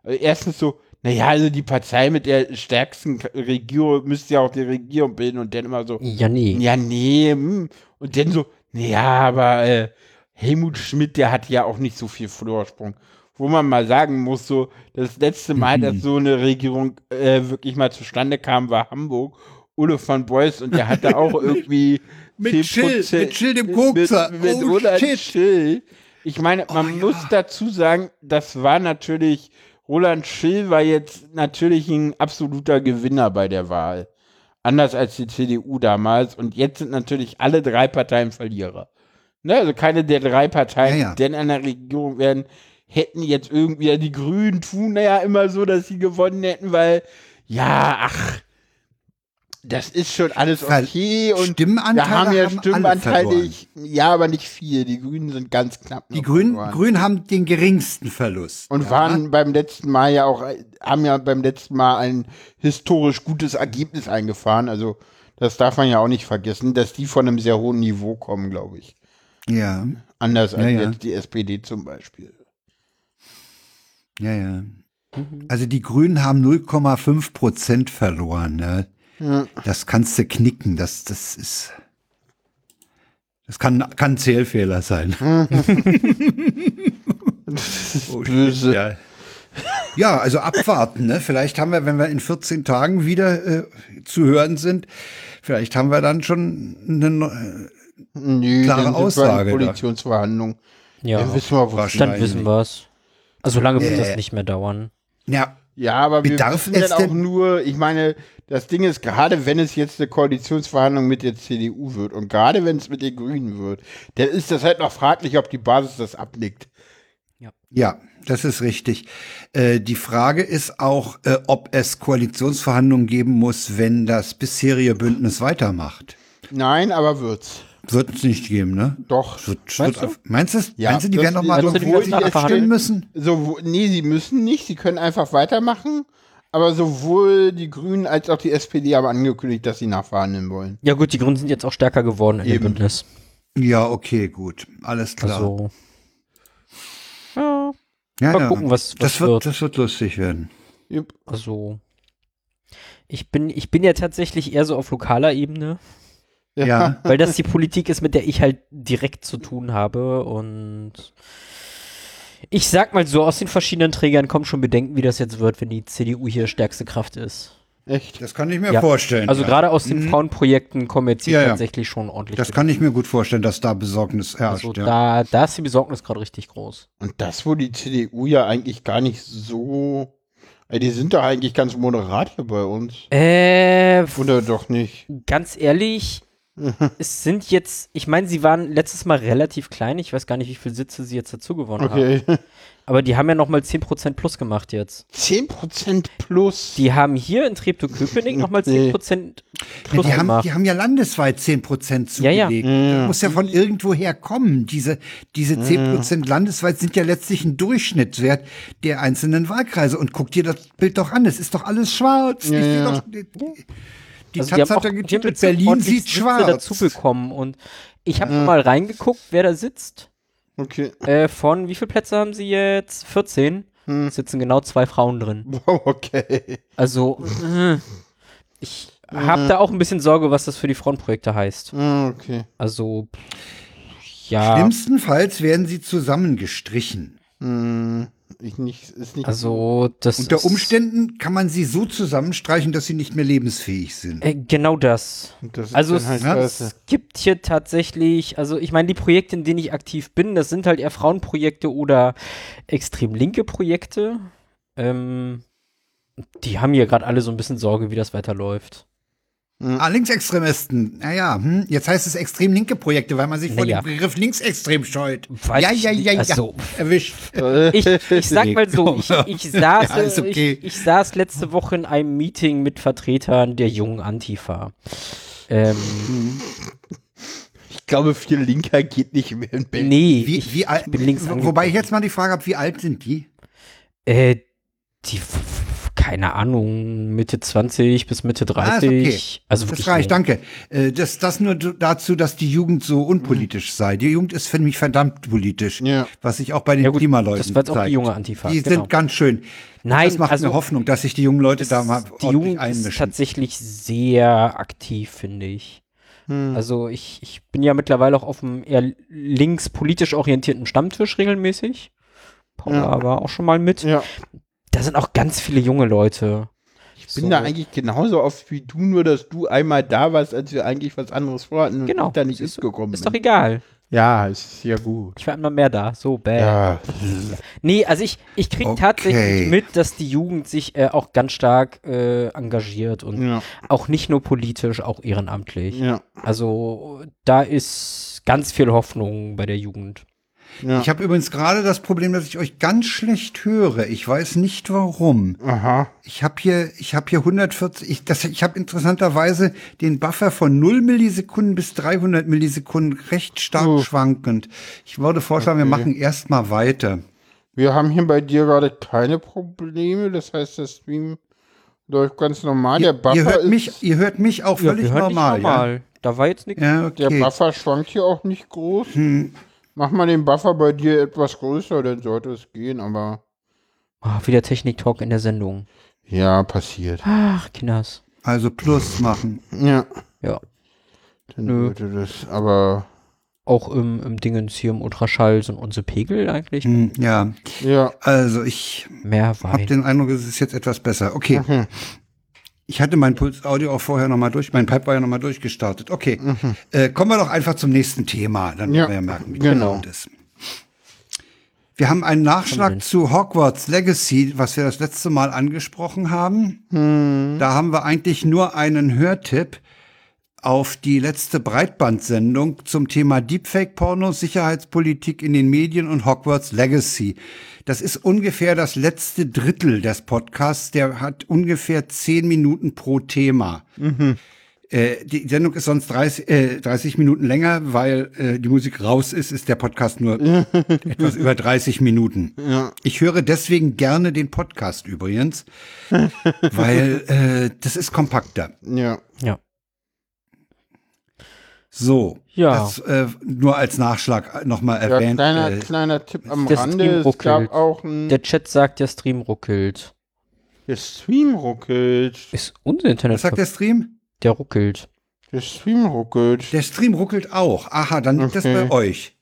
Speaker 3: äh, erstens so, naja, also die Partei mit der stärksten K- Regierung müsste ja auch die Regierung bilden und dann immer so,
Speaker 2: Ja, nee.
Speaker 3: ja, nee, hm. und dann so, naja, aber äh, Helmut Schmidt, der hat ja auch nicht so viel Vorsprung. Wo man mal sagen muss, so, das letzte Mal,
Speaker 1: Mhm.
Speaker 3: dass so eine Regierung äh, wirklich mal zustande kam, war Hamburg. Ulle von Beuys und der hatte auch irgendwie.
Speaker 1: Mit
Speaker 3: 10%,
Speaker 1: Schill, mit Schill dem Kokser.
Speaker 3: Mit, mit
Speaker 1: Oh,
Speaker 3: Roland
Speaker 1: shit. Oh,
Speaker 3: Schill. Ich meine, man muss dazu sagen, das war natürlich, Roland Schill war jetzt natürlich ein absoluter Gewinner bei der Wahl anders als die CDU damals. Und jetzt sind natürlich alle drei Parteien Verlierer. Ne, also keine der drei Parteien,
Speaker 1: Ja, ja.
Speaker 3: die denn an der Regierung werden, hätten jetzt irgendwie, die Grünen tun ja immer so, dass sie gewonnen hätten, weil, ja, ach, das ist schon alles
Speaker 1: Weil
Speaker 3: okay. Und
Speaker 1: Stimmenanteile
Speaker 3: wir haben ja
Speaker 1: haben alle
Speaker 3: Stimmenanteile,
Speaker 1: verloren.
Speaker 3: ich, ja, aber nicht viel. Die Grünen sind ganz knapp.
Speaker 1: Die
Speaker 3: noch
Speaker 1: Grünen,
Speaker 3: verloren.
Speaker 1: Grünen haben den geringsten Verlust.
Speaker 3: Und waren beim letzten Mal ja auch, haben ja beim letzten Mal ein historisch gutes Ergebnis eingefahren. Also das darf man ja auch nicht vergessen, dass die von einem sehr hohen Niveau kommen, glaube ich.
Speaker 1: ja,
Speaker 3: Anders als
Speaker 1: Ja, ja.
Speaker 3: jetzt die SPD zum Beispiel.
Speaker 1: ja, ja. Also die Grünen haben 0,5 Prozent verloren. Ne? Das kannst du knicken. Das, das ist. Das kann, kann ein Zählfehler sein. Oh, shit,
Speaker 3: Böse.
Speaker 1: Ja. ja, also abwarten. Ne? Vielleicht haben wir, wenn wir in 14 Tagen wieder äh, zu hören sind, vielleicht haben wir dann schon eine, neu-
Speaker 3: Nö,
Speaker 1: Klare
Speaker 3: dann sind
Speaker 1: Aussage
Speaker 3: Wir
Speaker 1: da.
Speaker 3: in Koalitionsverhandlungen.
Speaker 2: Ja.
Speaker 3: Dann wissen wir, wo es
Speaker 1: Wahrscheinlich.
Speaker 2: Dann wissen wir's. Also lange wird das nicht mehr dauern.
Speaker 1: ja,
Speaker 3: Ja, aber wir
Speaker 1: Bedarf
Speaker 3: wissen
Speaker 1: es
Speaker 3: dann auch
Speaker 1: denn-
Speaker 3: nur, ich meine, das Ding ist, gerade wenn es jetzt eine Koalitionsverhandlung mit der CDU wird und gerade wenn es mit den Grünen wird, dann ist das halt noch fraglich, ob die Basis das abnickt.
Speaker 1: Ja, das ist richtig. Äh, die Frage ist auch, äh, ob es Koalitionsverhandlungen geben muss, wenn das bisherige Bündnis weitermacht.
Speaker 3: Nein, aber wird's.
Speaker 1: Wird es nicht geben, ne?
Speaker 3: Doch.
Speaker 1: Wird,
Speaker 3: Meinst
Speaker 1: meinst,
Speaker 3: du?
Speaker 1: wird, du? meinst du?
Speaker 3: Ja,
Speaker 1: meinst du, die
Speaker 3: das-
Speaker 1: werden noch mal
Speaker 3: das-
Speaker 2: die
Speaker 1: obwohl sie
Speaker 2: werden
Speaker 1: jetzt
Speaker 2: einfach-
Speaker 1: stimmen müssen?
Speaker 3: So, nee, sie müssen nicht, sie können einfach weitermachen. Aber sowohl die Grünen als auch die SPD haben angekündigt, dass sie nachverhandeln wollen.
Speaker 2: Ja gut, die Grünen sind jetzt auch stärker geworden in dem
Speaker 3: Eben.
Speaker 2: Bündnis.
Speaker 1: Ja, okay, gut, alles klar.
Speaker 2: Also
Speaker 1: ja,
Speaker 2: mal gucken, was- was
Speaker 1: das wird,
Speaker 2: wird.
Speaker 1: Das wird lustig werden.
Speaker 3: Jupp.
Speaker 2: Also, ich bin, ich bin ja tatsächlich eher so auf lokaler Ebene,
Speaker 1: Ja,
Speaker 2: weil das die Politik ist, mit der ich halt direkt zu tun habe. Und ich sag mal so, aus den verschiedenen Trägern kommt schon Bedenken, wie das jetzt wird, wenn die CDU hier stärkste Kraft ist.
Speaker 3: Echt?
Speaker 1: das kann ich mir
Speaker 2: Ja.
Speaker 1: vorstellen.
Speaker 2: Also
Speaker 1: ja. Mhm.
Speaker 2: gerade aus den Frauenprojekten kommen jetzt hier
Speaker 1: Ja, ja.
Speaker 2: tatsächlich schon ordentlich
Speaker 1: Das kann ich mir gut vorstellen, dass da Besorgnis herrscht.
Speaker 2: Also
Speaker 1: ja.
Speaker 2: da, da ist die Besorgnis gerade richtig groß.
Speaker 3: Und das, wo die CDU ja eigentlich gar nicht so Ey, die sind doch eigentlich ganz moderat hier bei uns.
Speaker 2: Äh,
Speaker 3: Oder doch nicht?
Speaker 2: ganz ehrlich, es sind jetzt, ich meine, sie waren letztes Mal relativ klein. Ich weiß gar nicht, wie viele Sitze sie jetzt dazu gewonnen haben.
Speaker 3: Okay.
Speaker 2: Aber die haben ja nochmal 10% plus gemacht jetzt.
Speaker 3: 10% plus.
Speaker 2: Die haben hier in Treptow-Köpenick nochmal 10%
Speaker 1: Ja,
Speaker 2: plus
Speaker 1: die, haben,
Speaker 2: gemacht.
Speaker 1: die haben ja landesweit 10 Prozent
Speaker 2: Ja, ja. Mhm.
Speaker 1: zugelegt. Das muss ja von irgendwoher kommen. Diese, diese 10 Prozent landesweit sind ja letztlich ein Durchschnittswert der einzelnen Wahlkreise. Und guck dir das Bild doch an. Es ist doch alles schwarz. ich seh Doch, die die
Speaker 2: Also
Speaker 1: Taz
Speaker 2: die haben auch,
Speaker 1: hat ja
Speaker 2: die haben
Speaker 1: getitelt,
Speaker 2: jetzt so
Speaker 1: Berlin
Speaker 2: ordentlich
Speaker 1: sieht
Speaker 2: Sitze
Speaker 1: schwarz.
Speaker 2: dazu bekommen und ich habe mal reingeguckt, wer da sitzt.
Speaker 3: Okay.
Speaker 2: Äh, von wie viele Plätze haben sie jetzt? 14.
Speaker 1: Hm.
Speaker 2: Sitzen genau zwei Frauen drin.
Speaker 3: Wow, okay.
Speaker 2: Also äh, ich habe da auch ein bisschen Sorge, was das für die Frontprojekte heißt.
Speaker 3: Ah, Okay.
Speaker 2: Also pff, ja,
Speaker 1: Schlimmstenfalls werden sie zusammengestrichen.
Speaker 3: Ich nicht, ist nicht.
Speaker 2: also das
Speaker 1: Unter
Speaker 2: ist-
Speaker 1: Umständen kann man sie so zusammenstreichen, dass sie nicht mehr lebensfähig sind.
Speaker 2: Äh, genau das.
Speaker 3: das ist
Speaker 2: also
Speaker 3: dann halt
Speaker 2: es,
Speaker 3: scheiße.
Speaker 2: es gibt hier tatsächlich, also ich meine, die Projekte, in denen ich aktiv bin, das sind halt eher Frauenprojekte oder extrem linke Projekte. Ähm, die haben hier gerade alle so ein bisschen Sorge, wie das weiterläuft.
Speaker 1: Ah, Linksextremisten. Naja, hm, jetzt heißt es extrem linke Projekte, weil man sich vor
Speaker 2: Naja.
Speaker 1: dem Begriff linksextrem scheut.
Speaker 2: Weiß ich nicht. Also-
Speaker 1: Erwischt.
Speaker 2: Ich, ich sag mal so, ich, ich, saß,
Speaker 1: Ja, ist
Speaker 2: äh,
Speaker 1: okay.
Speaker 2: ich, ich saß letzte Woche in einem Meeting mit Vertretern der jungen Antifa. Ähm,
Speaker 3: Ich glaube, viel linker geht nicht mehr in Berlin.
Speaker 2: nee,
Speaker 1: Wie,
Speaker 2: ich,
Speaker 1: wie alt,
Speaker 2: bin links
Speaker 1: wobei ich
Speaker 2: angekommen.
Speaker 1: jetzt mal die Frage habe, wie alt sind die?
Speaker 2: Äh, die, f- f- keine Ahnung, Mitte 20 bis Mitte 30.
Speaker 1: Ah, ist okay.
Speaker 2: Also wirklich
Speaker 1: Das reicht,
Speaker 2: jung.
Speaker 1: danke. Äh, Das, das nur d- dazu, dass die Jugend so unpolitisch
Speaker 2: Mhm.
Speaker 1: sei. Die Jugend ist für mich verdammt politisch,
Speaker 3: Ja.
Speaker 1: was sich auch bei den
Speaker 2: Ja gut,
Speaker 1: Klimaleuten
Speaker 2: das war jetzt auch die
Speaker 1: zeigt.
Speaker 2: junge Antifa,
Speaker 1: Die
Speaker 2: genau.
Speaker 1: sind ganz schön.
Speaker 2: Nein,
Speaker 1: das macht
Speaker 2: also
Speaker 1: mir Hoffnung, dass sich die jungen Leute da mal
Speaker 2: die
Speaker 1: ordentlich
Speaker 2: Jugend ist
Speaker 1: einmischen.
Speaker 2: tatsächlich sehr aktiv, finde ich.
Speaker 1: Hm.
Speaker 2: Also ich, ich bin ja mittlerweile auch auf einem eher links politisch orientierten Stammtisch regelmäßig. Paula war auch schon mal mit.
Speaker 3: Ja.
Speaker 2: Da sind auch ganz viele junge Leute.
Speaker 3: Ich bin da eigentlich genauso oft wie du, nur dass du einmal da warst, als wir eigentlich was anderes vorhatten und
Speaker 2: Genau.
Speaker 3: ich Hm, da nicht
Speaker 2: Siehst du?
Speaker 3: mitgekommen
Speaker 2: Ist doch
Speaker 3: bin.
Speaker 2: egal.
Speaker 3: Ja, ist ja gut.
Speaker 2: Ich war immer mehr da. So, bäh.
Speaker 3: Ja.
Speaker 2: Nee, also ich, ich kriege
Speaker 1: Okay.
Speaker 2: tatsächlich mit, dass die Jugend sich äh, auch ganz stark äh, engagiert und
Speaker 3: Ja.
Speaker 2: auch nicht nur politisch, auch ehrenamtlich.
Speaker 3: Ja.
Speaker 2: Also da ist ganz viel Hoffnung bei der Jugend.
Speaker 3: ja.
Speaker 1: Ich habe übrigens gerade das Problem, dass ich euch ganz schlecht höre. Ich weiß nicht warum.
Speaker 3: Aha.
Speaker 1: Ich habe hier, ich habe hier 140, ich, das, ich habe interessanterweise den Buffer von 0 Millisekunden bis 300 Millisekunden recht stark schwankend. Ich würde vorschlagen, wir machen erstmal weiter.
Speaker 3: Wir haben hier bei dir gerade keine Probleme. Das heißt, der Stream läuft ganz normal. der Buffer,
Speaker 1: ihr hört
Speaker 3: ist,
Speaker 1: mich, ihr hört mich auch völlig normal,
Speaker 2: Da war jetzt nichts.
Speaker 1: ja. Ja,
Speaker 3: der
Speaker 1: okay.
Speaker 3: Buffer schwankt hier auch nicht groß. Mach mal den Buffer bei dir etwas größer, dann sollte es gehen, aber
Speaker 2: Ah, wieder Technik-Talk in der Sendung.
Speaker 3: ja, passiert.
Speaker 2: Ach, Kinders.
Speaker 1: Also Plus machen.
Speaker 3: Ja,
Speaker 2: Ja.
Speaker 3: dann
Speaker 2: Nö.
Speaker 3: würde das, aber
Speaker 2: Auch im, im Dingens hier im Ultraschall sind unsere Pegel eigentlich.
Speaker 1: Hm, ja.
Speaker 3: ja.
Speaker 1: Also ich
Speaker 2: Mehr
Speaker 1: habe
Speaker 2: Wein.
Speaker 1: den Eindruck, es ist jetzt etwas besser. Okay.
Speaker 3: Mhm.
Speaker 1: Ich hatte mein Puls Audio auch vorher nochmal durch, mein Pipe war ja nochmal durchgestartet. Okay. Äh, kommen wir doch einfach zum nächsten Thema. Dann
Speaker 3: Mhm. Ja,
Speaker 1: werden wir ja merken, wie
Speaker 3: genau.
Speaker 1: genau das ist. Wir haben einen Nachschlag zu Hogwarts Legacy, was wir das letzte Mal angesprochen haben.
Speaker 3: Hm.
Speaker 1: Da haben wir eigentlich nur einen Hörtipp auf die letzte Breitbandsendung zum Thema Deepfake-Porno, Sicherheitspolitik in den Medien und Hogwarts Legacy. Das ist ungefähr das letzte Drittel des Podcasts. Der hat ungefähr zehn Minuten pro Thema. Äh, die Sendung ist sonst 30, äh, 30 Minuten länger, weil äh, die Musik raus ist, ist der Podcast nur etwas über 30 Minuten. Ich höre deswegen gerne den Podcast übrigens, weil äh, das ist kompakter.
Speaker 3: Ja.
Speaker 2: Ja.
Speaker 1: So,
Speaker 2: Ja.
Speaker 1: das äh, nur als Nachschlag nochmal
Speaker 3: Ja,
Speaker 1: erwähnt.
Speaker 3: kleiner,
Speaker 1: äh,
Speaker 3: kleiner Tipp am
Speaker 2: der
Speaker 3: Rande.
Speaker 2: Stream
Speaker 3: Es gab
Speaker 2: ruckelt.
Speaker 3: auch ein
Speaker 2: Der Chat sagt, der Stream ruckelt.
Speaker 3: der Stream ruckelt.
Speaker 2: Ist unser Internet.
Speaker 1: was sagt der Stream?
Speaker 2: der ruckelt.
Speaker 3: Der Stream ruckelt.
Speaker 1: Der Stream ruckelt auch. Aha, dann liegt
Speaker 3: Okay.
Speaker 1: das bei euch.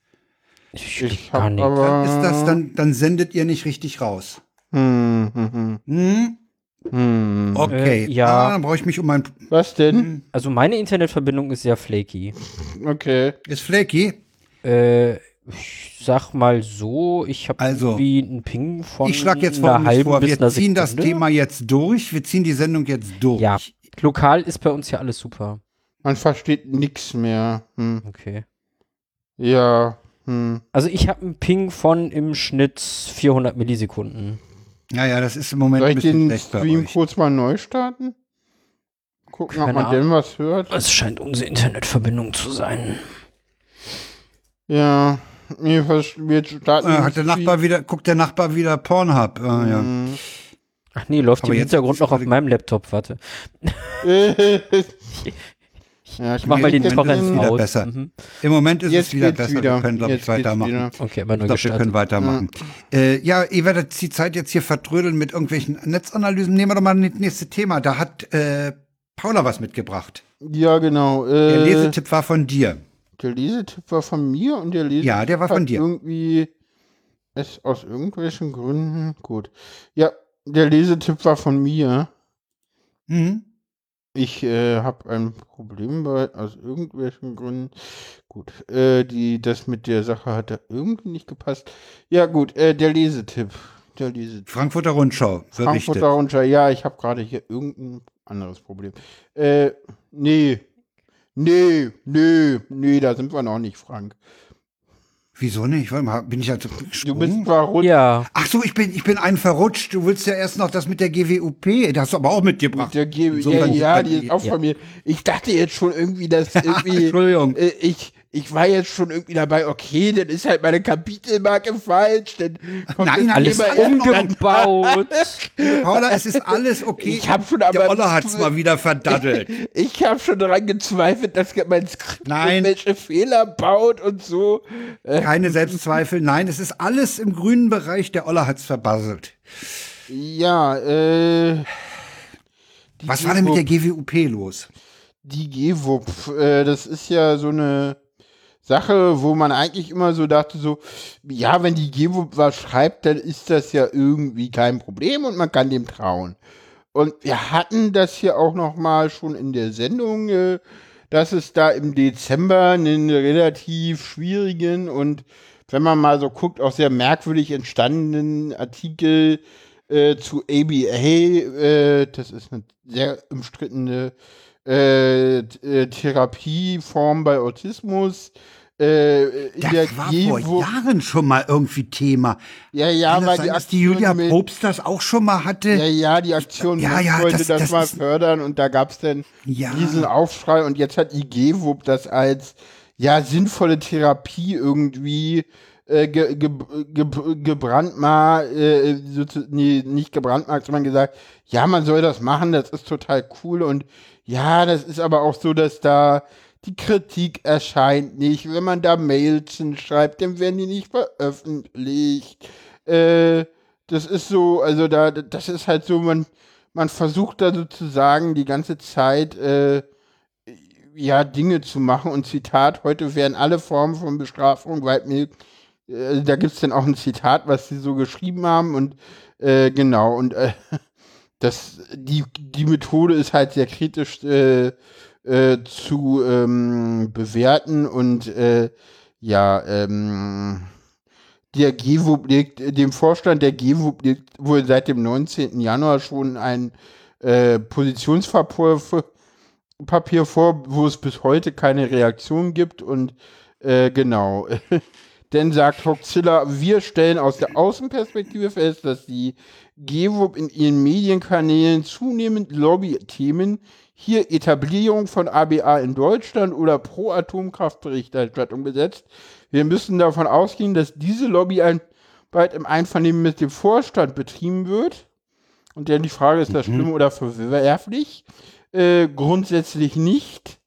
Speaker 2: Ich,
Speaker 3: ich
Speaker 2: gar
Speaker 3: hab
Speaker 2: nicht.
Speaker 3: aber.
Speaker 1: Dann ist das, dann, dann sendet ihr nicht richtig raus.
Speaker 3: Hm, hm, hm.
Speaker 1: Hm?
Speaker 3: Hm.
Speaker 1: Okay.
Speaker 2: Äh, ja.
Speaker 1: Ah, dann brauche ich mich um mein.
Speaker 3: Was denn?
Speaker 1: Hm.
Speaker 2: Also meine Internetverbindung ist sehr flaky.
Speaker 3: Okay.
Speaker 1: Ist flaky?
Speaker 2: Äh, Ich sag mal so, ich habe
Speaker 1: Also,
Speaker 2: irgendwie einen Ping von
Speaker 1: ich schlage jetzt
Speaker 2: einer
Speaker 1: folgendes
Speaker 2: halben
Speaker 1: vor.
Speaker 2: bis
Speaker 1: Wir
Speaker 2: einer
Speaker 1: ziehen das
Speaker 2: Sekunde.
Speaker 1: Thema jetzt durch. Wir ziehen die Sendung jetzt durch.
Speaker 2: Ja, lokal ist bei uns ja alles super.
Speaker 3: Man versteht nichts mehr. Hm.
Speaker 2: Okay.
Speaker 3: Ja. Hm.
Speaker 2: Also ich habe einen Ping von im Schnitt 400 Millisekunden.
Speaker 1: ja, ja, das ist im Moment
Speaker 3: Soll
Speaker 1: ein
Speaker 3: ich
Speaker 1: bisschen
Speaker 3: den
Speaker 1: schlecht bei
Speaker 3: Stream
Speaker 1: euch.
Speaker 3: kurz mal neu starten? Gucken, ob
Speaker 2: Keine
Speaker 3: man denn was hört.
Speaker 2: Es scheint unsere Internetverbindung zu sein.
Speaker 3: Ja. Wir, vers- wir
Speaker 1: Äh,
Speaker 3: starten.
Speaker 1: hat der
Speaker 3: den
Speaker 1: Nachbar wieder, guckt der Nachbar wieder Pornhub. Äh, ja.
Speaker 3: Stream.
Speaker 2: Ach nee, läuft
Speaker 1: Aber
Speaker 2: im
Speaker 1: jetzt-
Speaker 2: Hintergrund noch auf meinem Laptop, warte.
Speaker 3: Hm. ja,
Speaker 2: Ich mach mal den
Speaker 1: Moment,
Speaker 2: Torrent
Speaker 1: ist es
Speaker 2: aus.
Speaker 1: wieder besser.
Speaker 2: Mhm.
Speaker 1: Im Moment ist
Speaker 3: Jetzt
Speaker 1: es wieder
Speaker 3: geht's
Speaker 1: besser.
Speaker 3: wieder.
Speaker 1: Wir können, glaube ich,
Speaker 3: Jetzt geht's
Speaker 1: weitermachen.
Speaker 3: wieder.
Speaker 2: Okay, aber
Speaker 1: Ich
Speaker 2: neu
Speaker 1: glaube, wir
Speaker 2: gestartet.
Speaker 1: können weitermachen. Ja. Äh, ja, ihr werdet die Zeit jetzt hier vertrödeln mit irgendwelchen Netzanalysen. Nehmen wir doch mal das nächste Thema. Da hat äh, Paula was mitgebracht.
Speaker 3: Ja, genau.
Speaker 1: Der
Speaker 3: Äh,
Speaker 1: Lesetipp war von dir.
Speaker 3: der Lesetipp war von mir und der Lesetipp
Speaker 1: Ja, der war von
Speaker 3: hat
Speaker 1: dir.
Speaker 3: irgendwie es aus irgendwelchen Gründen gut. Ja, der Lesetipp war von mir.
Speaker 1: Mhm.
Speaker 3: Ich äh, habe ein Problem bei, aus irgendwelchen Gründen. Gut, äh, die, das mit der Sache hat da irgendwie nicht gepasst. Ja, gut, äh, der Lesetipp. Der Lesetipp.
Speaker 1: Frankfurter Rundschau berichtet.
Speaker 3: Frankfurter Rundschau, ja, ich habe gerade hier irgendein anderes Problem. Äh, nee. Nee, nee, nee, da sind wir noch nicht, Frank.
Speaker 1: Wieso nicht? Warte mal, bin ich also
Speaker 3: Du bist
Speaker 1: gesprungen?
Speaker 3: zwar rund,
Speaker 2: Ja,
Speaker 1: Ach so, ich bin, ich bin einen verrutscht. Du willst ja erst noch das mit der GWUP. Das hast du aber auch mitgebracht.
Speaker 3: der G ja,
Speaker 1: insofern-
Speaker 3: ja, die ist auch
Speaker 2: Ja.
Speaker 3: von mir. Ich dachte jetzt schon irgendwie, dass irgendwie.
Speaker 1: Entschuldigung.
Speaker 3: Äh, ich, ich war jetzt schon irgendwie dabei, okay, dann ist halt meine Kapitelmarke falsch. Dann kommt
Speaker 1: Nein,
Speaker 3: das
Speaker 1: nein,
Speaker 2: alles
Speaker 1: Thema
Speaker 3: Thema um.
Speaker 1: ist
Speaker 3: erst-
Speaker 2: umgebaut.
Speaker 1: Paula, es ist alles okay.
Speaker 3: Ich hab schon
Speaker 1: der
Speaker 3: aber-
Speaker 1: Olle hat's mal wieder verdaddelt.
Speaker 3: Ich habe schon daran gezweifelt, dass mein Skript
Speaker 1: Nein.
Speaker 3: irgendwelche Fehler baut und so.
Speaker 1: Keine Selbstzweifel. Nein, es ist alles im grünen Bereich. Der Olle hat's verbasselt.
Speaker 3: Ja, äh. die
Speaker 1: Was war denn mit
Speaker 3: GWupp?
Speaker 1: der GWUP los?
Speaker 3: Die GWUP, äh, das ist ja so eine Sache, wo man eigentlich immer so dachte, so, ja, wenn die GWUP was schreibt, dann ist das ja irgendwie kein Problem und man kann dem trauen. Und wir hatten das hier auch noch mal schon in der Sendung, äh, dass es da im Dezember einen relativ schwierigen und, wenn man mal so guckt, auch sehr merkwürdig entstandenen Artikel äh, zu ABA, äh, das ist eine sehr umstrittene äh, t- äh, Therapieform bei Autismus. Äh, in
Speaker 1: Das
Speaker 3: der
Speaker 1: war vor
Speaker 3: GWUP
Speaker 1: Jahren schon mal irgendwie Thema.
Speaker 3: ja, ja,
Speaker 1: Kann das
Speaker 3: weil die
Speaker 1: sein, dass die
Speaker 3: Aktion
Speaker 1: Julia
Speaker 3: mit-
Speaker 1: Probst das auch schon mal hatte?
Speaker 3: Ja, ja, die Aktion
Speaker 1: Ja,
Speaker 3: Mensch
Speaker 1: ja,
Speaker 3: wollte
Speaker 1: das-
Speaker 3: das,
Speaker 1: das
Speaker 3: mal
Speaker 1: ist-
Speaker 3: fördern und da gab es dann
Speaker 1: Ja.
Speaker 3: diesen Aufschrei und jetzt hat IG-WUP das als ja sinnvolle Therapie irgendwie äh, ge, ge, ge, gebrandmarkt, äh, so zu- nee, nicht gebrandmarkt, sondern gesagt, ja, man soll das machen, das ist total cool und ja, das ist aber auch so, dass da die Kritik erscheint nicht. Wenn man da Mails hinschreibt, dann werden die nicht veröffentlicht. Äh, das ist so, also da, das ist halt so, man, man versucht da sozusagen die ganze Zeit, äh, ja, Dinge zu machen. Und Zitat, heute werden alle Formen von Bestrafung weit mehr. Äh, da gibt's dann auch ein Zitat, was sie so geschrieben haben. Und äh, genau, und äh, das, die, die Methode ist halt sehr kritisch äh, äh, zu ähm, bewerten. Und äh, ja, ähm, der GWUB legt, äh, dem Vorstand der GWUB legt wohl seit dem 19. Januar schon ein äh, Positionspapier vor- Papier vor, wo es bis heute keine Reaktion gibt und äh, genau. Denn sagt Hoxilla, wir stellen aus der Außenperspektive fest, dass die GWUB in ihren Medienkanälen zunehmend Lobbythemen, hier Etablierung von ABA in Deutschland oder Pro-Atomkraftberichterstattung besetzt. Wir müssen davon ausgehen, dass diese Lobbyarbeit im Einvernehmen mit dem Vorstand betrieben wird. Und dann die Frage, ist das schlimm oder verwerflich? Äh, grundsätzlich nicht.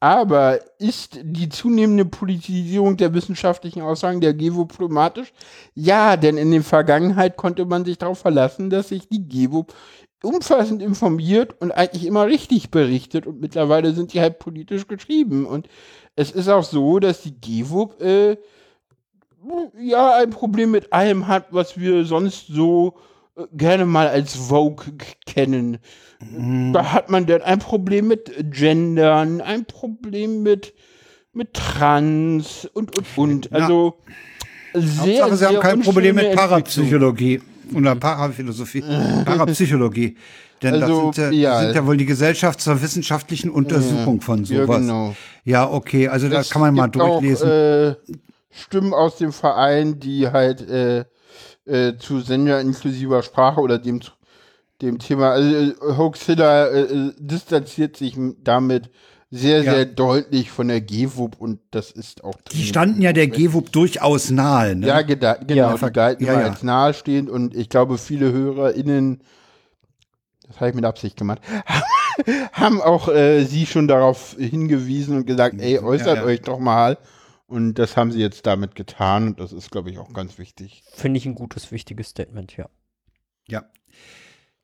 Speaker 3: Aber ist die zunehmende Politisierung der wissenschaftlichen Aussagen der GEWO problematisch? Ja, denn in der Vergangenheit konnte man sich darauf verlassen, dass sich die GEWO umfassend informiert und eigentlich immer richtig berichtet und mittlerweile sind sie halt politisch geschrieben. Und es ist auch so, dass die GEWO äh, ja ein Problem mit allem hat, was wir sonst so äh, gerne mal als Vogue k- kennen.
Speaker 1: Mhm.
Speaker 3: Da hat man dann ein Problem mit Gendern, ein Problem mit mit Trans und und und. Also
Speaker 1: Hauptsache, Sie
Speaker 3: sehr,
Speaker 1: haben
Speaker 3: sehr
Speaker 1: kein Problem mit
Speaker 3: unschöne Entwicklung.
Speaker 1: Parapsychologie oder Paraphilosophie, Parapsychologie. Denn
Speaker 3: Also,
Speaker 1: das sind, äh,
Speaker 3: ja.
Speaker 1: sind ja wohl die Gesellschaft zur wissenschaftlichen Untersuchung von
Speaker 3: ja,
Speaker 1: sowas. Ja,
Speaker 3: genau.
Speaker 1: okay, also da kann man mal
Speaker 3: gibt auch,
Speaker 1: durchlesen.
Speaker 3: äh, Stimmen aus dem Verein, die halt äh, äh, zu Sender inklusiver Sprache oder dem, dem Thema, also äh, Hoaxilla äh, äh, distanziert sich m- damit sehr,
Speaker 1: Ja.
Speaker 3: sehr deutlich von der GWUB und das ist auch
Speaker 1: die standen ja der GEWUB durchaus nahe. Ne?
Speaker 3: ja, geda- genau, die galten
Speaker 1: ja,
Speaker 3: mal
Speaker 1: ja.
Speaker 3: als nahestehend und ich glaube, viele HörerInnen, das habe ich mit Absicht gemacht, haben auch äh, sie schon darauf hingewiesen und gesagt, ey, äußert
Speaker 1: Mhm, ja.
Speaker 3: euch doch mal. Und das haben sie jetzt damit getan und das ist, glaube ich, auch ganz wichtig.
Speaker 2: Finde ich ein gutes, wichtiges Statement, ja.
Speaker 1: Ja.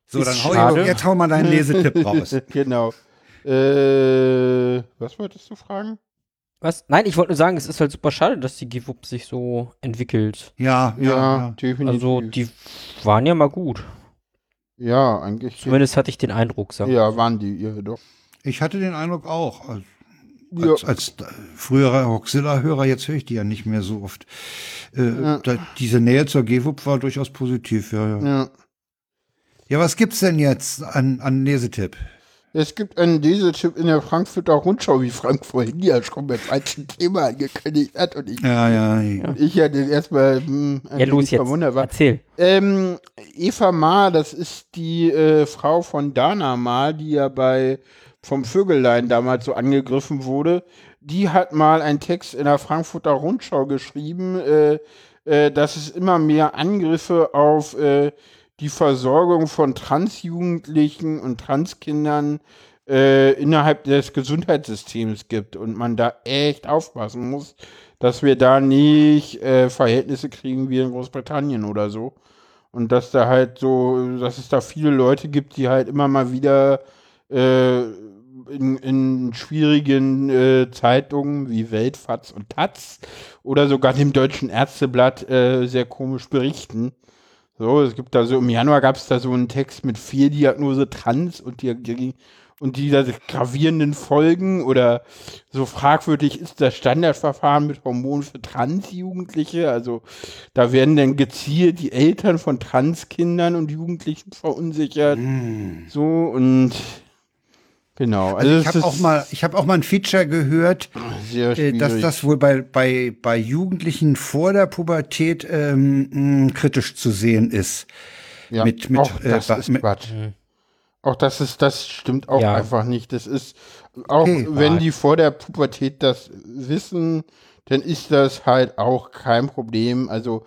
Speaker 1: So,
Speaker 2: Ist
Speaker 1: dann hau
Speaker 2: schade.
Speaker 1: ich, jetzt hau mal deinen Lesetipp raus.
Speaker 3: genau. Äh, was wolltest du fragen?
Speaker 2: Was? Nein, ich wollte nur sagen, es ist halt super schade, dass die GWUP sich so entwickelt.
Speaker 1: Ja, ja, ja.
Speaker 3: definitiv.
Speaker 2: Also, die waren ja mal gut.
Speaker 3: ja, eigentlich.
Speaker 2: Zumindest hatte ich den Eindruck, sag
Speaker 3: Ja, waren die, ja, doch.
Speaker 1: Ich hatte den Eindruck auch. Als,
Speaker 3: Ja.
Speaker 1: als, als früherer Hoxilla-Hörer, jetzt höre ich die ja nicht mehr so oft. Äh, da, diese Nähe zur GWUP war durchaus positiv, ja, ja.
Speaker 3: Ja.
Speaker 1: Ja, was gibt's denn jetzt an, an Lesetipp?
Speaker 3: Es gibt einen Lesetipp in der Frankfurter Rundschau, wie Frank vorhin ja schon mit falschen Thema angekündigt hat und ich
Speaker 1: Ja, ja, ja.
Speaker 3: ich ja den erstmal hm,
Speaker 2: Ja, los
Speaker 3: natürlich
Speaker 2: jetzt.
Speaker 3: verwundert war.
Speaker 2: Erzähl.
Speaker 3: Ähm, Eva Ma, das ist die äh, Frau von Dana Ma, die ja bei vom Vögelein damals so angegriffen wurde. Die hat mal einen Text in der Frankfurter Rundschau geschrieben, äh, äh, dass es immer mehr Angriffe auf äh, die Versorgung von Transjugendlichen und Transkindern äh, innerhalb des Gesundheitssystems gibt und man da echt aufpassen muss, dass wir da nicht äh, Verhältnisse kriegen wie in Großbritannien oder so. Und dass da halt so, dass es da viele Leute gibt, die halt immer mal wieder äh, in, in schwierigen äh, Zeitungen wie Weltfatz und Taz oder sogar dem Deutschen Ärzteblatt äh, sehr komisch berichten. So, es gibt da so, im Januar gab es da so einen Text mit vier Diagnose trans und die, die und die da gravierenden Folgen oder so fragwürdig ist das Standardverfahren mit Hormonen für Transjugendliche. Also da werden dann gezielt die Eltern von Transkindern und Jugendlichen verunsichert. So und genau. Also,
Speaker 1: Hm. Ich
Speaker 3: es
Speaker 1: habe
Speaker 3: ist
Speaker 1: auch mal, ich habe auch mal ein Feature gehört,
Speaker 3: sehr
Speaker 1: äh, dass
Speaker 3: schwierig.
Speaker 1: das wohl bei bei bei Jugendlichen vor der Pubertät ähm, mh, kritisch zu sehen ist.
Speaker 3: Ja,
Speaker 1: mit- mit,
Speaker 3: auch
Speaker 1: äh,
Speaker 3: das
Speaker 1: ba-
Speaker 3: ist
Speaker 1: mit-
Speaker 3: Quatsch. Auch das ist, das stimmt auch
Speaker 2: Ja.
Speaker 3: einfach nicht. Das ist, auch
Speaker 1: Okay.
Speaker 3: wenn die vor der Pubertät das wissen, dann ist das halt auch kein Problem. Also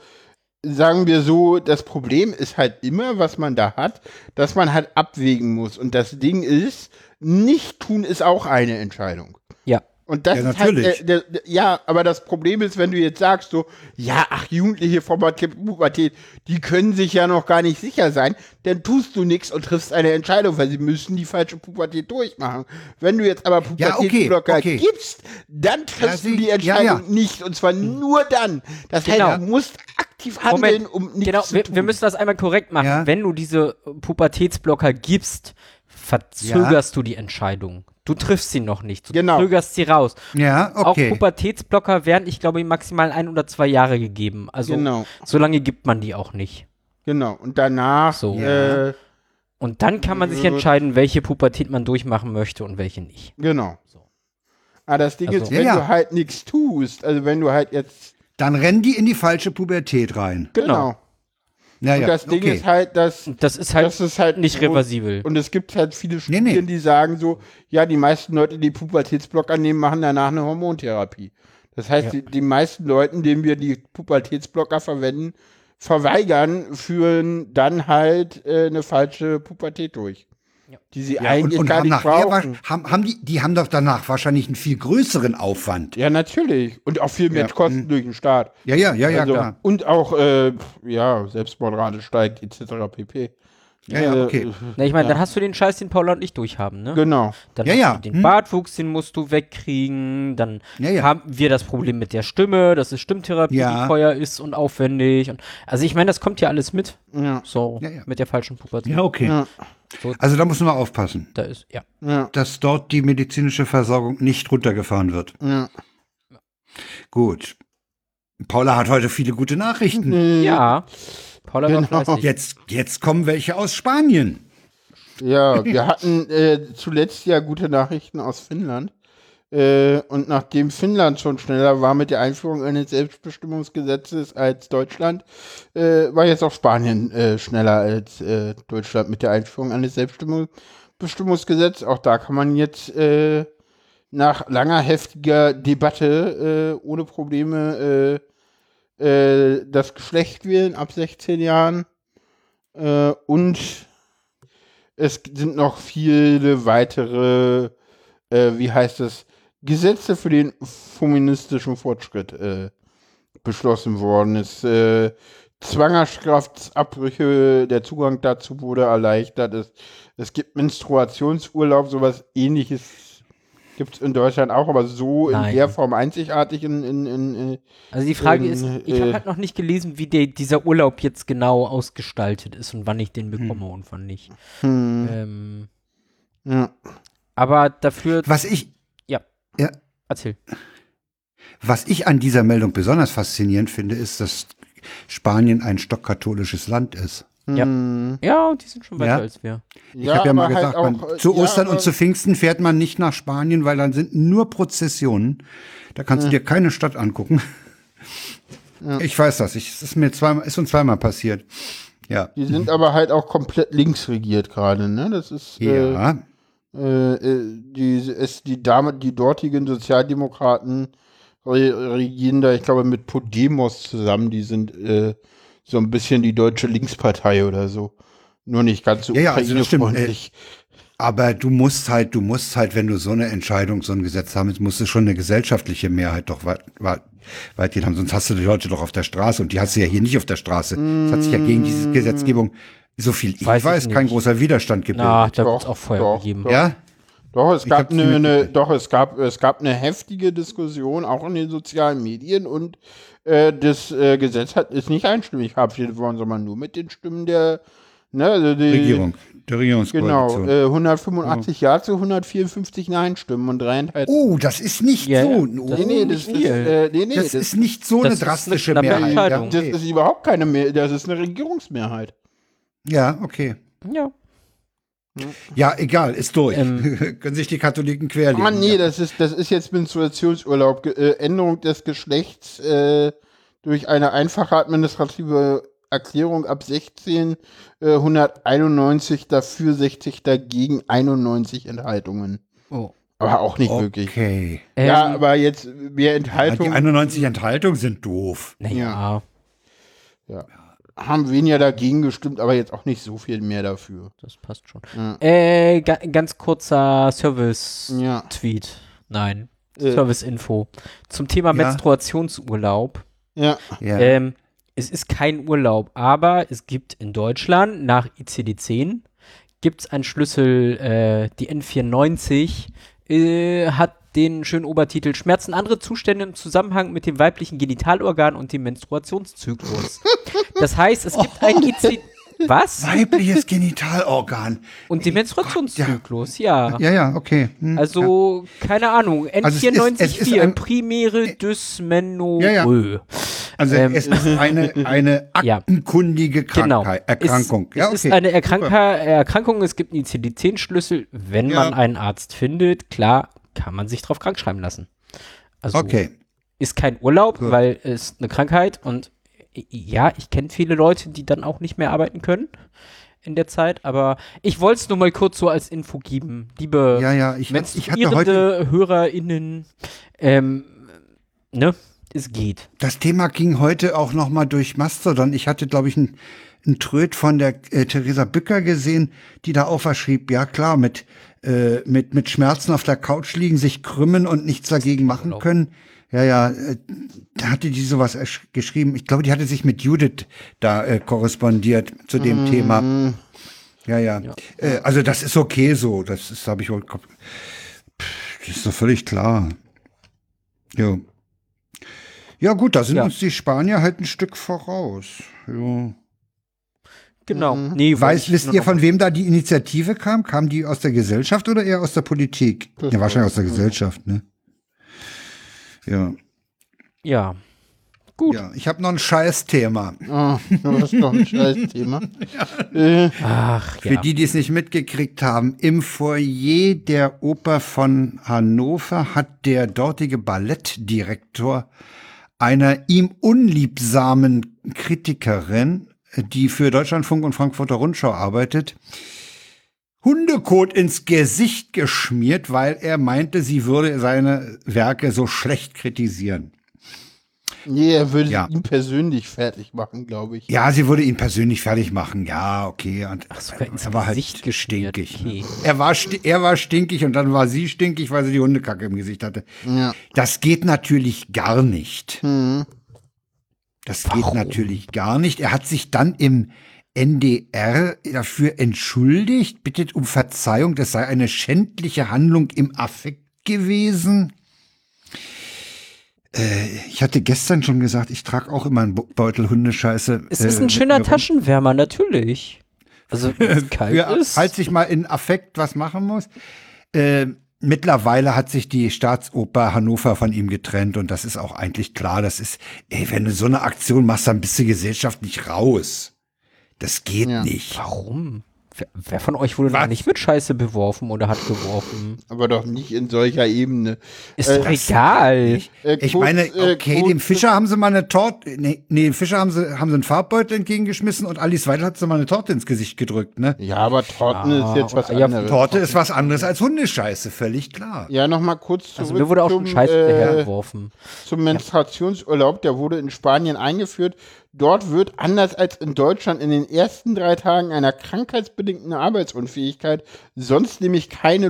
Speaker 3: sagen wir so, das Problem ist halt immer, was man da hat, dass man halt abwägen muss. Und das Ding ist, nicht tun ist auch eine Entscheidung.
Speaker 2: Ja.
Speaker 3: Und das
Speaker 1: Ja,
Speaker 3: ist halt,
Speaker 1: natürlich.
Speaker 3: äh, der, der, ja, aber das Problem ist, wenn du jetzt sagst, so, ja, ach, Jugendliche vor der Pubertät, die können sich ja noch gar nicht sicher sein, dann tust du nichts und triffst eine Entscheidung, weil sie müssen die falsche Pubertät durchmachen. Wenn du jetzt aber Pubertätsblocker
Speaker 1: okay.
Speaker 3: gibst, dann triffst
Speaker 1: sie-
Speaker 3: du die
Speaker 1: ja, Hm.
Speaker 3: Entscheidung
Speaker 1: ja.
Speaker 3: nicht, und zwar nur dann. Das
Speaker 2: Genau.
Speaker 3: heißt, du musst aktiv handeln, um nichts
Speaker 2: genau,
Speaker 3: zu
Speaker 2: wir,
Speaker 3: tun.
Speaker 2: wir müssen das einmal korrekt machen.
Speaker 1: Ja.
Speaker 2: Wenn du diese Pubertätsblocker gibst, verzögerst du die Entscheidung. Du triffst sie noch nicht, du
Speaker 3: Genau.
Speaker 2: zögerst sie raus.
Speaker 1: Ja,
Speaker 2: Auch
Speaker 1: okay.
Speaker 2: Pubertätsblocker werden, ich glaube, maximal ein oder zwei Jahre gegeben. Also
Speaker 3: Genau.
Speaker 2: so lange gibt man die auch nicht.
Speaker 3: genau, und danach,
Speaker 2: So.
Speaker 3: äh,
Speaker 2: Und dann kann man sich entscheiden, welche Pubertät man durchmachen möchte und welche nicht.
Speaker 3: genau. Aber das Ding
Speaker 2: Also-
Speaker 3: ist,
Speaker 1: Ja,
Speaker 3: wenn
Speaker 1: ja.
Speaker 3: du halt nichts tust, also wenn du halt jetzt
Speaker 1: Dann rennen die in die falsche Pubertät rein.
Speaker 3: Genau.
Speaker 1: Ja, Ah, ja.
Speaker 3: Und das Ding
Speaker 1: okay.
Speaker 3: ist halt, dass
Speaker 2: Und das ist halt,
Speaker 3: Das ist halt
Speaker 2: nicht
Speaker 3: so-
Speaker 2: reversibel.
Speaker 3: und es gibt halt viele
Speaker 1: Nee,
Speaker 3: Studien,
Speaker 1: nee.
Speaker 3: die sagen so, ja, die meisten Leute, die Pubertätsblock annehmen, machen danach eine Hormontherapie. Das heißt, die, die meisten Leuten, denen wir die Pubertätsblocker verwenden, verweigern, führen dann halt äh, eine falsche Pubertät durch. Die sie
Speaker 1: ja, und,
Speaker 3: eigentlich
Speaker 1: und
Speaker 3: gar
Speaker 1: haben
Speaker 3: nicht
Speaker 1: nachher wa-
Speaker 3: brauchen.
Speaker 1: haben, haben die die haben doch danach wahrscheinlich einen viel größeren Aufwand.
Speaker 3: Ja, natürlich. Und auch viel mehr
Speaker 1: Ja, Hm.
Speaker 3: Kosten durch den Staat.
Speaker 1: Ja, ja, ja, ja,
Speaker 3: also,
Speaker 1: klar.
Speaker 3: Und auch, äh, ja, Selbstmordrate steigt, etc. pp.
Speaker 1: Ja, ja,
Speaker 3: Äh,
Speaker 1: okay.
Speaker 2: Na, ich meine, dann hast du den Scheiß, den Paula und ich durchhaben, ne?
Speaker 3: Genau.
Speaker 2: Dann
Speaker 1: Ja,
Speaker 2: hast
Speaker 1: ja.
Speaker 2: du den
Speaker 1: Hm.
Speaker 2: Bartwuchs, den musst du wegkriegen. Dann
Speaker 1: Ja, ja.
Speaker 2: haben wir das Problem mit der Stimme, dass es Stimmtherapie,
Speaker 1: Ja.
Speaker 2: die teuer ist und aufwendig. Und, also ich meine, das kommt ja alles mit.
Speaker 3: Ja.
Speaker 2: So,
Speaker 1: Ja, ja.
Speaker 2: mit der falschen Pubertät.
Speaker 1: Ja, okay. Also da müssen wir aufpassen,
Speaker 2: Da ist, ja.
Speaker 1: dass dort die medizinische Versorgung nicht runtergefahren wird. Gut. Paula hat heute viele gute
Speaker 3: Mhm.
Speaker 1: Nachrichten.
Speaker 3: Äh.
Speaker 2: Ja. Paula
Speaker 1: Genau.
Speaker 2: war fleißig.
Speaker 1: Jetzt, jetzt kommen welche aus Spanien.
Speaker 3: Ja, wir hatten äh, zuletzt ja gute Nachrichten aus Finnland. Äh, und nachdem Finnland schon schneller war mit der Einführung eines Selbstbestimmungsgesetzes als Deutschland, äh, war jetzt auch Spanien äh, schneller als äh, Deutschland mit der Einführung eines Selbstbestimmungsgesetzes. Auch da kann man jetzt äh, nach langer, heftiger Debatte äh, ohne Probleme äh, äh, das Geschlecht wählen ab 16 Jahren. Äh, und es sind noch viele weitere, äh, wie heißt es, Gesetze für den feministischen Fortschritt äh, beschlossen worden. Es äh, Zwangerschaftsabbrüche, der Zugang dazu wurde erleichtert. Es, es gibt Menstruationsurlaub, sowas ähnliches gibt es in Deutschland auch, aber so
Speaker 2: Nein.
Speaker 3: in der Form einzigartig in, in, in, in
Speaker 2: Also die Frage
Speaker 3: Ähm,
Speaker 2: ist, ich habe
Speaker 3: äh,
Speaker 2: halt noch nicht gelesen, wie der, dieser Urlaub jetzt genau ausgestaltet ist und wann ich den
Speaker 3: Hm.
Speaker 2: bekomme und wann nicht. Ähm,
Speaker 3: ja.
Speaker 2: aber dafür,
Speaker 1: Was ich,
Speaker 2: ja,
Speaker 1: ja,
Speaker 2: erzähl.
Speaker 1: was ich an dieser Meldung besonders faszinierend finde, ist, dass Spanien ein stockkatholisches Land ist.
Speaker 3: Hm.
Speaker 2: Ja, die sind schon weiter
Speaker 1: Ja.
Speaker 2: als wir.
Speaker 1: Ich habe ja mal gesagt,
Speaker 3: auch,
Speaker 1: man,
Speaker 3: äh,
Speaker 1: zu Ostern
Speaker 3: ja,
Speaker 1: und zu Pfingsten fährt man nicht nach Spanien, weil dann sind nur Prozessionen. Da kannst du dir keine Stadt angucken. Ich weiß das. Ich, es ist mir zweimal, ist uns zweimal passiert. Ja.
Speaker 3: Die sind aber halt auch komplett links regiert gerade, ne? Das ist äh,
Speaker 1: Ja.
Speaker 3: äh, äh, die, es, die Dame, die dortigen Sozialdemokraten re- regieren da, ich glaube, mit Podemos zusammen, die sind äh, so ein bisschen die deutsche Linkspartei oder so. Nur nicht ganz so
Speaker 1: Ja, ja, also das stimmt,
Speaker 3: ukrainefreundlich.
Speaker 1: Aber du musst halt, du musst halt, wenn du so eine Entscheidung, so ein Gesetz haben willst, musst du schon eine gesellschaftliche Mehrheit doch weit, weit, weitgehend haben. Sonst hast du die Leute doch auf der Straße und die hast du ja hier nicht auf der Straße. Es hat sich ja gegen diese Gesetzgebung, so viel ich
Speaker 2: Weiß
Speaker 1: weiß,
Speaker 2: ich
Speaker 1: kein
Speaker 2: nicht.
Speaker 1: großer Widerstand gebildet.
Speaker 2: Na, da wird es
Speaker 3: Doch,
Speaker 2: auch Feuer
Speaker 3: doch,
Speaker 2: gegeben.
Speaker 3: doch.
Speaker 1: Ja?
Speaker 3: Doch, es gab
Speaker 1: hab's nicht
Speaker 3: eine, eine,
Speaker 1: mitgekriegt.
Speaker 3: doch, es gab, es gab eine heftige Diskussion, auch in den sozialen Medien, und äh, das äh, Gesetz hat, ist nicht einstimmig verabschiedet worden, sondern nur mit den Stimmen der ne, also die,
Speaker 1: Regierung. Der
Speaker 3: Genau,
Speaker 1: Regierungskoalition.
Speaker 3: äh, 185 Ja zu 154 Nein-Stimmen und drei Enthaltungen.
Speaker 1: Oh, das ist nicht
Speaker 2: Ja,
Speaker 1: so.
Speaker 2: ja.
Speaker 1: Oh,
Speaker 2: Das-
Speaker 3: nee, nee, das, das,
Speaker 2: nicht viel.
Speaker 3: äh, nee, nee,
Speaker 1: das,
Speaker 3: das,
Speaker 1: ist nicht so
Speaker 2: das
Speaker 1: eine
Speaker 2: ist eine
Speaker 1: drastische
Speaker 2: knappe
Speaker 1: Mehrheit.
Speaker 2: Entscheidung.
Speaker 1: Ja,
Speaker 3: das ist überhaupt keine Mehr, das ist eine Regierungsmehrheit.
Speaker 1: ja, okay.
Speaker 2: Ja.
Speaker 1: Ja, egal, ist durch.
Speaker 2: Ähm.
Speaker 1: Können sich die Katholiken querlegen.
Speaker 3: Ah, nee,
Speaker 1: ja.
Speaker 3: das ist, das ist jetzt Menstruationsurlaub, Ge- äh, Änderung des Geschlechts äh, durch eine einfache administrative Erklärung ab 16, äh, 191 dafür, 60 dagegen, 91 Enthaltungen.
Speaker 2: Oh.
Speaker 3: Aber auch nicht wirklich.
Speaker 1: Okay.
Speaker 3: Ja,
Speaker 2: Ähm,
Speaker 3: aber jetzt mehr
Speaker 1: Ja, die
Speaker 3: Enthaltungen.
Speaker 1: 91 Enthaltungen sind doof.
Speaker 2: Naja,
Speaker 3: haben weniger dagegen gestimmt, aber jetzt auch nicht so viel mehr dafür.
Speaker 2: das passt schon.
Speaker 3: Ja.
Speaker 2: Äh, ga, ganz kurzer Service-Tweet.
Speaker 3: Ja. Äh.
Speaker 2: Nein. Service-Info. Zum Thema Menstruationsurlaub.
Speaker 3: Ja.
Speaker 1: Ja.
Speaker 2: Ähm, es ist kein Urlaub, aber es gibt in Deutschland nach ICD-10 gibt es einen Schlüssel, äh, die N94 äh, hat den schönen Obertitel Schmerzen andere Zustände im Zusammenhang mit dem weiblichen Genitalorgan und dem Menstruationszyklus. Das heißt, es gibt ein
Speaker 1: Oh.
Speaker 2: ICD... Was?
Speaker 1: Weibliches Genitalorgan.
Speaker 2: Und den Menstruationszyklus, ja.
Speaker 1: Ja, ja, okay. Hm.
Speaker 2: Also, keine Ahnung,
Speaker 1: Also es ist-
Speaker 2: N94.4,
Speaker 1: es ist ein-
Speaker 2: primäre Dysmenorrhoe.
Speaker 1: Ja, Also es ist eine, eine
Speaker 2: ähm, ja.
Speaker 1: aktenkundige
Speaker 2: Genau.
Speaker 1: Krankheit, Erkrankung.
Speaker 2: Es, es ist eine Erkrank Erkrankung, es gibt einen ICD-10-Schlüssel. Wenn
Speaker 1: Ja.
Speaker 2: man einen Arzt findet, klar, kann man sich drauf krank schreiben lassen. Also
Speaker 1: okay.
Speaker 2: ist kein Urlaub, weil es eine Krankheit und äh, ja, ich kenne viele Leute, die dann auch nicht mehr arbeiten können in der Zeit, aber ich wollte es nur mal kurz so als Info geben. Liebe
Speaker 1: Ja, ja, ich, hab- ich hatte heute,
Speaker 2: menstruierende HörerInnen, ähm, ne, es geht.
Speaker 1: das Thema ging heute auch nochmal durch Mastodon. Ich hatte, glaube ich, ein, ein Tröd von der äh, Theresa Bücker gesehen, die da auch was schrieb, ja klar, mit, äh, mit, mit Schmerzen auf der Couch liegen, sich krümmen und nichts dagegen machen können. Ja, ja, äh, da hatte die sowas ersch- geschrieben. Ich glaube, die hatte sich mit Judith da äh, korrespondiert zu dem Thema. Ja, ja. Äh, also das ist okay so. Das ist, habe ich wohl. Pff, Das ist doch völlig klar. Jo. Ja, gut, da sind
Speaker 2: Ja.
Speaker 1: uns die Spanier halt ein Stück voraus. Jo.
Speaker 2: Genau. Nee, wollte
Speaker 1: Mhm. Weiß,
Speaker 2: ich
Speaker 1: wisst
Speaker 2: nur
Speaker 1: ihr,
Speaker 2: noch-
Speaker 1: von wem da die Initiative kam? Kam die aus der Gesellschaft oder eher aus der Politik? Ja, wahrscheinlich aus der Gesellschaft, ne? Ja.
Speaker 2: Ja. Gut.
Speaker 1: Ja, ich habe noch ein Scheißthema.
Speaker 3: Ah, das ist doch ein scheiß Thema.
Speaker 2: Ach
Speaker 1: Für
Speaker 2: ja.
Speaker 1: die, die es nicht mitgekriegt haben, im Foyer der Oper von Hannover hat der dortige Ballettdirektor einer ihm unliebsamen Kritikerin, die für Deutschlandfunk und Frankfurter Rundschau arbeitet, Hundekot ins Gesicht geschmiert, weil er meinte, sie würde seine Werke so schlecht kritisieren.
Speaker 3: Nee, er würde
Speaker 1: Ja.
Speaker 3: ihn persönlich fertig machen, glaube ich.
Speaker 1: Ja, sie würde ihn persönlich fertig machen. Ja, okay. Und
Speaker 2: sogar ins
Speaker 1: er war halt
Speaker 2: Gesicht geschmiert.
Speaker 1: stinkig.
Speaker 2: Okay.
Speaker 1: ne? Er, war sti er war stinkig und dann war sie stinkig, weil sie die Hundekacke im Gesicht hatte.
Speaker 3: Ja.
Speaker 1: Das geht natürlich gar nicht. Das geht
Speaker 2: Warum?
Speaker 1: natürlich gar nicht. Er hat sich dann im NDR dafür entschuldigt, bittet um Verzeihung, das sei eine schändliche Handlung im Affekt gewesen. Äh, Ich hatte gestern schon gesagt, ich trage auch immer einen Bo- Beutel Hundescheiße.
Speaker 2: Es ist
Speaker 1: äh,
Speaker 2: ein
Speaker 1: mit
Speaker 2: schöner
Speaker 1: mir rum.
Speaker 2: Taschenwärmer, natürlich. Also, wenn es kalt
Speaker 1: für,
Speaker 2: ist.
Speaker 1: falls ich mal in Affekt was machen muss. Äh, mittlerweile hat sich die Staatsoper Hannover von ihm getrennt und das ist auch eigentlich klar. Das ist, ey, wenn du so eine Aktion machst, dann bist du gesellschaftlich raus. Das geht
Speaker 3: Ja.
Speaker 1: nicht.
Speaker 2: Warum? Wer, wer von euch wurde noch
Speaker 1: Was?
Speaker 2: nicht mit Scheiße beworfen oder hat geworfen?
Speaker 3: Aber doch nicht in solcher Ebene.
Speaker 2: Ist doch egal.
Speaker 3: Äh,
Speaker 1: Ich
Speaker 3: kurz,
Speaker 1: meine,
Speaker 3: äh,
Speaker 1: okay,
Speaker 3: kurz-
Speaker 1: dem Fischer haben sie mal eine Torte, nee, nee, dem Fischer haben sie, haben sie einen Farbbeutel entgegengeschmissen und Alice Weidel hat sie mal eine Torte ins Gesicht gedrückt, ne?
Speaker 3: Ja, aber Torten
Speaker 2: Ja,
Speaker 3: ist jetzt was
Speaker 2: oder- Ah, ja,
Speaker 3: anderes.
Speaker 1: Torte ist was anderes als Hundescheiße, völlig klar.
Speaker 3: Ja, nochmal kurz zurück
Speaker 2: Also mir wurde auch schon Scheiße
Speaker 3: äh,
Speaker 2: hergeworfen.
Speaker 3: zum Menstruationsurlaub. Der wurde in Spanien eingeführt. Dort wird, anders als in Deutschland, in den ersten drei Tagen einer krankheitsbedingten Arbeitsunfähigkeit sonst nämlich keine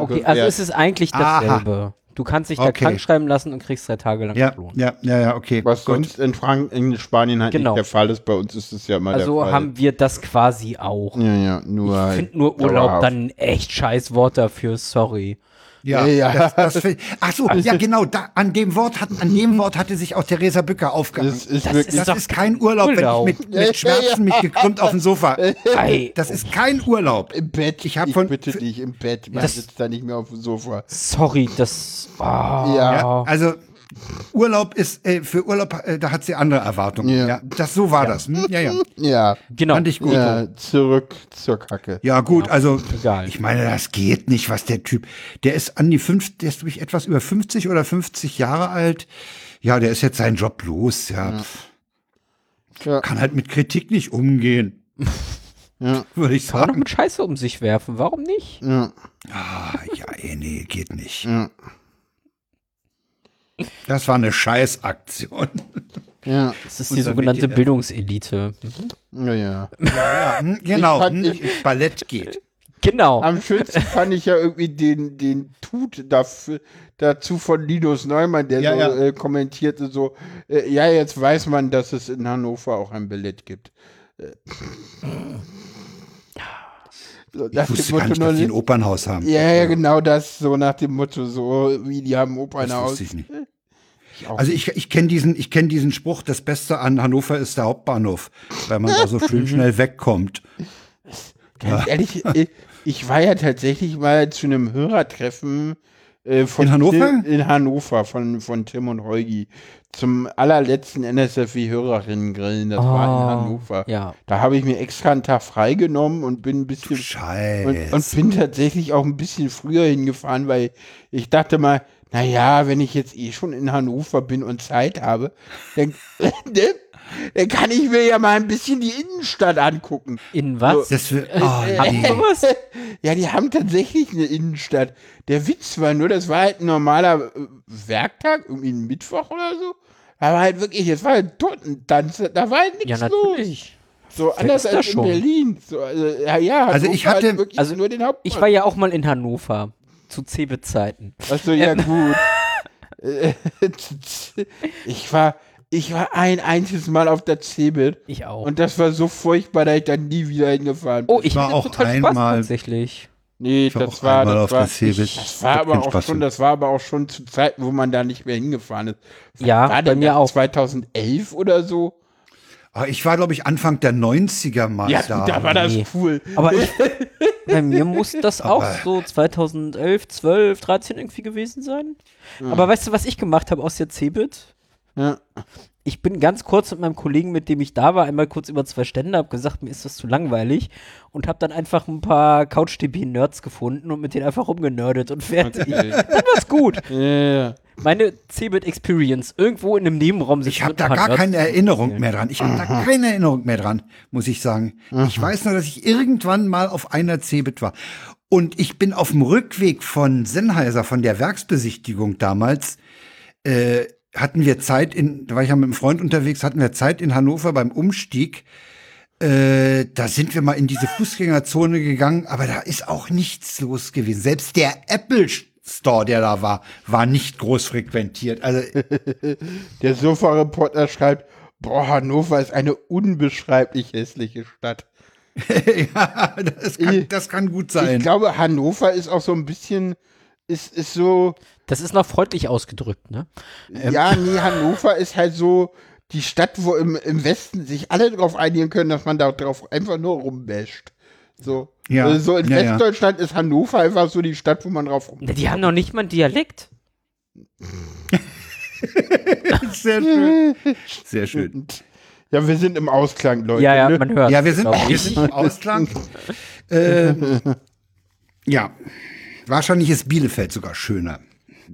Speaker 2: Ah, okay, also
Speaker 3: gewährt.
Speaker 2: es ist eigentlich dasselbe. Du kannst dich da
Speaker 1: Okay.
Speaker 2: krank schreiben lassen und kriegst drei Tage lang
Speaker 1: Ja,
Speaker 2: Lohn.
Speaker 1: ja, ja, ja, okay.
Speaker 3: was
Speaker 1: gut.
Speaker 3: sonst in, Frank in Spanien halt
Speaker 2: Genau.
Speaker 3: nicht der Fall ist. Bei uns ist es ja immer der
Speaker 2: Also
Speaker 3: Fall.
Speaker 2: haben wir das quasi auch.
Speaker 3: ja, ja, nur
Speaker 2: Ich
Speaker 3: halt
Speaker 2: finde nur Urlaub
Speaker 3: dauerhaft.
Speaker 2: dann ein echt scheiß Wort dafür, sorry.
Speaker 1: Ja,
Speaker 3: Ja, ja.
Speaker 1: Das, das find- ach so, ja genau, da, an, dem Wort hat, an dem Wort hatte sich auch Theresa Bücker aufgehangen.
Speaker 3: Das ist
Speaker 2: Das
Speaker 3: wirklich.
Speaker 1: Das
Speaker 2: doch
Speaker 1: ist kein Urlaub,
Speaker 2: Urlaub.
Speaker 1: wenn ich mit, mit Schmerzen mich gekrümmt auf dem Sofa.
Speaker 2: Ei,
Speaker 1: Das ist kein Urlaub.
Speaker 3: im Bett,
Speaker 1: Ich hab von-
Speaker 3: bitte dich, im Bett, man
Speaker 2: Das-
Speaker 3: sitzt da nicht mehr auf dem Sofa.
Speaker 2: sorry, das. ah.
Speaker 1: Ja,
Speaker 3: Ja.
Speaker 1: also Urlaub ist, äh, für Urlaub, äh, da hat sie andere Erwartungen. Ja.
Speaker 3: Ja.
Speaker 1: das, so war das. Hm? Ja, ja.
Speaker 3: Ja.
Speaker 2: Genau.
Speaker 1: Fand ich gut.
Speaker 3: ja, zurück zur Kacke.
Speaker 1: Ja, gut, also
Speaker 2: egal.
Speaker 1: ich meine, das geht nicht, was der Typ, der ist an die fünf, der ist glaube ich etwas über 50 oder 50 Jahre alt. Ja, der ist jetzt seinen Job los, ja.
Speaker 3: Ja.
Speaker 1: Kann halt mit Kritik nicht umgehen.
Speaker 3: Ja.
Speaker 1: Würde ich
Speaker 2: Kann man doch
Speaker 1: sagen.
Speaker 2: mit Scheiße um sich werfen, warum nicht?
Speaker 1: Ah, ja, ey, nee, geht nicht.
Speaker 3: Ja.
Speaker 1: Das war eine Scheißaktion.
Speaker 3: Ja,
Speaker 2: Das ist die
Speaker 1: Unser
Speaker 2: sogenannte
Speaker 1: WDR.
Speaker 2: Bildungselite.
Speaker 3: ja, ja.
Speaker 1: Ja, hm, genau,
Speaker 3: fand-
Speaker 1: hm, Ballett geht.
Speaker 2: Genau.
Speaker 3: Am schönsten fand ich ja irgendwie den, den Tut dafür, dazu von Linus Neumann, der
Speaker 1: Ja,
Speaker 3: so
Speaker 1: ja.
Speaker 3: Äh, kommentierte so, äh, ja, jetzt weiß man, dass es in Hannover auch ein Billett gibt. Äh. So,
Speaker 1: Ich wusste gar nicht, dass die ein Opernhaus haben.
Speaker 3: ja, ja, genau das, so nach dem Motto, so wie die haben
Speaker 1: das
Speaker 3: Opernhaus.
Speaker 1: wusste ich nicht.
Speaker 3: Äh,
Speaker 1: Also ich, ich kenne diesen, ich kenn diesen Spruch, das Beste an Hannover ist der Hauptbahnhof, weil man da so
Speaker 3: Mhm.
Speaker 1: schön schnell wegkommt.
Speaker 3: Ganz ehrlich, äh, ich war ja tatsächlich mal zu einem Hörertreffen äh, von
Speaker 1: In Hannover?
Speaker 3: Tim, in Hannover von, von Tim und Heugi zum allerletzten NSFW-Hörerinnen-Grillen. Das war in
Speaker 2: Ah,
Speaker 3: Hannover.
Speaker 2: ja.
Speaker 3: Da habe ich mir extra einen Tag freigenommen und bin ein bisschen und,
Speaker 1: Scheiße.
Speaker 3: und bin tatsächlich auch ein bisschen früher hingefahren, weil ich dachte mal, naja, wenn ich jetzt eh schon in Hannover bin und Zeit habe, dann, ne, dann kann ich mir ja mal ein bisschen die Innenstadt angucken.
Speaker 2: In was?
Speaker 1: Das wir, oh, nee.
Speaker 2: Sowas?
Speaker 3: Ja, die haben tatsächlich eine Innenstadt. Der Witz war nur, das war halt ein normaler äh, Werktag, irgendwie ein Mittwoch oder so. Aber halt wirklich, es war halt Totentanz, da war halt
Speaker 2: Ja,
Speaker 3: nichts los.
Speaker 2: natürlich.
Speaker 3: So anders
Speaker 2: ist da
Speaker 3: als in
Speaker 2: schon?
Speaker 3: Berlin. So, also, ja, ja,
Speaker 1: Also
Speaker 3: so
Speaker 1: ich
Speaker 3: war halt
Speaker 1: hatte-
Speaker 3: wirklich
Speaker 2: also
Speaker 3: nur den Hauptmann.
Speaker 2: Ich war ja auch mal in Hannover. Zu Zebe-Zeiten.
Speaker 3: Achso, ja, gut. Äh, ich war, ich war ein einziges Mal auf der Cebit
Speaker 2: Ich auch.
Speaker 3: und das war so furchtbar, dass ich dann nie wieder hingefahren bin.
Speaker 2: oh, ich
Speaker 1: war
Speaker 2: hatte
Speaker 1: auch
Speaker 2: total
Speaker 1: einmal-
Speaker 2: Spaß tatsächlich.
Speaker 3: nee,
Speaker 1: war
Speaker 3: das
Speaker 1: auch
Speaker 3: war,
Speaker 1: einmal auf
Speaker 3: das war,
Speaker 1: der Cebit.
Speaker 3: das war
Speaker 1: Hat
Speaker 3: aber
Speaker 1: keinen
Speaker 3: auch
Speaker 1: Spaß
Speaker 3: schon,
Speaker 1: gemacht.
Speaker 3: das war aber auch schon zu Zeiten, wo man da nicht mehr hingefahren ist. Wann
Speaker 2: Ja,
Speaker 3: war
Speaker 2: bei
Speaker 3: denn
Speaker 2: mir
Speaker 3: das?
Speaker 2: auch.
Speaker 3: 2011 oder so.
Speaker 1: Aber Ah, ich war, glaube ich, Anfang der 90er mal
Speaker 3: Ja,
Speaker 1: da.
Speaker 3: da war das
Speaker 2: nee.
Speaker 3: cool.
Speaker 2: Aber ich, bei mir muss das auch so 2011, 12, 13 irgendwie gewesen sein. Aber weißt du, was ich gemacht habe aus der Cebit?
Speaker 3: Ja.
Speaker 2: Ich bin ganz kurz mit meinem Kollegen, mit dem ich da war, einmal kurz über zwei Stände, hab gesagt, mir ist das zu langweilig und hab dann einfach ein paar Couch-TP-Nerds gefunden und mit denen einfach rumgenördet und fertig. Dann war's gut.
Speaker 3: Ja, ja.
Speaker 2: Meine Cebit-Experience, irgendwo in einem Nebenraum sich
Speaker 1: Ich habe da gar keine Erinnerung mehr dran. Ich habe da keine Erinnerung mehr dran, muss ich sagen. Ich weiß nur, dass ich irgendwann mal auf einer Cebit war. Und ich bin auf dem Rückweg von Sennheiser, von der Werksbesichtigung damals, äh, hatten wir Zeit in, da war ich ja mit einem Freund unterwegs, hatten wir Zeit in Hannover beim Umstieg. Äh, da sind wir mal in diese Fußgängerzone gegangen, aber da ist auch nichts los gewesen. Selbst der Apple Store, der da war, war nicht groß frequentiert. Also
Speaker 3: Der Sofa-Reporter schreibt, boah, Hannover ist eine unbeschreiblich hässliche Stadt.
Speaker 1: ja, das kann, das kann gut
Speaker 3: Ich
Speaker 1: sein.
Speaker 3: glaube, Hannover ist auch so ein bisschen, ist, ist so,
Speaker 2: Das ist noch freundlich ausgedrückt, ne?
Speaker 3: ja, nee, Hannover ist halt so die Stadt, wo im, im Westen sich alle darauf einigen können, dass man da drauf einfach nur rumbasht. So.
Speaker 1: Ja,
Speaker 3: Also so in
Speaker 1: ja, ja.
Speaker 3: Westdeutschland ist Hannover einfach so die Stadt, wo man drauf rum.
Speaker 2: Na, Die haben noch nicht mal einen Dialekt.
Speaker 1: Sehr schön. Sehr schön.
Speaker 3: Ja, wir sind im Ausklang, Leute.
Speaker 2: Ja, ja,
Speaker 3: ne?
Speaker 2: man hört.
Speaker 1: Ja, wir sind,
Speaker 2: glaub
Speaker 1: wir
Speaker 2: ich.
Speaker 1: sind im Ausklang. äh, ja, wahrscheinlich ist Bielefeld sogar schöner.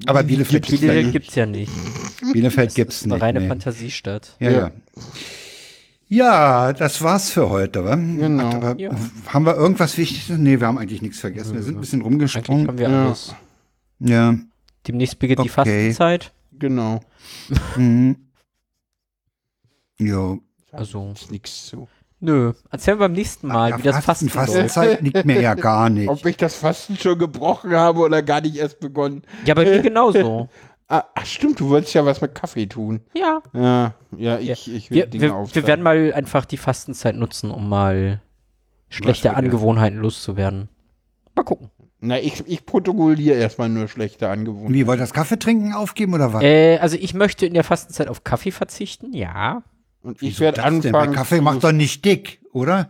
Speaker 1: Aber Bielefeld gibt's ja
Speaker 2: Dialekt
Speaker 1: nicht.
Speaker 2: gibt's ja nicht.
Speaker 1: Bielefeld gibt's
Speaker 2: Das ist eine
Speaker 1: nicht.
Speaker 2: reine
Speaker 1: nee.
Speaker 2: Fantasiestadt.
Speaker 1: Ja, ja. Ja, das war's für heute, wa? Genau. Aber
Speaker 2: Ja.
Speaker 1: Haben wir irgendwas Wichtiges? Nee, wir haben eigentlich nichts vergessen. Wir sind ein bisschen
Speaker 2: Eigentlich
Speaker 1: rumgesprungen.
Speaker 2: haben wir
Speaker 3: Ja.
Speaker 2: alles.
Speaker 1: Ja.
Speaker 2: Demnächst beginnt die
Speaker 1: Okay.
Speaker 2: Fastenzeit.
Speaker 3: Genau.
Speaker 1: Mhm. Jo.
Speaker 2: Also,
Speaker 3: Ist nix zu.
Speaker 2: nö. Erzählen wir beim nächsten Mal,
Speaker 1: Ja,
Speaker 2: wie das Fasten, läuft.
Speaker 1: Fastenzeit liegt mir ja gar nicht.
Speaker 3: Ob ich das Fasten schon gebrochen habe oder gar nicht erst begonnen.
Speaker 2: Ja, bei mir genauso.
Speaker 3: Ah, ach stimmt, du wolltest ja was mit Kaffee tun.
Speaker 2: Ja.
Speaker 3: Ja, ja, ich, ich will
Speaker 2: Wir,
Speaker 3: Dinge
Speaker 2: wir, wir
Speaker 3: aufschreiben.
Speaker 2: werden mal einfach die Fastenzeit nutzen, um mal schlechte Angewohnheiten loszuwerden. Mal gucken.
Speaker 3: Na, ich, ich protokolliere erstmal nur schlechte Angewohnheiten.
Speaker 1: Wie, wollt ihr das Kaffeetrinken aufgeben oder was?
Speaker 2: Äh, also ich möchte in der Fastenzeit auf Kaffee verzichten, ja.
Speaker 3: Und ich
Speaker 1: Wieso
Speaker 3: werde
Speaker 1: das denn? Weil
Speaker 3: anfangen.
Speaker 1: Kaffee macht doch nicht dick, oder?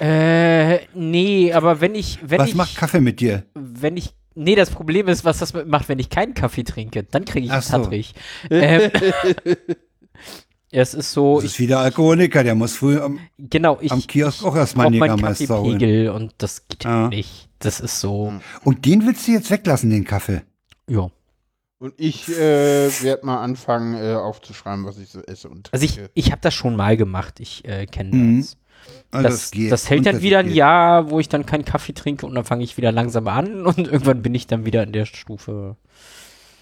Speaker 2: Äh, nee, aber wenn ich, wenn
Speaker 1: Was
Speaker 2: ich, Oh,
Speaker 1: macht Kaffee mit dir?
Speaker 2: wenn ich, nee, das Problem ist, was das mit- macht, wenn ich keinen Kaffee trinke, dann kriege ich
Speaker 1: Ach
Speaker 2: es
Speaker 1: so.
Speaker 2: tattrig. Ähm, es ist so,
Speaker 1: Das
Speaker 2: ich,
Speaker 1: ist wieder Alkoholiker, der muss früh am,
Speaker 2: genau, ich,
Speaker 1: am Kiosk
Speaker 2: ich
Speaker 1: auch erstmal
Speaker 2: brauch meinen
Speaker 1: Jägermeister holen. Ah.
Speaker 2: Kaffeepegel und das geht
Speaker 1: Ja.
Speaker 2: nicht. Das ist so,
Speaker 1: Und den willst du jetzt weglassen, den Kaffee?
Speaker 2: ja.
Speaker 3: Und ich äh, werde mal anfangen äh, aufzuschreiben, was ich so esse. Und
Speaker 2: Also ich,
Speaker 3: trinke.
Speaker 2: ich habe das schon mal gemacht, ich äh, kenne
Speaker 1: Mhm.
Speaker 2: das.
Speaker 1: Also
Speaker 2: Das, das hält dann
Speaker 1: Und
Speaker 2: wieder ein
Speaker 1: geht.
Speaker 2: Jahr, wo ich dann keinen Kaffee trinke und dann fange ich wieder langsam an und irgendwann bin ich dann wieder in der Stufe.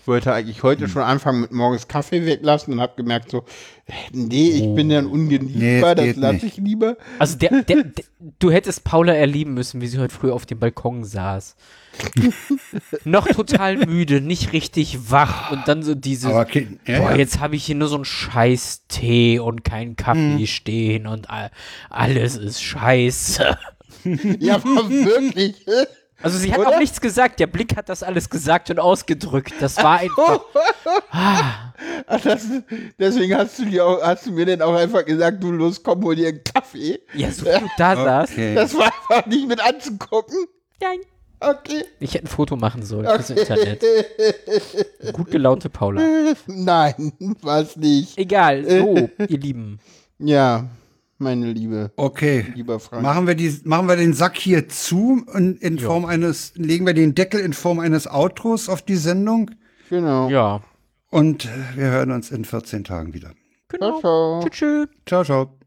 Speaker 3: wollte eigentlich heute
Speaker 1: Hm.
Speaker 3: schon anfangen mit morgens Kaffee weglassen und habe gemerkt so, äh, nee, ich bin dann
Speaker 1: Oh. Nee,
Speaker 3: ungenießbar,
Speaker 1: es
Speaker 3: das
Speaker 1: geht
Speaker 3: lasse
Speaker 1: nicht.
Speaker 3: ich lieber.
Speaker 2: Also der, der, der, du hättest Paula erleben müssen, wie sie heute früh auf dem Balkon saß. Noch total müde, nicht richtig wach und dann so dieses,
Speaker 1: Aber okay, ja,
Speaker 2: boah,
Speaker 1: ja.
Speaker 2: jetzt habe ich hier nur so einen scheiß Tee und keinen Kaffee
Speaker 1: Mhm.
Speaker 2: stehen und all, alles ist scheiße.
Speaker 3: Ja, aber wirklich.
Speaker 2: Also sie hat
Speaker 3: Oder?
Speaker 2: auch nichts gesagt, der Blick hat das alles gesagt und ausgedrückt. Das war einfach,
Speaker 3: Ach, das, deswegen hast du, dir auch, hast du mir dann auch einfach gesagt, du los, komm, hol dir einen Kaffee.
Speaker 2: ja, so wie du da saß.
Speaker 1: Okay.
Speaker 3: Das war einfach nicht mit anzugucken.
Speaker 2: Nein.
Speaker 3: Okay.
Speaker 2: Ich hätte ein Foto machen sollen fürs Internet. Gut gelaunte Paula.
Speaker 3: Nein, was nicht.
Speaker 2: Egal, so, ihr Lieben.
Speaker 3: Ja, meine Liebe,
Speaker 1: okay.
Speaker 3: lieber Frank.
Speaker 1: Machen wir, die, machen wir den Sack hier zu und in Form eines, legen wir den Deckel in Form eines Outros auf die Sendung
Speaker 3: Genau.
Speaker 2: Ja.
Speaker 1: und äh, wir hören uns in 14 Tagen wieder.
Speaker 3: Ciao, ciao.
Speaker 2: Tschüss. tschüss.
Speaker 1: Ciao, ciao.